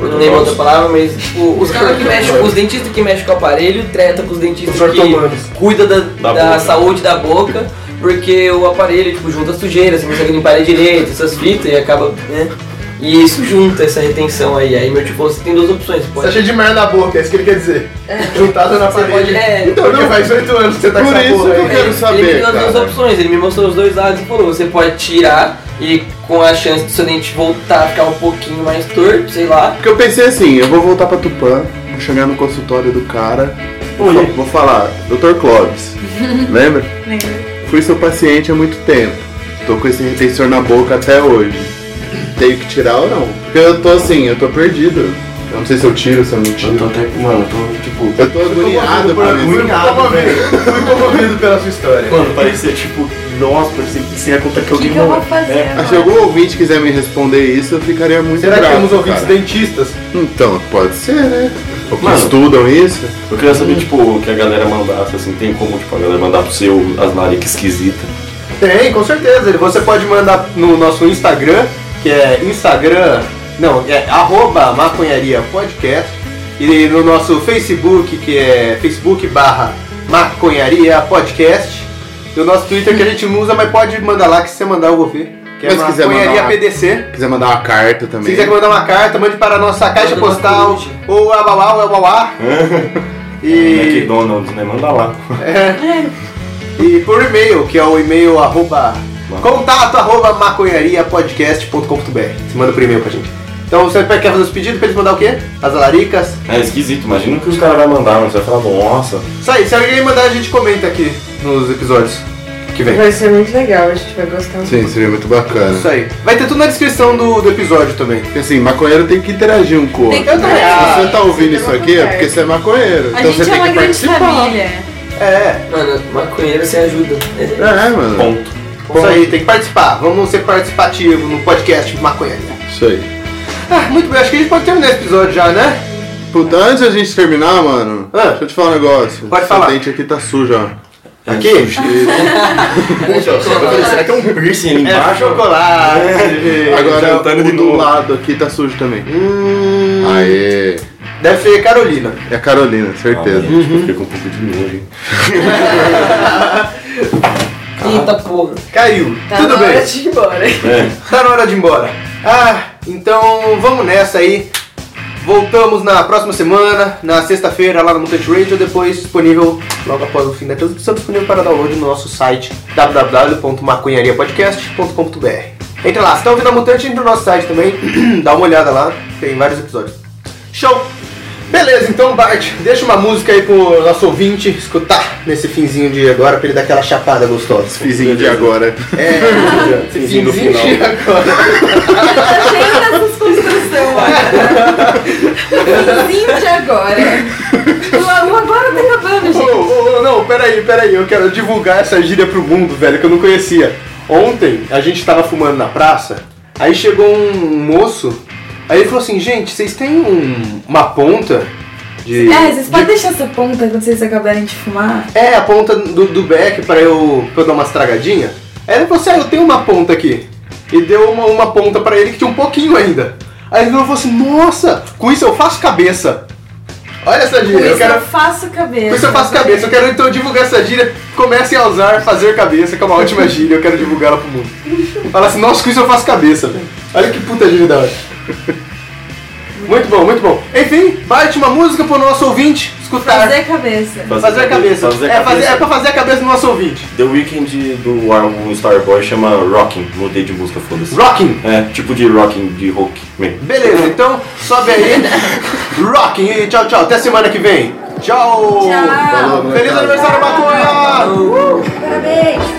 [SPEAKER 3] Eu não lembro outra palavra, mas tipo, os caras que mexem, os dentistas que mexem com o aparelho treta com os dentistas
[SPEAKER 1] Os ortomanos.
[SPEAKER 3] que cuidam da,
[SPEAKER 4] Da
[SPEAKER 3] da
[SPEAKER 4] boca.
[SPEAKER 3] saúde da boca, porque o aparelho, tipo, junta sujeira, você não consegue limpar ele direito, essas fitas e acaba, né? E isso junta essa retenção aí. Aí meu tio falou, você tem duas opções,
[SPEAKER 1] Você
[SPEAKER 3] pode.
[SPEAKER 1] tá cheio de merda na boca, é isso que ele quer dizer. Juntado na
[SPEAKER 3] Você pode-
[SPEAKER 1] parede.
[SPEAKER 3] é.
[SPEAKER 1] Então não, faz 8 anos que você tá com
[SPEAKER 5] Por
[SPEAKER 1] essa
[SPEAKER 5] isso
[SPEAKER 1] porra
[SPEAKER 5] que
[SPEAKER 1] aí.
[SPEAKER 5] eu quero
[SPEAKER 3] ele,
[SPEAKER 5] saber,
[SPEAKER 3] ele me deu duas
[SPEAKER 5] cara.
[SPEAKER 3] opções, ele me mostrou os dois lados e falou: você pode tirar e com a chance do seu dente voltar a ficar um pouquinho mais torto, sei lá.
[SPEAKER 5] Porque eu pensei assim, eu vou voltar pra Tupã, vou chegar no consultório do cara, vou, fa- vou falar, Dr. Clóvis, lembra? Fui seu paciente há muito tempo, tô com esse retensor na boca até hoje. Tenho que tirar ou não? Porque eu tô assim, eu tô perdido. Eu não sei se eu tiro, se eu não
[SPEAKER 4] Eu tô
[SPEAKER 5] tiro.
[SPEAKER 4] até. Mano, eu tô tipo.
[SPEAKER 5] Eu tô agoniado, por isso.
[SPEAKER 1] Fui comovido. Fui comovido pela sua história.
[SPEAKER 4] Mano, parecia tipo. Nossa, parecia que você ia contar que
[SPEAKER 2] O que,
[SPEAKER 4] alguém
[SPEAKER 2] que eu vou
[SPEAKER 4] morreu.
[SPEAKER 2] fazer?
[SPEAKER 4] É.
[SPEAKER 5] Ah,
[SPEAKER 2] agora?
[SPEAKER 5] Se algum ouvinte quiser me responder isso, eu ficaria muito
[SPEAKER 1] Será que
[SPEAKER 5] grato,
[SPEAKER 1] temos ouvintes
[SPEAKER 5] cara.
[SPEAKER 1] dentistas?
[SPEAKER 5] Então, pode ser, né? Ou que
[SPEAKER 4] Mano.
[SPEAKER 5] estudam isso.
[SPEAKER 4] Eu queria saber, tipo, o que a galera mandasse, assim, tem como, tipo, a galera mandar pro seu é as laricas esquisitas.
[SPEAKER 1] Tem, com certeza. Você pode mandar no nosso Instagram, que é Instagram. Não, é arroba maconharia podcast. E no nosso Facebook, que é Facebook barra maconharia podcast. E o nosso Twitter que a gente não usa, mas pode mandar lá que se você mandar eu vou ver. Que é
[SPEAKER 5] Mas se quiser
[SPEAKER 1] maconharia
[SPEAKER 5] mandar uma-
[SPEAKER 1] PDC.
[SPEAKER 5] Se quiser mandar uma carta
[SPEAKER 1] Se
[SPEAKER 5] também.
[SPEAKER 1] quiser mandar uma carta, mande para a nossa caixa
[SPEAKER 3] Manda uma
[SPEAKER 1] postal
[SPEAKER 3] coruja.
[SPEAKER 1] ou abauá ou abauá.
[SPEAKER 5] É,
[SPEAKER 1] E,
[SPEAKER 4] McDonald's, né? Manda lá.
[SPEAKER 1] e por e-mail, que é o e-mail arroba contato arroba maconhariapodcast.com.br. Você manda por e-mail pra gente. Então você quer fazer os pedidos pra gente mandar o quê? As alaricas.
[SPEAKER 4] É esquisito, imagina o que os caras vão mandar, mano. Você vai falar, nossa.
[SPEAKER 1] Isso aí, se alguém mandar, a gente comenta aqui nos episódios que vem.
[SPEAKER 6] Vai ser muito legal, a gente vai gostar.
[SPEAKER 5] Sim, seria muito bacana.
[SPEAKER 1] Isso aí. Vai ter tudo na descrição do, do episódio também.
[SPEAKER 5] Porque assim, maconheiro tem que interagir um com o outro.
[SPEAKER 2] Tem que interagir.
[SPEAKER 5] Se você tá ouvindo
[SPEAKER 6] Tem que
[SPEAKER 5] isso aqui, é
[SPEAKER 6] conversar.
[SPEAKER 5] porque você é maconheiro.
[SPEAKER 2] A
[SPEAKER 5] então você
[SPEAKER 2] gente é
[SPEAKER 5] tem
[SPEAKER 2] uma
[SPEAKER 5] que
[SPEAKER 2] grande
[SPEAKER 5] participar.
[SPEAKER 2] família.
[SPEAKER 1] É,
[SPEAKER 3] Mano, maconheiro você ajuda. É,
[SPEAKER 5] É, mano.
[SPEAKER 4] Ponto.
[SPEAKER 1] isso aí, tem que participar. Vamos ser participativo no podcast Maconharia.
[SPEAKER 5] Isso aí.
[SPEAKER 1] Ah, muito bem, acho que a gente pode terminar esse episódio já, né?
[SPEAKER 5] Puta, antes da gente terminar, mano,
[SPEAKER 1] Ah.
[SPEAKER 5] deixa eu te falar um negócio.
[SPEAKER 1] Pode falar. É,
[SPEAKER 5] Esse dente aqui tá sujo, ó.
[SPEAKER 1] Aqui?
[SPEAKER 4] Será que é um piercing ali
[SPEAKER 1] É
[SPEAKER 4] embaixo?
[SPEAKER 1] chocolate.
[SPEAKER 5] Agora
[SPEAKER 1] tá
[SPEAKER 5] o
[SPEAKER 4] Jantando de
[SPEAKER 5] do
[SPEAKER 4] novo.
[SPEAKER 5] lado aqui tá sujo também.
[SPEAKER 1] Hum,
[SPEAKER 5] Aê.
[SPEAKER 1] deve ser Carolina.
[SPEAKER 5] É a Carolina,
[SPEAKER 4] Ah,
[SPEAKER 5] certeza.
[SPEAKER 1] Uhum.
[SPEAKER 4] mano, tipo, eu fiquei com um pouco de nojo, hein?
[SPEAKER 3] Eita porra.
[SPEAKER 1] Caiu.
[SPEAKER 6] Tá
[SPEAKER 1] Tudo
[SPEAKER 6] na hora
[SPEAKER 1] bem.
[SPEAKER 6] de ir embora.
[SPEAKER 4] É.
[SPEAKER 1] Tá na hora de ir embora. Ah, então vamos nessa aí. Voltamos na próxima semana, na sexta-feira, lá no Mutante Radio, depois disponível logo após o fim da transmissão, disponível para download no nosso site www.maconhariapodcast.com.br. Entra lá, se tá ouvindo a Mutante, entra no nosso site também, dá uma olhada lá, tem vários episódios. Show! Beleza, então Bart, deixa uma música aí pro nosso ouvinte escutar nesse finzinho de agora, pra ele dar aquela chapada gostosa.
[SPEAKER 5] Fizinho de agora.
[SPEAKER 1] É,
[SPEAKER 4] Finzinho do
[SPEAKER 1] finzinho de agora.
[SPEAKER 2] Tá cheio dessas construções. Vinte agora. O o agora tá acabando,
[SPEAKER 1] Ô,
[SPEAKER 2] gente.
[SPEAKER 1] ô, ô, não, peraí, peraí, eu quero divulgar essa gíria pro mundo, velho, que eu não conhecia. Ontem a gente tava fumando na praça, aí chegou um moço, aí ele falou assim, gente, vocês têm um- uma ponta de.
[SPEAKER 2] É, vocês
[SPEAKER 1] de-
[SPEAKER 2] podem deixar essa ponta quando vocês acabarem de fumar?
[SPEAKER 1] É, a ponta do, do beck pra eu, pra eu dar umas tragadinhas. Aí ele falou assim, ah, eu tenho uma ponta aqui. E deu uma, uma ponta pra ele que tinha um pouquinho ainda. Aí ele falou assim, nossa, com isso eu faço cabeça. Olha essa
[SPEAKER 2] Com
[SPEAKER 1] gíria, eu
[SPEAKER 2] isso
[SPEAKER 1] quero...
[SPEAKER 2] eu faço cabeça.
[SPEAKER 1] Com isso eu faço cabeça, eu quero então divulgar essa gíria. Comecem a usar fazer cabeça, que é uma ótima gíria, eu quero divulgá-la pro mundo. Fala assim, nossa, com isso eu faço cabeça, velho. Olha que puta gíria da hora. Muito bom, muito bom. Enfim, bate uma música pro nosso ouvinte escutar.
[SPEAKER 2] Fazer cabeça.
[SPEAKER 1] Fazer a cabeça.
[SPEAKER 4] Fazer
[SPEAKER 1] é,
[SPEAKER 4] a
[SPEAKER 1] fazer,
[SPEAKER 4] cabeça.
[SPEAKER 1] é pra fazer a cabeça do nosso ouvinte.
[SPEAKER 4] The Weeknd do álbum Starboy chama Rockin', mudei de música, foda-se.
[SPEAKER 1] Rocking!
[SPEAKER 4] É, tipo de rockin', de rock mesmo.
[SPEAKER 1] Beleza, então sobe aí. Rocking e tchau, tchau. Até semana que vem. Tchau!
[SPEAKER 2] Tchau.
[SPEAKER 1] Feliz aniversário, maconha!
[SPEAKER 7] Parabéns!
[SPEAKER 8] Oh,